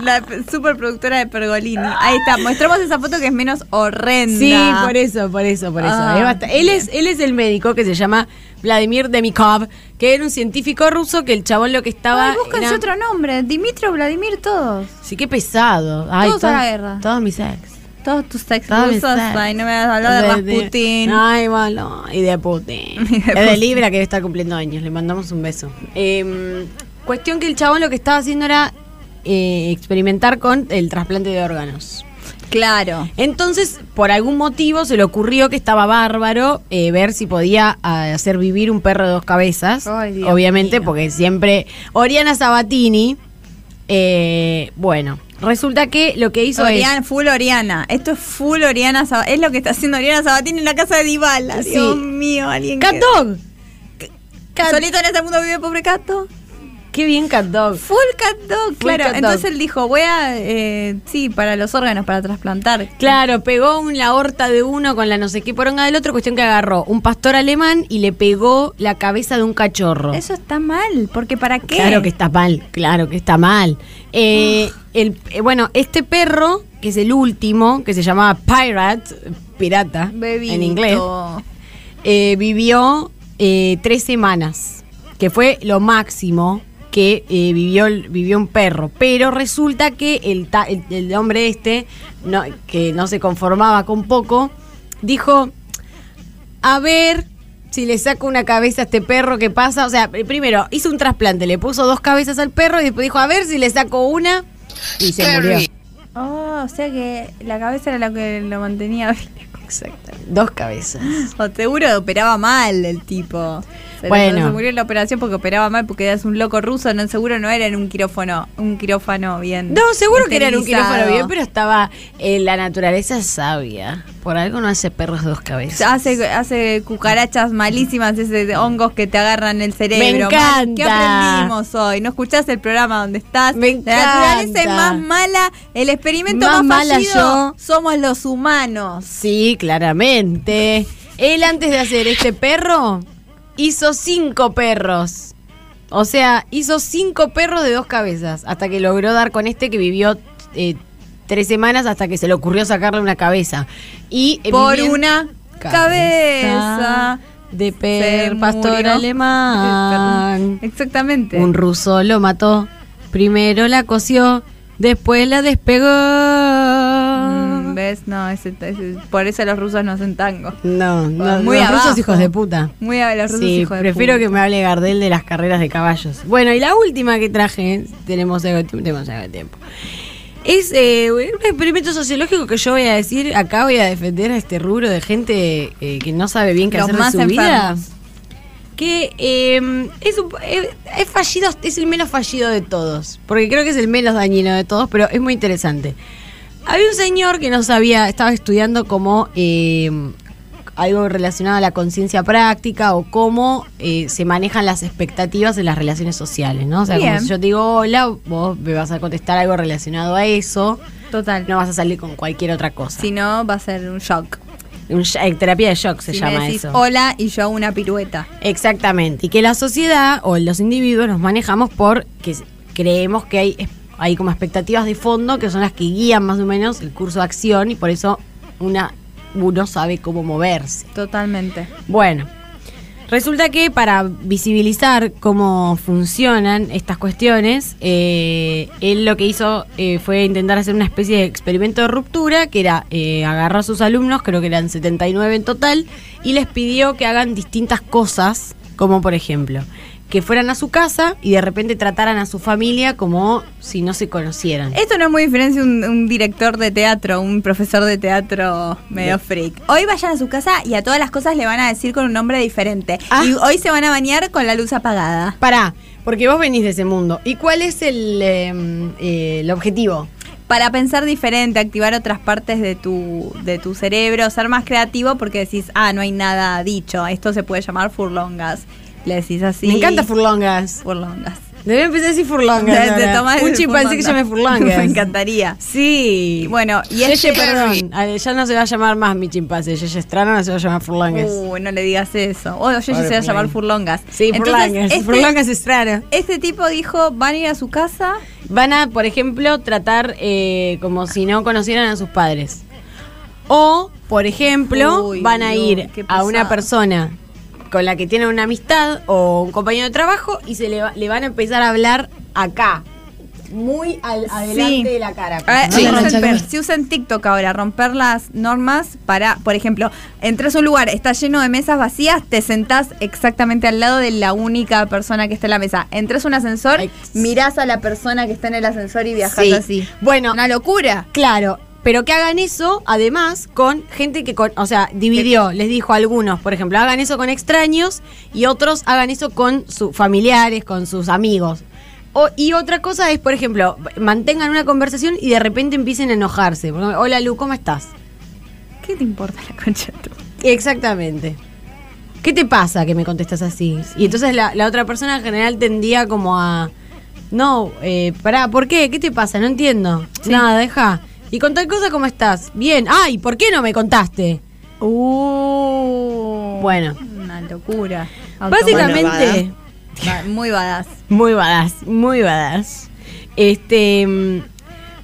Speaker 3: La per- La, superproductora de Pergolini. Ahí está, mostramos esa foto que es menos horrenda.
Speaker 4: Sí, por eso, por eso, por eso.
Speaker 3: Ah,
Speaker 4: Es bast- él, es, él es el médico que se llama Vladimir Demikov, que era un científico ruso que el chabón lo que estaba...
Speaker 3: Ay, búsquense
Speaker 4: era-
Speaker 3: otro nombre. Dimitro, Vladimir, todos.
Speaker 4: Sí, qué pesado. Ay,
Speaker 3: Todos a la guerra.
Speaker 4: Todos mis ex.
Speaker 3: Todos tus textos.
Speaker 4: Todos mis ex.
Speaker 3: Ay, no me vas a hablar de Rasputin.
Speaker 4: Ay, malo. Y de Putin.
Speaker 3: Y de
Speaker 4: es de
Speaker 3: Putin.
Speaker 4: Libra que debe estar cumpliendo años. Le mandamos un beso. Eh, cuestión que el chabón lo que estaba haciendo era eh, experimentar con el trasplante de órganos.
Speaker 3: Claro.
Speaker 4: Entonces, por algún motivo se le ocurrió que estaba bárbaro eh, ver si podía ah, hacer vivir un perro de dos cabezas.
Speaker 3: Ay, Dios
Speaker 4: obviamente,
Speaker 3: mío.
Speaker 4: porque siempre. Oriana Sabatini. eh, bueno, resulta que lo que hizo es.
Speaker 3: Oriana, full Oriana. Esto es full Oriana Sab- Es lo que está haciendo Oriana Sabatini en la casa de Dybala.
Speaker 4: Sí.
Speaker 3: Dios mío, alguien.
Speaker 4: ¡Cat
Speaker 3: que-
Speaker 4: dog! Cat-
Speaker 3: Solito en este mundo vive pobre Cato.
Speaker 4: ¡Qué bien cat dog!
Speaker 3: Full cat dog, claro.
Speaker 4: cat dog.
Speaker 3: Entonces él dijo, voy a, eh, sí, para los órganos, para trasplantar.
Speaker 4: Claro, pegó un- la horta de uno con la no sé qué poronga del otro, cuestión que agarró un pastor alemán y le pegó la cabeza de un cachorro.
Speaker 3: Eso está mal, porque ¿para qué?
Speaker 4: Claro que está mal, claro que está mal. Eh, el, eh, bueno, este perro, que es el último, que se llamaba Pirate, pirata
Speaker 3: Bebito. Oh,
Speaker 4: en inglés, eh, vivió eh, tres semanas, que fue lo máximo que eh, vivió, el- vivió un perro. Pero resulta que el, ta- el- el hombre este, no- que no se conformaba con poco, dijo, a ver si le saco una cabeza a este perro, ¿qué pasa? O sea, eh, primero hizo un trasplante, le puso dos cabezas al perro y después dijo, a ver si le saco una. Y se murió.
Speaker 3: Oh, o sea que la cabeza era lo que lo mantenía vivo.
Speaker 4: Exactamente. Dos cabezas.
Speaker 3: O seguro operaba mal el tipo. Se le-
Speaker 4: Bueno.
Speaker 3: Se murió en la operación porque operaba mal, porque es un loco ruso, no, seguro no era en un quirófano, un quirófano bien.
Speaker 4: No, seguro que era en un
Speaker 3: esterilizado.
Speaker 4: quirófano bien, pero estaba eh, la naturaleza es sabia. Por algo no hace perros dos cabezas.
Speaker 3: Hace, hace cucarachas malísimas, ese hongos que te agarran el cerebro.
Speaker 4: Me
Speaker 3: Man, ¿Qué
Speaker 4: encanta.
Speaker 3: aprendimos hoy? ¿No escuchás el programa donde estás?
Speaker 4: Me
Speaker 3: La naturaleza es
Speaker 4: encanta.
Speaker 3: más mala, el experimento más,
Speaker 4: Más mala
Speaker 3: fallido
Speaker 4: yo.
Speaker 3: somos los humanos.
Speaker 4: Sí, claramente. Él antes de hacer este perro hizo cinco perros. O sea, hizo cinco perros de dos cabezas hasta que logró dar con este que vivió eh, tres semanas hasta que se le ocurrió sacarle una cabeza. Y eh,
Speaker 3: Por
Speaker 4: viviendo-
Speaker 3: una cabeza.
Speaker 4: de
Speaker 3: Se
Speaker 4: per pastor
Speaker 3: murió. Eh,
Speaker 4: alemán.
Speaker 3: Exactamente.
Speaker 4: Un ruso lo mató. Primero la coció, después la despegó.
Speaker 3: Mm, ¿Ves? No, ese- ese- por eso los rusos no hacen tango.
Speaker 4: No, no,
Speaker 3: Muy
Speaker 4: los
Speaker 3: abajo.
Speaker 4: rusos hijos de puta.
Speaker 3: Muy a los rusos
Speaker 4: Sí,
Speaker 3: hijos de
Speaker 4: prefiero
Speaker 3: puta.
Speaker 4: que me hable Gardel de las carreras de caballos. Bueno, y la última que traje, ¿eh? tenemos algo, de tiempo, tenemos algo de tiempo. Es eh, un experimento sociológico que yo voy a decir, acá voy a defender a este rubro de gente eh, que no sabe bien qué
Speaker 3: Los
Speaker 4: hacer
Speaker 3: más
Speaker 4: de su vida.
Speaker 3: enfermos.
Speaker 4: Que eh, es, un- eh, es fallido, es el menos fallido de todos. Porque creo que es el menos dañino de todos, pero es muy interesante. Había un señor que no sabía, estaba estudiando como eh, algo relacionado a la conciencia práctica o cómo eh, se manejan las expectativas en las relaciones sociales, ¿no? O sea,
Speaker 3: Bien.
Speaker 4: como si yo te digo hola, vos me vas a contestar algo relacionado a eso,
Speaker 3: Total.
Speaker 4: no vas a salir con cualquier otra cosa.
Speaker 3: Si no, va a ser un shock.
Speaker 4: Un sh- eh, terapia de shock se
Speaker 3: Si me
Speaker 4: llama
Speaker 3: decís
Speaker 4: eso.
Speaker 3: hola y yo hago una pirueta.
Speaker 4: Exactamente. Y que la sociedad o los individuos nos manejamos por que s- creemos que hay, es- hay como expectativas de fondo que son las que guían más o menos el curso de acción y por eso una, uno sabe cómo moverse.
Speaker 3: Totalmente.
Speaker 4: Bueno, resulta que para visibilizar cómo funcionan estas cuestiones, eh, él lo que hizo eh, fue intentar hacer una especie de experimento de ruptura, que era eh, agarró a sus alumnos, creo que eran 79 en total, y les pidió que hagan distintas cosas, como por ejemplo que fueran a su casa y de repente trataran a su familia como si no se conocieran.
Speaker 3: Esto no es muy diferente a un, un director de teatro, un profesor de teatro medio freak. Hoy vayan a su casa y a todas las cosas le van a decir con un nombre diferente.
Speaker 4: Ah.
Speaker 3: Y hoy se van a bañar con la luz apagada.
Speaker 4: Pará, porque vos venís de ese mundo. ¿Y cuál es el, em, eh, el objetivo?
Speaker 3: Para pensar diferente, activar otras partes de tu, de tu cerebro, ser más creativo porque decís, ah, no hay nada dicho. Esto se puede llamar furlongas. Le decís así.
Speaker 4: Me encanta furlongas.
Speaker 3: furlongas.
Speaker 4: Debe empezar a decir furlongas.
Speaker 3: Te- te
Speaker 4: ahora.
Speaker 3: tomás el
Speaker 4: Uchi pensé que
Speaker 3: furlongas.
Speaker 4: llame furlongas.
Speaker 3: Me encantaría.
Speaker 4: Sí.
Speaker 3: Y bueno, y este
Speaker 4: Yeye, perdón. a ver, Ya no se va a llamar más mi chimpancé. Yeye Estrano no se va a llamar furlongas.
Speaker 3: Uh, no le digas eso. O yo, se va a llamar furlongas.
Speaker 4: sí,
Speaker 3: Entonces,
Speaker 4: furlongas.
Speaker 3: este-
Speaker 4: Furlongas Estrano.
Speaker 3: Este tipo dijo, van a ir a su casa.
Speaker 4: Van a, por ejemplo, tratar eh, como si no conocieran a sus padres. O, por ejemplo,
Speaker 3: Uy,
Speaker 4: van a
Speaker 3: no,
Speaker 4: ir
Speaker 3: qué
Speaker 4: a una
Speaker 3: pesado.
Speaker 4: persona con la que tienen una amistad o un compañero de trabajo y se le, va- le van a empezar a hablar acá. Muy al- adelante de la cara.
Speaker 3: Ah,
Speaker 8: Sí,
Speaker 3: se, usan,
Speaker 8: romper.
Speaker 3: per- se usan TikTok ahora, romper las normas para, por ejemplo, entras a un lugar, está lleno de mesas vacías, te sentás exactamente al lado de la única persona que está en la mesa. Entras a un ascensor,
Speaker 4: Ex-
Speaker 3: mirás a la persona que está en el ascensor y viajás
Speaker 4: Sí.
Speaker 3: así.
Speaker 4: Bueno.
Speaker 3: Una locura.
Speaker 4: Claro, pero que hagan eso además con gente que, con, o sea, dividió, les dijo a algunos, por ejemplo, hagan eso con extraños y otros hagan eso con sus familiares, con sus amigos. O- y otra cosa es, por ejemplo, mantengan una conversación y de repente empiecen a enojarse. Por ejemplo, Hola Lu, ¿cómo estás?
Speaker 3: ¿Qué te importa la concha de tu-
Speaker 4: Exactamente. ¿Qué te pasa que me contestas así? Y entonces la, la otra persona en general tendía como a... No, eh, pará, ¿por qué? ¿Qué te pasa? No entiendo. Nada, deja. ¿Y con tal cosa cómo estás? Bien. Ay, ¿por qué no me contaste?
Speaker 3: Uh.
Speaker 4: Bueno.
Speaker 3: Una locura.
Speaker 4: Básicamente...
Speaker 3: Va- Muy badass.
Speaker 4: Muy badass, muy badass. Este. mm,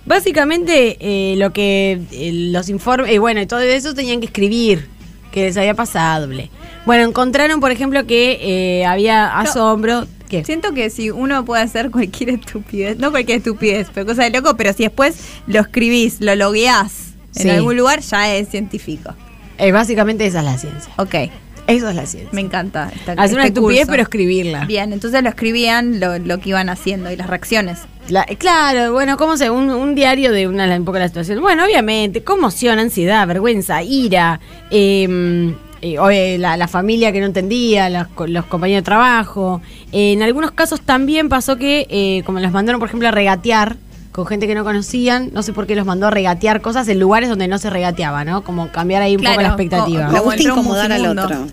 Speaker 4: Básicamente, eh, lo que eh, los informes. Y bueno, y todo eso tenían que escribir. Que les había pasado. ble. Bueno, encontraron, por ejemplo, que eh, había asombro. ¿Qué?
Speaker 3: Siento que si uno puede hacer cualquier estupidez, no cualquier estupidez, pero cosa de loco, pero si después lo escribís, lo logueás en
Speaker 4: Sí.
Speaker 3: algún lugar, ya es científico.
Speaker 4: Eh, básicamente, esa es la ciencia.
Speaker 3: Ok,
Speaker 4: Eso es la ciencia.
Speaker 3: me encanta. Esta,
Speaker 4: Hacer una
Speaker 3: este
Speaker 4: estupidez,
Speaker 3: curso.
Speaker 4: pero escribirla.
Speaker 3: Bien, entonces lo escribían lo, lo que iban haciendo y las reacciones.
Speaker 4: La- claro, bueno, ¿cómo se? Un, un diario de una, un poco la situación. Bueno, obviamente, conmoción, ansiedad, vergüenza, ira, eh, eh, o, eh, la, la familia que no entendía, los, co- los compañeros de trabajo. Eh, en algunos casos también pasó que, eh, como los mandaron, por ejemplo, a regatear con gente que no conocían, no sé por qué los mandó a regatear cosas en lugares donde no se regateaba, ¿no? Como cambiar ahí un poco la
Speaker 3: Claro,
Speaker 4: expectativa.
Speaker 8: Le
Speaker 3: o- Como
Speaker 8: gusta
Speaker 3: entró un
Speaker 8: incomodar al
Speaker 3: musimundo.
Speaker 8: otro.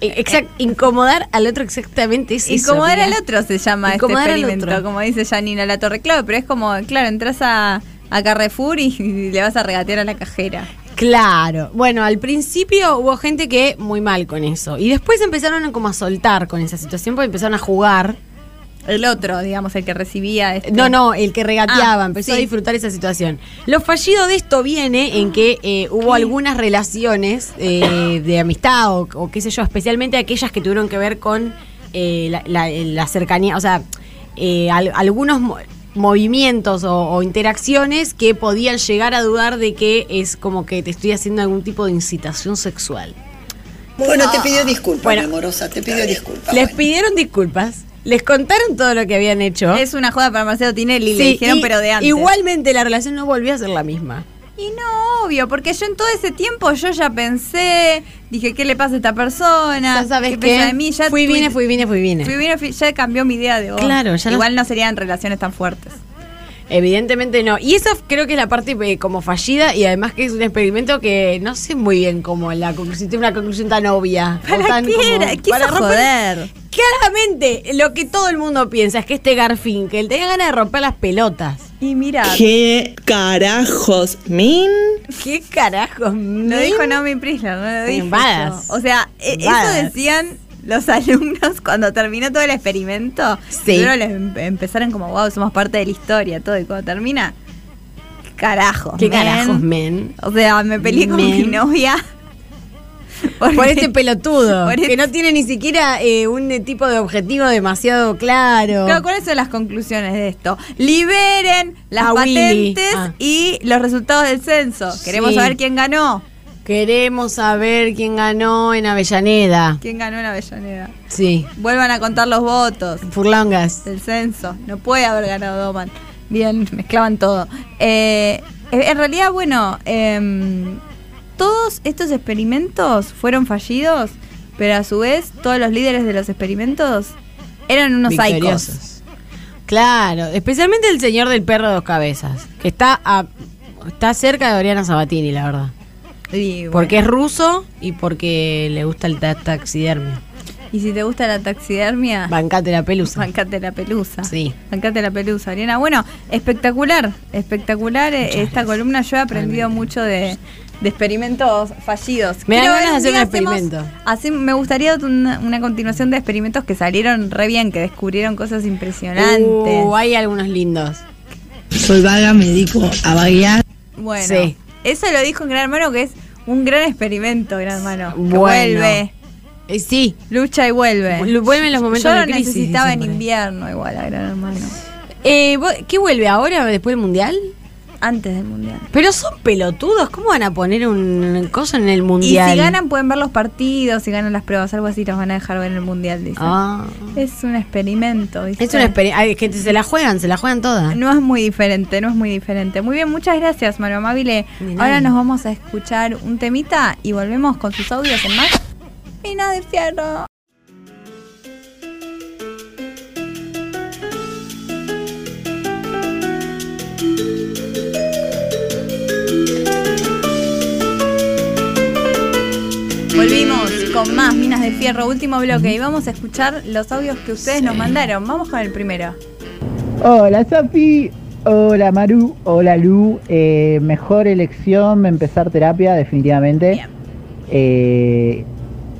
Speaker 4: Eh, exact- incomodar al otro exactamente es eso,
Speaker 3: Incomodar
Speaker 4: mirá.
Speaker 3: al otro se llama
Speaker 4: Incomodar al
Speaker 3: este experimento,
Speaker 4: otro.
Speaker 3: como dice Janina La Torre. Claro, pero es como, claro, entras a, a Carrefour y, y le vas a regatear a la cajera.
Speaker 4: Claro. Bueno, al principio hubo gente que muy mal con eso. Y después empezaron como a soltar con esa situación porque empezaron a jugar.
Speaker 3: El otro, digamos, el que recibía este-
Speaker 4: No, no, el que regateaba
Speaker 3: Ah,
Speaker 4: empezó
Speaker 3: sí.
Speaker 4: a disfrutar esa situación. Lo fallido de esto viene en que eh, hubo algunas relaciones eh, de amistad o, o qué sé yo, especialmente aquellas que tuvieron que ver con eh, la, la- la cercanía, o sea, eh, al- algunos mo- movimientos o, o interacciones que podían llegar a dudar de que es como que te estoy haciendo algún tipo de incitación sexual.
Speaker 8: Bueno,
Speaker 9: Ah.
Speaker 8: te pidió disculpas,
Speaker 4: Bueno.
Speaker 8: mi amorosa, te pidió disculpas.
Speaker 4: Les
Speaker 8: Bueno.
Speaker 4: pidieron disculpas, les contaron todo lo que habían hecho.
Speaker 3: Es una joda para Marcelo Tinelli, le
Speaker 4: Sí,
Speaker 3: dijeron,
Speaker 4: y
Speaker 3: pero de antes.
Speaker 4: Igualmente la relación no volvió a ser la misma.
Speaker 3: Y no, obvio, porque yo en todo ese tiempo yo ya pensé, dije, ¿qué le pasa a esta persona?
Speaker 4: Ya sabes
Speaker 3: piensa
Speaker 4: que
Speaker 3: Ah, de mí? Ya
Speaker 4: fui,
Speaker 3: tu-
Speaker 4: vine, fui, vine, fui, vine.
Speaker 3: fui, vine, fui- ya cambió mi idea de vos.
Speaker 4: Claro, ya no-
Speaker 3: Igual no serían relaciones tan fuertes.
Speaker 4: Evidentemente no. Y eso creo que es la parte eh, como fallida y además que es un experimento que no sé muy bien cómo la conclusión, tiene una conclusión tan obvia. o
Speaker 3: ¿Para
Speaker 4: tan
Speaker 3: qué
Speaker 4: como-
Speaker 3: era? Quiso
Speaker 4: para romper-
Speaker 3: joder.
Speaker 4: claramente lo que todo el mundo piensa es que este Garfinkel tenía ganas de romper las pelotas.
Speaker 3: Y mira,
Speaker 9: ¿Qué carajos, Min?
Speaker 4: ¿Qué carajo?
Speaker 3: lo dijo Naomi Prisler, no lo
Speaker 4: Sí,
Speaker 3: dije
Speaker 4: badass.
Speaker 3: yo. O sea, e-
Speaker 4: Badass.
Speaker 3: eso decían los alumnos cuando terminó todo el experimento.
Speaker 4: Sí.
Speaker 3: Primero les em- empezaron como, wow, somos parte de la historia, todo. Y cuando termina, ¿qué carajos.
Speaker 4: ¿Qué
Speaker 3: men?
Speaker 4: carajos, men?
Speaker 3: O sea, me peleé con
Speaker 4: Men.
Speaker 3: mi novia. porque-
Speaker 4: Por este pelotudo,
Speaker 3: Por
Speaker 4: que no tiene ni siquiera eh, un eh, tipo de objetivo demasiado claro.
Speaker 3: Claro, ¿cuáles son las conclusiones de esto? Liberen las
Speaker 4: A Willy.
Speaker 3: patentes
Speaker 4: Ah.
Speaker 3: y los resultados del censo. Queremos
Speaker 4: Sí.
Speaker 3: saber quién ganó.
Speaker 4: Queremos saber quién ganó en Avellaneda.
Speaker 3: ¿Quién ganó en Avellaneda?
Speaker 4: Sí,
Speaker 3: Vuelvan a contar los votos
Speaker 4: Furlongas.
Speaker 3: del censo. No puede haber ganado Doman. Bien, mezclaban todo. Eh, en realidad, bueno, em, todos estos experimentos fueron fallidos, pero a su vez todos los líderes de los experimentos eran unos psicos.
Speaker 4: Victoriosos. Claro, especialmente el señor del perro de dos cabezas, que está a- está cerca de Oriana Sabatini, la verdad.
Speaker 3: Y, bueno,
Speaker 4: Porque es ruso y porque le gusta el ta- taxidermia.
Speaker 3: y si te gusta la taxidermia,
Speaker 4: Bancate la pelusa.
Speaker 3: bancate la pelusa.
Speaker 4: Sí.
Speaker 3: Bancate la pelusa, Ariana. Bueno, espectacular, espectacular eh,
Speaker 4: Muchas
Speaker 3: esta
Speaker 4: gracias.
Speaker 3: columna. Yo he aprendido
Speaker 4: Realmente.
Speaker 3: mucho de, de experimentos fallidos.
Speaker 4: Me dan
Speaker 3: Quiero
Speaker 4: ganas
Speaker 3: ver
Speaker 4: de hacer
Speaker 3: día
Speaker 4: un
Speaker 3: hacemos-
Speaker 4: experimento.
Speaker 3: así- me gustaría una, una continuación de experimentos que salieron re bien, que descubrieron cosas impresionantes.
Speaker 4: Uh, hay algunos lindos.
Speaker 9: Soy vaga, me dedico a vaguear.
Speaker 3: bueno,
Speaker 4: sí.
Speaker 3: eso lo dijo un gran hermano que es un gran experimento, gran hermano. que
Speaker 4: Bueno.
Speaker 3: Vuelve,
Speaker 4: Eh, sí,
Speaker 3: lucha y vuelve.
Speaker 4: Vu- vuelven los momentos
Speaker 3: Yo
Speaker 4: de
Speaker 3: lo
Speaker 4: crisis,
Speaker 3: necesitaba
Speaker 4: dicen
Speaker 3: en
Speaker 4: por ahí.
Speaker 3: invierno igual a gran hermano.
Speaker 4: Eh, vo- ¿Qué vuelve ahora, después del mundial?
Speaker 3: Antes del mundial.
Speaker 4: Pero son pelotudos, ¿cómo van a poner un cosa en el
Speaker 3: Y
Speaker 4: mundial?
Speaker 3: si ganan pueden ver los partidos, si ganan las pruebas, algo así los van a dejar ver en el mundial, dicen.
Speaker 4: Ah.
Speaker 3: Es un experimento, ¿viste?
Speaker 4: Es una experiencia. Ay, que se la juegan, se la juegan todas.
Speaker 3: No es muy diferente, no es muy diferente. Muy bien, muchas gracias, Mario Amabile.
Speaker 4: De nada.
Speaker 3: Ahora nos vamos a escuchar un temita y volvemos con sus audios en más. Mina de fierro. Volvimos con más Minas de Fierro, último bloque, y vamos a escuchar los audios que ustedes nos mandaron. Vamos con el primero.
Speaker 10: Hola Sofi, hola Maru, hola Lu. Eh, mejor elección empezar terapia, definitivamente.
Speaker 3: Bien.
Speaker 10: Eh,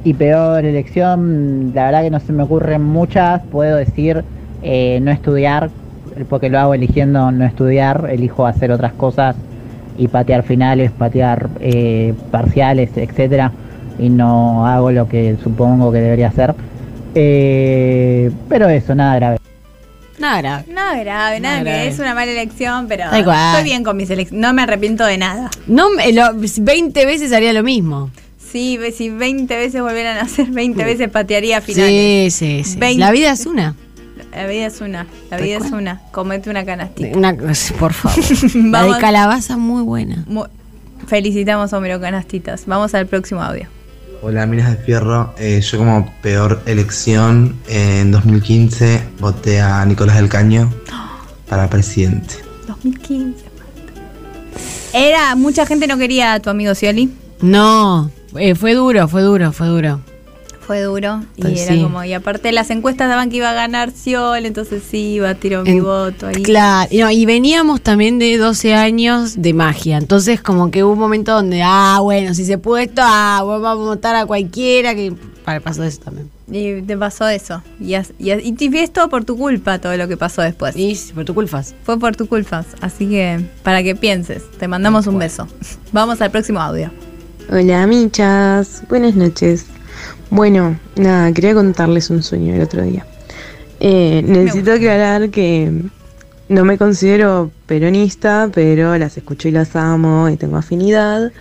Speaker 10: y peor elección, la verdad que no se me ocurren muchas. Puedo decir eh, no estudiar, porque lo hago eligiendo no estudiar, elijo hacer otras cosas y patear finales, patear eh, parciales, etcétera, y no hago lo que supongo que debería hacer. Eh, pero eso, nada grave.
Speaker 4: Nada grave.
Speaker 3: Nada grave, nada,
Speaker 4: Nada
Speaker 3: que
Speaker 4: grave.
Speaker 3: es una mala elección, pero
Speaker 4: Da igual.
Speaker 3: estoy bien con mi selección. No me arrepiento de nada.
Speaker 4: No, me- lo- 20 veces haría lo mismo.
Speaker 3: Sí, ve- si 20 veces volvieran a hacer, 20 veces patearía finales.
Speaker 4: Sí, sí, sí.
Speaker 3: 20.
Speaker 4: La vida es una.
Speaker 3: La vida es una, la vida es una. Comete una canastita.
Speaker 4: Una, por favor. la
Speaker 3: Vamos.
Speaker 4: de calabaza muy buena.
Speaker 3: Mu- Felicitamos a Homero Canastitas. Vamos al próximo audio.
Speaker 11: Hola, Minas de Fierro. Eh, yo como peor elección eh, en 2015 voté a Nicolás del Caño para presidente.
Speaker 3: 2015. Era, mucha gente no quería a tu amigo Cioli.
Speaker 4: No, eh, fue duro, fue duro, fue duro.
Speaker 3: Fue duro. Y
Speaker 4: Pues
Speaker 3: era
Speaker 4: sí.
Speaker 3: como, y aparte las encuestas daban que iba a ganar Cioli, entonces sí, iba a tiro mi
Speaker 4: En-
Speaker 3: voto ahí.
Speaker 4: Claro, y no, y veníamos también de 12 años de magia, entonces como que hubo un momento donde, ah, bueno, si se pudo esto, ah, bueno, vamos a votar a cualquiera, que para pasó eso también.
Speaker 3: Y te pasó eso. Y, as- y, as- y te- y es todo por tu culpa todo lo que pasó después.
Speaker 4: Y sí, por tu culpa.
Speaker 3: Fue por tu culpa. Así que, para que pienses, te mandamos un beso. Vamos al próximo audio.
Speaker 9: Hola, michas. Buenas noches. Bueno, nada, quería contarles un sueño el otro día. Eh, necesito aclarar que no me considero peronista, pero las escucho y las amo y tengo afinidad.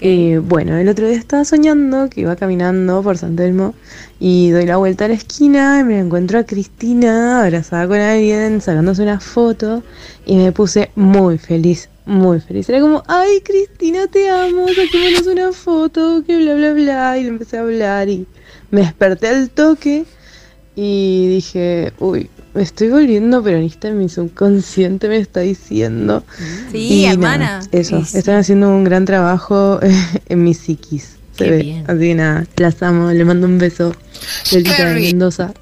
Speaker 9: Eh, bueno, el otro día estaba soñando que iba caminando por San Telmo y doy la vuelta a la esquina y me encuentro a Cristina abrazada con alguien, sacándose una foto y me puse muy feliz, muy feliz. Era como, ay Cristina, te amo, saquémonos una foto, que bla, bla, bla. Y le empecé a hablar y me desperté al toque y dije, uy, me estoy volviendo peronista, mi subconsciente me está diciendo.
Speaker 3: Sí,
Speaker 9: Y
Speaker 3: hermana.
Speaker 9: nada, eso, están haciendo un gran trabajo en mi psiquis. se
Speaker 4: Qué
Speaker 9: ve.
Speaker 4: bien.
Speaker 9: Así que nada, las amo, le mando un beso. Lolita de
Speaker 3: Scary.
Speaker 9: Mendoza.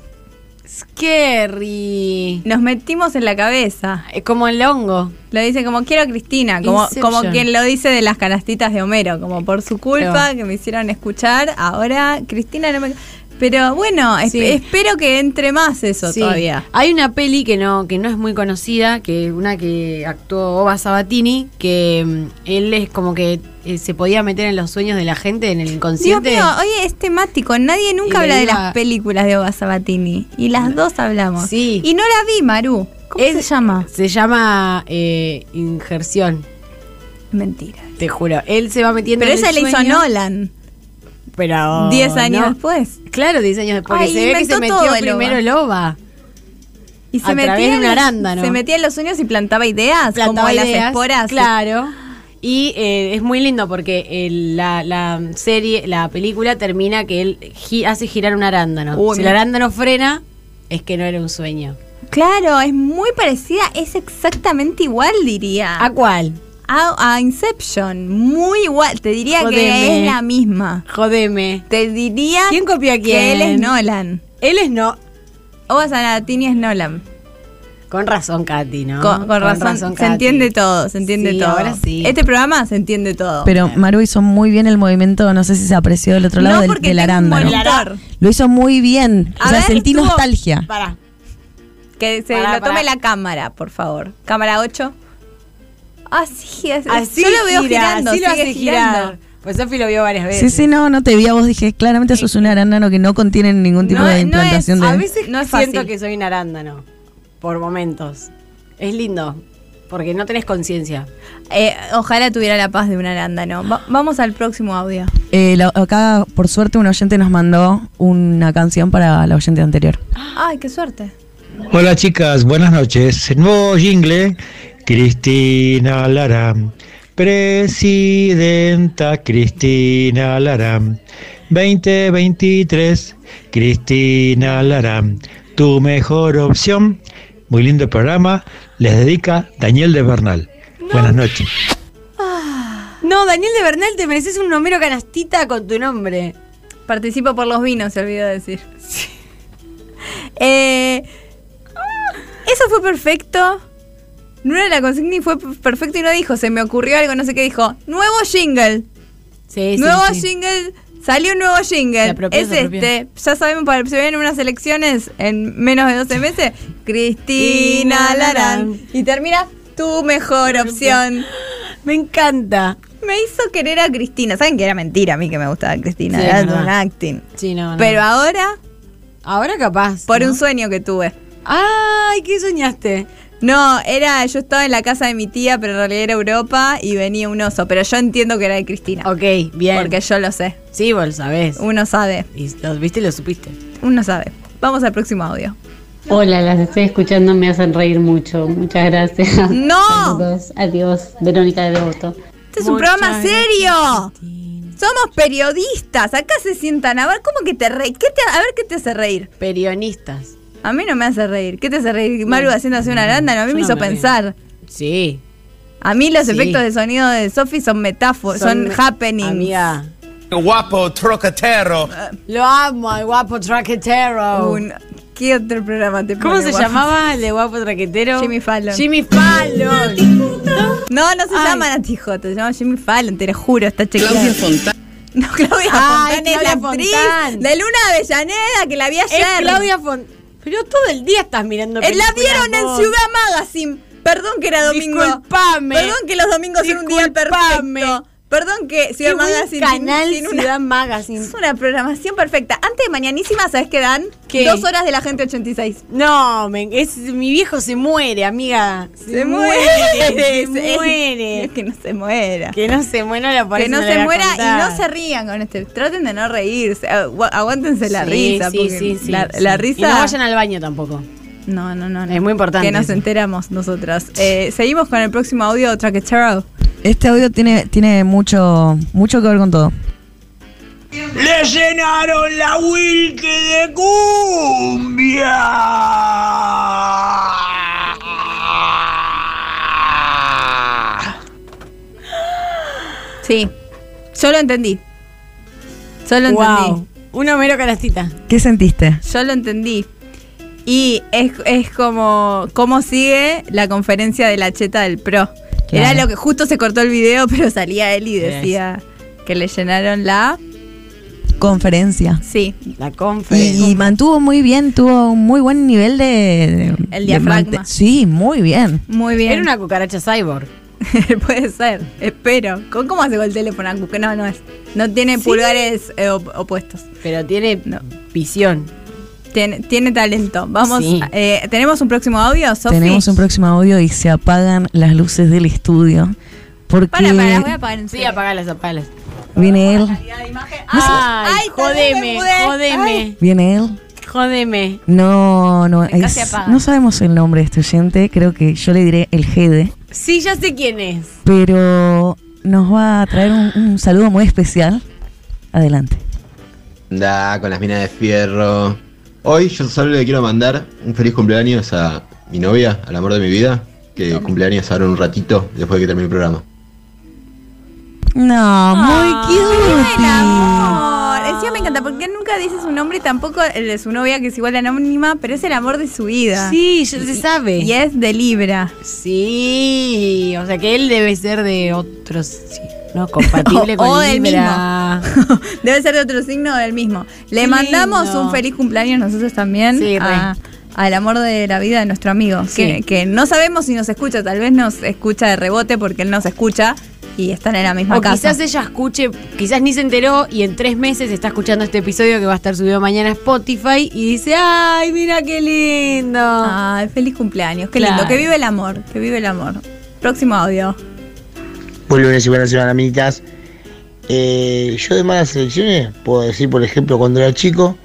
Speaker 4: Scary.
Speaker 3: Nos metimos en la cabeza.
Speaker 4: Es como el hongo.
Speaker 3: Lo dice como quiero a Cristina, como,
Speaker 4: Inception.
Speaker 3: como quien lo dice de las canastitas de Homero, como por su culpa que me hicieron escuchar, ahora Cristina no me... Pero bueno, es-
Speaker 4: Sí.
Speaker 3: espero que entre más eso
Speaker 4: Sí.
Speaker 3: todavía.
Speaker 4: Hay una peli que no, que no es muy conocida, que es una que actuó Oba Sabatini, que mm, él es como que eh, se podía meter en los sueños de la gente, en el
Speaker 3: Dios
Speaker 4: inconsciente.
Speaker 3: mío, oye, es temático, nadie
Speaker 4: Y
Speaker 3: nunca
Speaker 4: le
Speaker 3: habla de
Speaker 4: iba-
Speaker 3: las películas de Oba Sabatini, y las dos hablamos.
Speaker 4: Sí.
Speaker 3: Y no la vi, Maru. ¿Cómo
Speaker 4: Es-
Speaker 3: se llama?
Speaker 4: Se llama eh, Injerción,
Speaker 3: Mentira.
Speaker 4: te juro. Él se va metiendo
Speaker 3: Pero
Speaker 4: en
Speaker 3: esa
Speaker 4: el
Speaker 3: le hizo
Speaker 4: sueño,
Speaker 3: Nolan,
Speaker 4: Pero
Speaker 3: 10 años
Speaker 4: no.
Speaker 3: después.
Speaker 4: Claro, 10 años después.
Speaker 3: Ay,
Speaker 4: porque se ve que
Speaker 3: inventó
Speaker 4: se
Speaker 3: todo
Speaker 4: metió
Speaker 3: el
Speaker 4: primero
Speaker 3: Oba.
Speaker 4: el Oba.
Speaker 3: Y
Speaker 4: A través de
Speaker 3: en
Speaker 4: un
Speaker 3: los-
Speaker 4: arándano.
Speaker 3: Se metía en los sueños y plantaba ideas,
Speaker 4: plantaba
Speaker 3: como las
Speaker 4: ideas,
Speaker 3: esporas.
Speaker 4: Claro. Y eh, es muy lindo porque el- la, la serie, la película termina que él gi- hace girar un arándano.
Speaker 3: Uy,
Speaker 4: si el
Speaker 3: mira.
Speaker 4: arándano frena, es que no era un sueño.
Speaker 3: Claro, es muy parecida, es exactamente igual, diría.
Speaker 4: ¿A cuál?
Speaker 3: A, a Inception, muy igual. Te diría que
Speaker 4: Jodeme.
Speaker 3: es la misma.
Speaker 4: Jodeme.
Speaker 3: Te diría
Speaker 4: ¿Quién copia a
Speaker 3: que
Speaker 4: quién?
Speaker 3: él es Nolan.
Speaker 4: Él es no.
Speaker 3: O Zanatini es Nolan.
Speaker 4: Con razón, Katy, ¿no?
Speaker 3: Con, con razón, se
Speaker 4: Katy.
Speaker 3: entiende todo, se entiende
Speaker 4: Sí,
Speaker 3: todo.
Speaker 4: Ahora sí.
Speaker 3: Este programa se entiende todo.
Speaker 5: Pero Maru hizo muy bien el movimiento, no sé si se apreció del otro lado
Speaker 3: no
Speaker 5: del,
Speaker 3: porque
Speaker 5: del
Speaker 3: tengo un
Speaker 5: arándano.
Speaker 3: monitor
Speaker 5: Lo hizo muy bien.
Speaker 3: A
Speaker 5: o sea,
Speaker 3: ver,
Speaker 5: sentí
Speaker 3: tuvo-
Speaker 5: nostalgia.
Speaker 4: Pará.
Speaker 3: que se
Speaker 4: Pará,
Speaker 3: lo tome
Speaker 4: pará.
Speaker 3: la cámara, por favor. Cámara 8. Así es.
Speaker 4: Así
Speaker 3: yo lo veo
Speaker 4: gira,
Speaker 3: girando,
Speaker 4: así lo
Speaker 3: sigue
Speaker 4: hace
Speaker 3: girando.
Speaker 4: girar. Pues Sofi lo vio varias
Speaker 5: Sí,
Speaker 4: veces.
Speaker 5: sí, no, no te vi a vos. Dije, claramente sos un arándano que no contiene ningún tipo
Speaker 3: No, no
Speaker 5: de
Speaker 3: es-
Speaker 5: implantación
Speaker 4: A
Speaker 5: de.
Speaker 4: veces
Speaker 3: No es
Speaker 4: siento
Speaker 3: fácil.
Speaker 4: que soy un arándano. Por momentos. Es lindo. Porque no tenés conciencia.
Speaker 3: Eh, ojalá tuviera la paz de un arándano. Va- vamos al próximo audio.
Speaker 5: Eh, la- acá, por suerte, un oyente nos mandó una canción para la oyente anterior.
Speaker 3: Ay, qué suerte.
Speaker 12: Hola chicas, buenas noches. Nuevo jingle, Cristina Larán. Presidenta Cristina Larán. 2023, Cristina Larán. Tu mejor opción. Muy lindo programa. Les dedica Daniel de Bernal. Buenas noches.
Speaker 4: No, Daniel de Bernal, te mereces un Homero canastita con tu nombre.
Speaker 3: Participo por los vinos, se olvidó decir. Eh, eso fue perfecto. No era la consigna y fue perfecto y no dijo, se me ocurrió algo, no sé qué dijo. Nuevo jingle.
Speaker 4: Sí,
Speaker 3: nuevo jingle. Salió un nuevo jingle.
Speaker 4: Se apropió,
Speaker 3: es
Speaker 4: se apropió.
Speaker 3: este. Ya sabemos, para se vienen unas elecciones en menos de 12 meses. Cristina Larán. Y termina tu mejor opción.
Speaker 4: Me encanta.
Speaker 3: Me hizo querer a Cristina. Saben que era mentira a mí que me gustaba Cristina.
Speaker 4: Sí,
Speaker 3: era
Speaker 4: es verdad.
Speaker 3: un acting.
Speaker 4: Sí, no, no.
Speaker 3: Pero ahora,
Speaker 4: ahora capaz.
Speaker 3: por
Speaker 4: ¿no?
Speaker 3: un sueño que tuve.
Speaker 4: Ay, ¿qué soñaste?
Speaker 3: No, era, yo estaba en la casa de mi tía, pero en realidad era Europa y venía un oso. Pero yo entiendo que era de Cristina.
Speaker 4: Ok, bien.
Speaker 3: Porque yo lo sé.
Speaker 4: Sí, vos lo sabés.
Speaker 3: Uno sabe.
Speaker 4: Y lo viste y lo supiste.
Speaker 3: Uno sabe. Vamos al próximo audio.
Speaker 13: Hola, las estoy escuchando, me hacen reír mucho. Muchas gracias.
Speaker 3: ¡No!
Speaker 13: Saludos, adiós, Verónica de Devoto.
Speaker 3: Este es un
Speaker 4: Muchas
Speaker 3: programa serio. Somos periodistas. Acá se sientan a ver cómo que te reí. ¿Qué te, a ver qué te hace reír.
Speaker 4: Perionistas.
Speaker 3: A mí no me hace reír. ¿Qué te hace reír? Maru haciéndose una arándano. A mí
Speaker 4: Yo
Speaker 3: me
Speaker 4: no
Speaker 3: hizo
Speaker 4: me río.
Speaker 3: pensar.
Speaker 4: Sí.
Speaker 3: A mí los
Speaker 4: Sí.
Speaker 3: efectos de sonido de Sofi son metáforas, son, happenings.
Speaker 4: Amiga.
Speaker 14: Guapo trocatero.
Speaker 4: Lo amo, al guapo traquetero.
Speaker 3: Un- ¿Qué otro programa te
Speaker 4: ¿Cómo
Speaker 3: pone
Speaker 4: se
Speaker 3: guapo?
Speaker 4: llamaba el de guapo traquetero?
Speaker 3: Jimmy Fallon.
Speaker 4: Jimmy Fallon.
Speaker 3: No, no se
Speaker 4: Ay.
Speaker 3: llama Nati Joto, se llama Jimmy Fallon, te lo juro, está chequeado. No, Claudia
Speaker 4: Ay,
Speaker 3: Fontán es
Speaker 4: Claudia
Speaker 3: la actriz
Speaker 4: Fontán.
Speaker 3: de Luna Avellaneda que la vi ayer.
Speaker 4: Es Claudia Font. Pero todo el día estás mirando
Speaker 3: Eh,
Speaker 4: películas,
Speaker 3: la vieron en
Speaker 4: vos.
Speaker 3: Ciudad Magazine. Perdón que era domingo.
Speaker 4: Disculpame.
Speaker 3: Perdón que los domingos son un día
Speaker 4: Disculpame.
Speaker 3: perfecto. Perdón que Ciudad
Speaker 4: Qué buen
Speaker 3: Magazine
Speaker 4: canal
Speaker 3: tiene una-
Speaker 4: Ciudad Magazine.
Speaker 3: es una programación perfecta. Antes de mañanísima, ¿sabes qué dan?
Speaker 4: ¿Qué?
Speaker 3: Dos horas de la gente 86.
Speaker 4: No, men, es, mi viejo se muere, amiga. Se,
Speaker 3: Se-
Speaker 4: muere.
Speaker 3: se-
Speaker 4: Se muere.
Speaker 3: que no se muera.
Speaker 4: Que no se muera la
Speaker 3: que no se muera y no se rían con este. Traten de no reírse. Agu- Aguántense la risa. porque la, la risa.
Speaker 4: Y no vayan al baño tampoco.
Speaker 3: no, no, no, no.
Speaker 4: Es muy importante
Speaker 3: Que nos
Speaker 4: eso.
Speaker 3: enteramos nosotras. Eh, seguimos con el próximo audio, Traquetero.
Speaker 5: Este audio tiene, tiene mucho, mucho que ver con todo.
Speaker 1: ¡Le llenaron la Wilke de cumbia!
Speaker 3: Sí. Yo lo entendí. Yo lo
Speaker 4: Guau.
Speaker 3: entendí.
Speaker 4: Una mero canastita.
Speaker 5: ¿Qué sentiste?
Speaker 3: Yo lo entendí. Y es, es como cómo sigue la conferencia de la cheta del pro. Era
Speaker 5: Claro.
Speaker 3: lo que justo se cortó el video, pero salía él y
Speaker 5: Yes.
Speaker 3: decía que le llenaron la.
Speaker 5: Conferencia.
Speaker 3: Sí.
Speaker 4: La
Speaker 5: Y, y mantuvo muy bien, tuvo un muy buen nivel de... de-
Speaker 3: El diafragma.
Speaker 5: de mante- sí, muy bien.
Speaker 3: Muy bien.
Speaker 4: Era una cucaracha cyborg.
Speaker 3: Puede ser, espero. ¿Cómo, cómo hace con el teléfono? Ancu? Que no, no es. No tiene
Speaker 4: Sí.
Speaker 3: pulgares eh, op- opuestos.
Speaker 4: Pero tiene visión.
Speaker 3: Tiene, tiene talento. Vamos,
Speaker 5: Sí.
Speaker 3: eh, ¿tenemos un próximo audio, Sofi?
Speaker 5: Tenemos un próximo audio y se apagan las luces del estudio. Porque
Speaker 3: Para, para, las voy a apagar en
Speaker 4: Sí, apagalas, apagalas.
Speaker 5: viene él,
Speaker 4: Ay, jodeme,
Speaker 3: pude.
Speaker 4: jodeme,
Speaker 5: viene él.
Speaker 4: jodeme.
Speaker 5: No, no,
Speaker 4: casi
Speaker 5: es-
Speaker 4: apaga.
Speaker 5: no sabemos el nombre de este oyente, creo que yo le diré el Gede,
Speaker 4: Sí, ya sé quién es.
Speaker 5: pero nos va a traer un, un saludo muy especial. Adelante.
Speaker 15: Da, con las minas de fierro. Hoy yo solo le quiero mandar un feliz cumpleaños a mi novia, al amor de mi vida, que cumpleaños ahora en un ratito después de que termine el programa.
Speaker 5: No, muy
Speaker 3: El
Speaker 5: cute.
Speaker 3: amor.
Speaker 4: Ah.
Speaker 3: Encima me encanta porque nunca dice su nombre y tampoco el de su novia, que es igual de anónima, pero es el amor de su vida.
Speaker 4: Sí, ya se sabe.
Speaker 3: Y es de Libra.
Speaker 4: Sí, o sea que él debe ser de otros, sí, no compatible
Speaker 3: O-
Speaker 4: con
Speaker 3: o del
Speaker 4: el Libra.
Speaker 3: Debe ser de otro signo o del mismo. Le
Speaker 4: Qué
Speaker 3: mandamos
Speaker 4: lindo.
Speaker 3: un feliz cumpleaños nosotros también
Speaker 4: Sí, re.
Speaker 3: a- al amor de la vida de nuestro amigo, que, que no sabemos si nos escucha, tal vez nos escucha de rebote porque él nos escucha y están en la misma
Speaker 4: O
Speaker 3: casa.
Speaker 4: quizás ella escuche, quizás ni se enteró y en tres meses está escuchando este episodio que va a estar subido mañana a Spotify y dice, ay, mira qué lindo.
Speaker 3: Ay, feliz cumpleaños, qué lindo,
Speaker 4: Claro.
Speaker 3: que vive el amor, que vive el amor. Próximo audio.
Speaker 16: Buen lunes y buenas semanas, amiguitas. Eh, yo de malas elecciones puedo decir, por ejemplo, cuando era chico,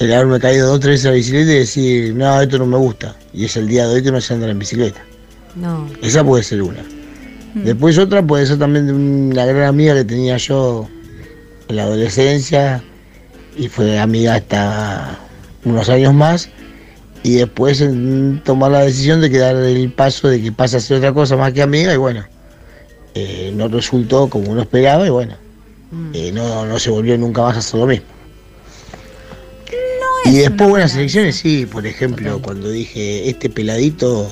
Speaker 16: el haberme caído dos o tres veces a la bicicleta y decir, no, esto no me gusta. Y es el día de hoy que no se anda en bicicleta.
Speaker 4: No.
Speaker 16: Esa puede ser una. Después otra puede ser también de una gran amiga que tenía yo en la adolescencia y fue amiga hasta unos años más. Y después en tomar la decisión de que dar el paso de que pasa a ser otra cosa más que amiga y bueno, eh, no resultó como uno esperaba y bueno, eh, no, no se volvió nunca más a hacer lo mismo. y después buenas elecciones, sí, por ejemplo, cuando dije, este peladito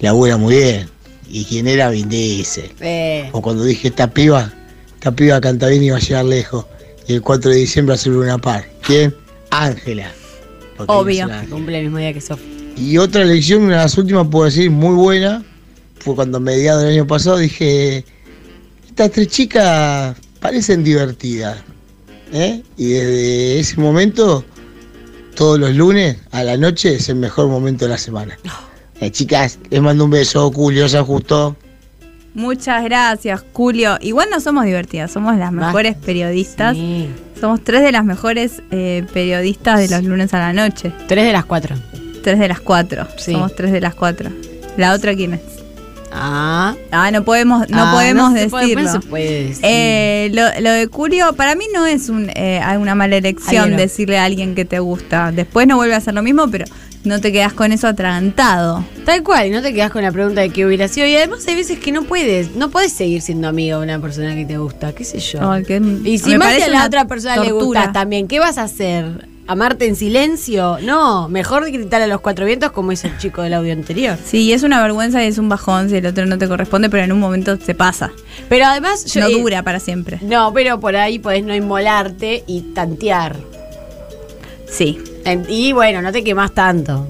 Speaker 16: labura muy bien. ¿Y quién era? Vin Diesel.
Speaker 4: Eh,
Speaker 16: O cuando dije, esta piba, esta piba canta bien y va a llegar lejos. Y el 4 de diciembre hace una par. ¿Quién? Ángela. Porque
Speaker 4: obvio.
Speaker 16: es una-
Speaker 4: Cumple el mismo día que Sof.
Speaker 16: Y otra elección, una de las últimas, puedo decir, muy buena, fue cuando a mediados del año pasado dije, estas tres chicas parecen divertidas. ¿eh? Y desde ese momento, todos los lunes a la noche es el mejor momento de la semana. Eh, chicas, les mando un beso, Julio, se ajustó.
Speaker 3: Muchas gracias, Julio. Igual no somos divertidas, somos
Speaker 4: Ah,
Speaker 3: las mejores periodistas. Somos tres de las mejores eh, periodistas de los lunes a la noche.
Speaker 4: Tres de las cuatro.
Speaker 3: Tres de las cuatro. Somos tres de las cuatro. ¿La otra quién es?
Speaker 4: Ah.
Speaker 3: Ah, no podemos, no
Speaker 4: Ah,
Speaker 3: podemos
Speaker 4: se puede-
Speaker 3: decirlo.
Speaker 4: no se puede decir.
Speaker 3: Eh, lo, lo de Curio, para mí no es un, eh, una mala elección
Speaker 4: Ay, no.
Speaker 3: decirle a alguien que te gusta. Después no vuelve a hacer lo mismo, pero no te quedas con eso atragantado.
Speaker 4: Tal cual, y no te quedas con la pregunta de qué hubiera sido. Y además hay veces que no puedes, no puedes seguir siendo amigo de una persona que te gusta, qué sé yo.
Speaker 3: Ay, que-
Speaker 4: y si
Speaker 3: me
Speaker 4: más que
Speaker 3: parece
Speaker 4: a la
Speaker 3: una
Speaker 4: otra persona le
Speaker 3: tortura.
Speaker 4: gusta también, ¿qué vas a hacer? ¿Amarte en silencio? No, mejor gritar a los cuatro vientos como hizo el chico del audio anterior.
Speaker 3: Sí, es una vergüenza y es un bajón si el otro no te corresponde, pero en un momento se pasa.
Speaker 4: Pero además yo-
Speaker 3: no
Speaker 4: eh,
Speaker 3: dura para siempre.
Speaker 4: No, pero por ahí podés no inmolarte y tantear.
Speaker 3: Sí.
Speaker 4: y bueno, no te quemás tanto.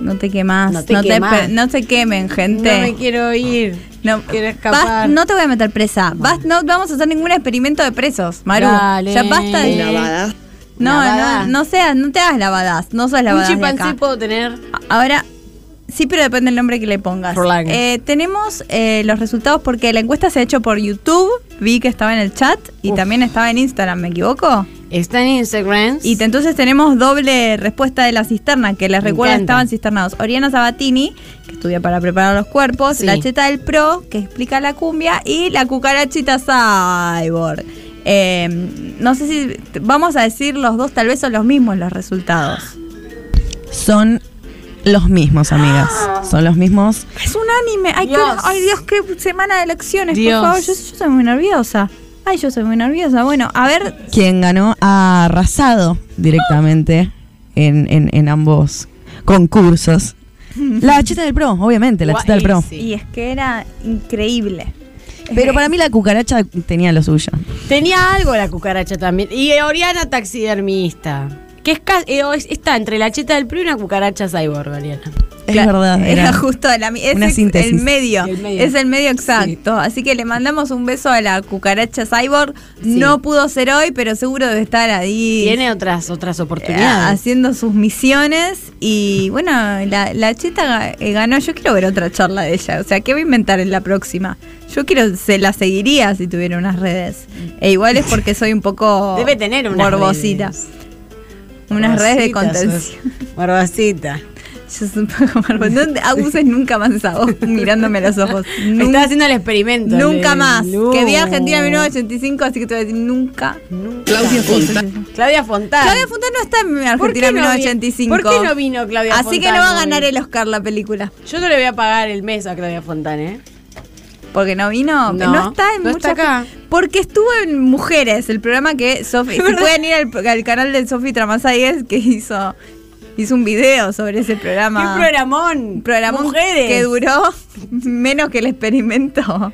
Speaker 3: No te quemas.
Speaker 4: No te
Speaker 3: no,
Speaker 4: quemás.
Speaker 3: per- no se quemen, gente.
Speaker 4: No me quiero ir.
Speaker 3: No,
Speaker 4: quiero
Speaker 3: Bas-
Speaker 4: escapar.
Speaker 3: no te voy a meter presa. Bas- no vamos a hacer ningún experimento de presos, Maru.
Speaker 4: Dale.
Speaker 3: Ya basta de.
Speaker 4: Lavadas.
Speaker 3: No, no,
Speaker 4: Lavadas.
Speaker 3: no seas, no te hagas lavadas. No sos
Speaker 4: Un
Speaker 3: lavadas. de acá.
Speaker 4: chimpancé puedo tener.
Speaker 3: Ahora, sí, pero depende del nombre que le pongas.
Speaker 4: Forlán.
Speaker 3: Eh, tenemos eh, los resultados porque la encuesta se ha hecho por YouTube. Vi que estaba en el chat y también estaba en Instagram, ¿me equivoco?
Speaker 4: Está en Instagram.
Speaker 3: Y te- entonces tenemos doble respuesta de la cisterna, que les
Speaker 4: Me
Speaker 3: recuerdo
Speaker 4: encanta.
Speaker 3: estaban cisternados. Oriana Sabatini, que estudia para preparar los cuerpos,
Speaker 4: Sí.
Speaker 3: la cheta del pro, que explica la cumbia, y la cucarachita cyborg. Eh, no sé si t- vamos a decir los dos, tal vez son los mismos los resultados.
Speaker 5: Son los mismos, amigas. Son los mismos.
Speaker 3: Es un anime. Ay, qué-
Speaker 4: Dios.
Speaker 3: ay, Dios, qué semana de elecciones,
Speaker 5: Dios.
Speaker 3: por favor. Yo, yo soy muy nerviosa. Ay, yo soy muy nerviosa. Bueno, a ver.
Speaker 5: Quien ganó ha arrasado directamente en, en- en ambos concursos. La cheta del pro, obviamente, la cheta del pro.
Speaker 3: Y es que era increíble.
Speaker 5: Pero para mí la cucaracha tenía lo suyo.
Speaker 4: Tenía algo la cucaracha también. Y Oriana taxidermista. Que es, ca- eh, o es- está entre la cheta del PRI y una cucaracha cyborg, Oriana.
Speaker 5: Es verdad.
Speaker 3: Era, justo la, mi- es
Speaker 5: una
Speaker 3: ex-
Speaker 5: síntesis.
Speaker 3: El medio,
Speaker 5: El medio.
Speaker 3: Es el medio exacto. Así que le mandamos un beso a la cucaracha Cyborg. No pudo ser hoy, pero seguro debe estar ahí.
Speaker 4: Tiene otras, otras
Speaker 3: eh,
Speaker 4: oportunidades.
Speaker 3: Haciendo sus misiones. Y bueno, la, la cheta ga- eh, ganó. Yo quiero ver otra charla de ella. O sea, ¿qué voy a inventar en la próxima? Yo quiero, se la seguiría si tuviera unas redes. E igual es porque soy un poco
Speaker 4: Debe tener unas
Speaker 3: morbosita. Unas redes de contención.
Speaker 4: Barbacita.
Speaker 3: Yo soy un poco morbo- No te abuses nunca más esa voz mirándome a los ojos. Nun-
Speaker 4: Estás haciendo el experimento.
Speaker 3: nunca
Speaker 4: Ale.
Speaker 3: más.
Speaker 4: No.
Speaker 3: Que vi a Argentina en 1985, así que te voy a decir nunca.
Speaker 4: Claudia Fontán. Claudia Fontán.
Speaker 3: Claudia Fontán no está en
Speaker 4: ¿Por qué
Speaker 3: Argentina
Speaker 4: no
Speaker 3: en
Speaker 4: vi-
Speaker 3: 1985.
Speaker 4: ¿Por qué no vino Claudia
Speaker 3: Así
Speaker 4: Fontán?
Speaker 3: que no va a
Speaker 4: hoy?
Speaker 3: ganar el Oscar la película.
Speaker 4: Yo no le voy a pagar el mes a Claudia Fontán, ¿eh?
Speaker 3: Porque no vino, no,
Speaker 4: No,
Speaker 3: está en
Speaker 4: no
Speaker 3: muchas-
Speaker 4: está acá.
Speaker 3: Porque estuvo en Mujeres, el programa que Sofi. Si pueden ir al, al canal de Sofi Tramasayes que hizo, hizo un video sobre ese
Speaker 4: ¡Qué
Speaker 3: programa.
Speaker 4: programón!
Speaker 3: Ah. programón
Speaker 4: Mujeres.
Speaker 3: que duró menos que el experimento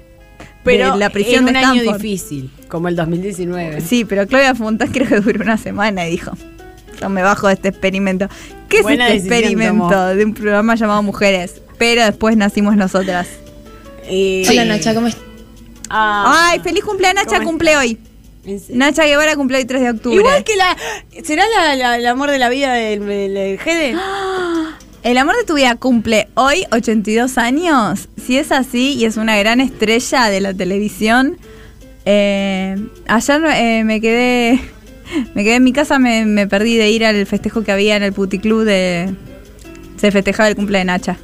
Speaker 4: Pero
Speaker 3: de la
Speaker 4: en
Speaker 3: prisión
Speaker 4: un
Speaker 3: de
Speaker 4: año
Speaker 3: Stanford.
Speaker 4: difícil, como el 2019.
Speaker 3: Sí, pero Claudia Fontán creo que duró una semana y dijo, yo me bajo de este experimento. ¿Qué
Speaker 4: Buena
Speaker 3: es este
Speaker 4: decisión
Speaker 3: experimento
Speaker 4: tomó.
Speaker 3: de un programa llamado Mujeres? Pero después nacimos nosotras.
Speaker 4: Eh,
Speaker 8: Hola, Nacha, ¿cómo
Speaker 3: estás?
Speaker 4: Ah,
Speaker 3: Ay, feliz cumpleaños, Nacha
Speaker 4: ¿Cómo
Speaker 3: cumple hoy. Nacha Guevara cumple hoy 3 de octubre.
Speaker 4: Igual que la. ¿Será la- la- el amor de la vida del, del- del Gede?
Speaker 3: El amor de tu vida cumple hoy 82 años. Si es así y es una gran estrella de la televisión. Eh, ayer eh, me quedé. Me quedé en mi casa, me, me perdí de ir al festejo que había en el puticlub de. Se festejaba el cumple de Nacha.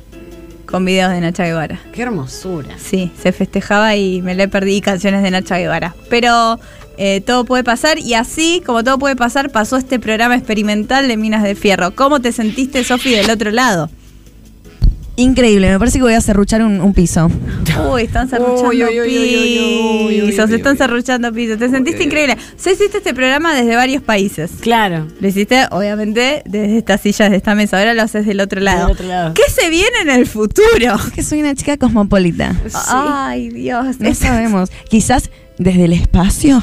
Speaker 3: Con videos de Nacha Guevara.
Speaker 4: Qué hermosura.
Speaker 3: Sí, se festejaba y me le perdí y canciones de Nacha Guevara. Pero eh, todo puede pasar y así, como todo puede pasar, pasó este programa experimental de Minas de Fierro. ¿Cómo te sentiste, Sofi, del otro lado?
Speaker 5: Increíble, me parece que voy a serruchar un, un piso.
Speaker 3: Uy, están serruchando
Speaker 5: Uy, uy, uy, uy, uy, uy, uy,
Speaker 3: pisos,
Speaker 5: uy,
Speaker 3: están serruchando pisos. Te sentiste increíble. Ya hiciste este programa desde varios países.
Speaker 4: Claro.
Speaker 3: Lo hiciste, obviamente, desde estas sillas, de esta mesa. Ahora lo haces del otro lado.
Speaker 4: otro lado.
Speaker 3: ¿Qué se viene en el futuro?
Speaker 5: Que soy una chica cosmopolita.
Speaker 3: Ay, Dios.
Speaker 5: No
Speaker 3: Es-
Speaker 5: sabemos. Quizás desde el espacio.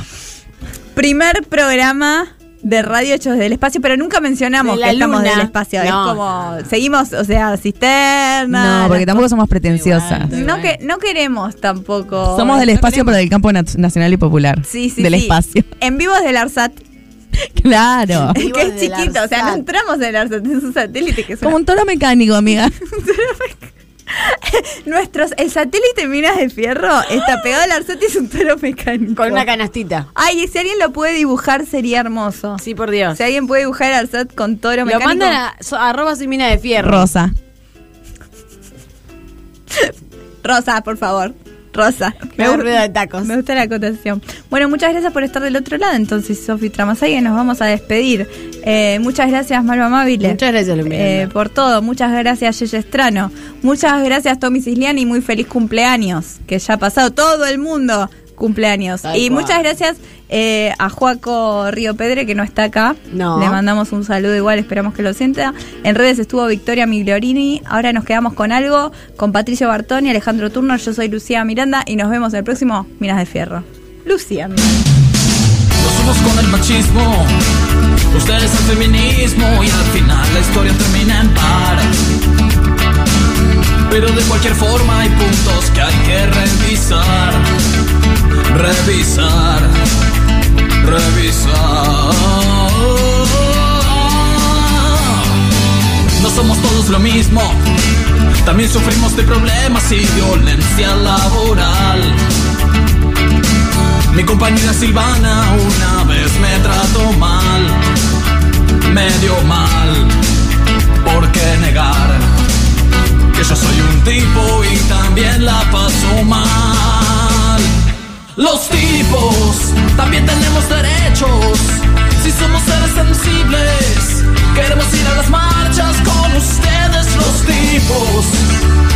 Speaker 3: primer programa de Radio Hechos del Espacio, pero nunca mencionamos
Speaker 4: De
Speaker 3: que
Speaker 4: la
Speaker 3: estamos
Speaker 4: luna.
Speaker 3: del espacio.
Speaker 4: No,
Speaker 3: es como, seguimos, o sea, cisterna.
Speaker 5: No, porque tampoco somos pretenciosas.
Speaker 3: No, que, no queremos tampoco.
Speaker 5: Somos del
Speaker 3: no
Speaker 5: espacio, pero
Speaker 3: queremos-
Speaker 5: del campo nat- nacional y popular.
Speaker 3: Sí, sí,
Speaker 5: Del
Speaker 3: sí.
Speaker 5: espacio.
Speaker 3: En vivo es del ARSAT,
Speaker 5: Claro.
Speaker 3: que es chiquito, o sea, no entramos del ARSAT, es un satélite que es
Speaker 5: Como
Speaker 3: una-
Speaker 5: un toro mecánico, amiga.
Speaker 3: Nuestros, el satélite Minas de Fierro está pegado al ARSAT y es un toro mecánico.
Speaker 4: Con una canastita.
Speaker 3: Ay, y si alguien lo puede dibujar sería hermoso.
Speaker 4: Sí, por Dios.
Speaker 3: Si alguien puede dibujar el ARSAT con toro
Speaker 4: Lo
Speaker 3: mecánico.
Speaker 4: mandan a so- arroba soy mina de fierro.
Speaker 5: Rosa.
Speaker 3: Rosa, por favor. Rosa.
Speaker 4: Me
Speaker 3: gu-
Speaker 4: da ruido de tacos.
Speaker 3: Me gusta la acotación. Bueno, muchas gracias por estar del otro lado. Entonces, Sofi Tramasay, nos vamos a despedir. Eh, muchas gracias, Malva Amabile.
Speaker 4: Muchas gracias, Luis Miranda.
Speaker 3: eh, por todo. Muchas gracias, Yeye Estrano. Muchas gracias, Tommy Cisliani. Muy feliz cumpleaños. Que ya ha pasado todo el mundo cumpleaños.
Speaker 4: Tal
Speaker 3: y
Speaker 4: cual.
Speaker 3: muchas gracias eh, a Juaco Río Pedre, que no está acá.
Speaker 4: No.
Speaker 3: Le mandamos un saludo igual, esperamos que lo sienta. En redes estuvo Victoria Migliorini. Ahora nos quedamos con algo, con Patricio Bartoni, Alejandro Turno. Yo soy Lucía Miranda y nos vemos en el próximo Minas de Fierro. Lucía Miranda.
Speaker 1: Nos con el machismo, ustedes el feminismo y al final la historia termina en par. Pero de cualquier forma hay puntos que hay que revisar, revisar, revisar. No somos todos lo mismo, también sufrimos de problemas y violencia laboral. Mi compañera Silvana una vez me trató mal, medio mal. ¿Por qué negar que yo soy un tipo y también la paso mal? Los tipos también tenemos derechos. Si somos seres sensibles, queremos ir a las marchas con ustedes, los tipos.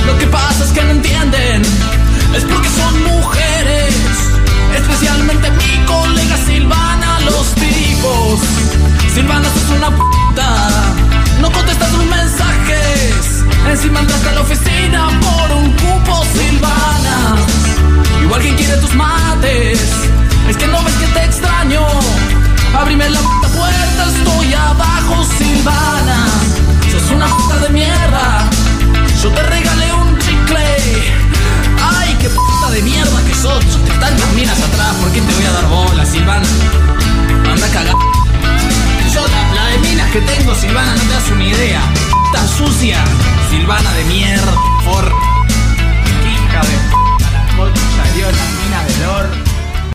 Speaker 1: Lo que pasa es que no entienden, es porque son mujeres, especialmente mi una idea. Tan sucia, Silvana de mierda, por hija de p- la concha de Dios, la mina del or.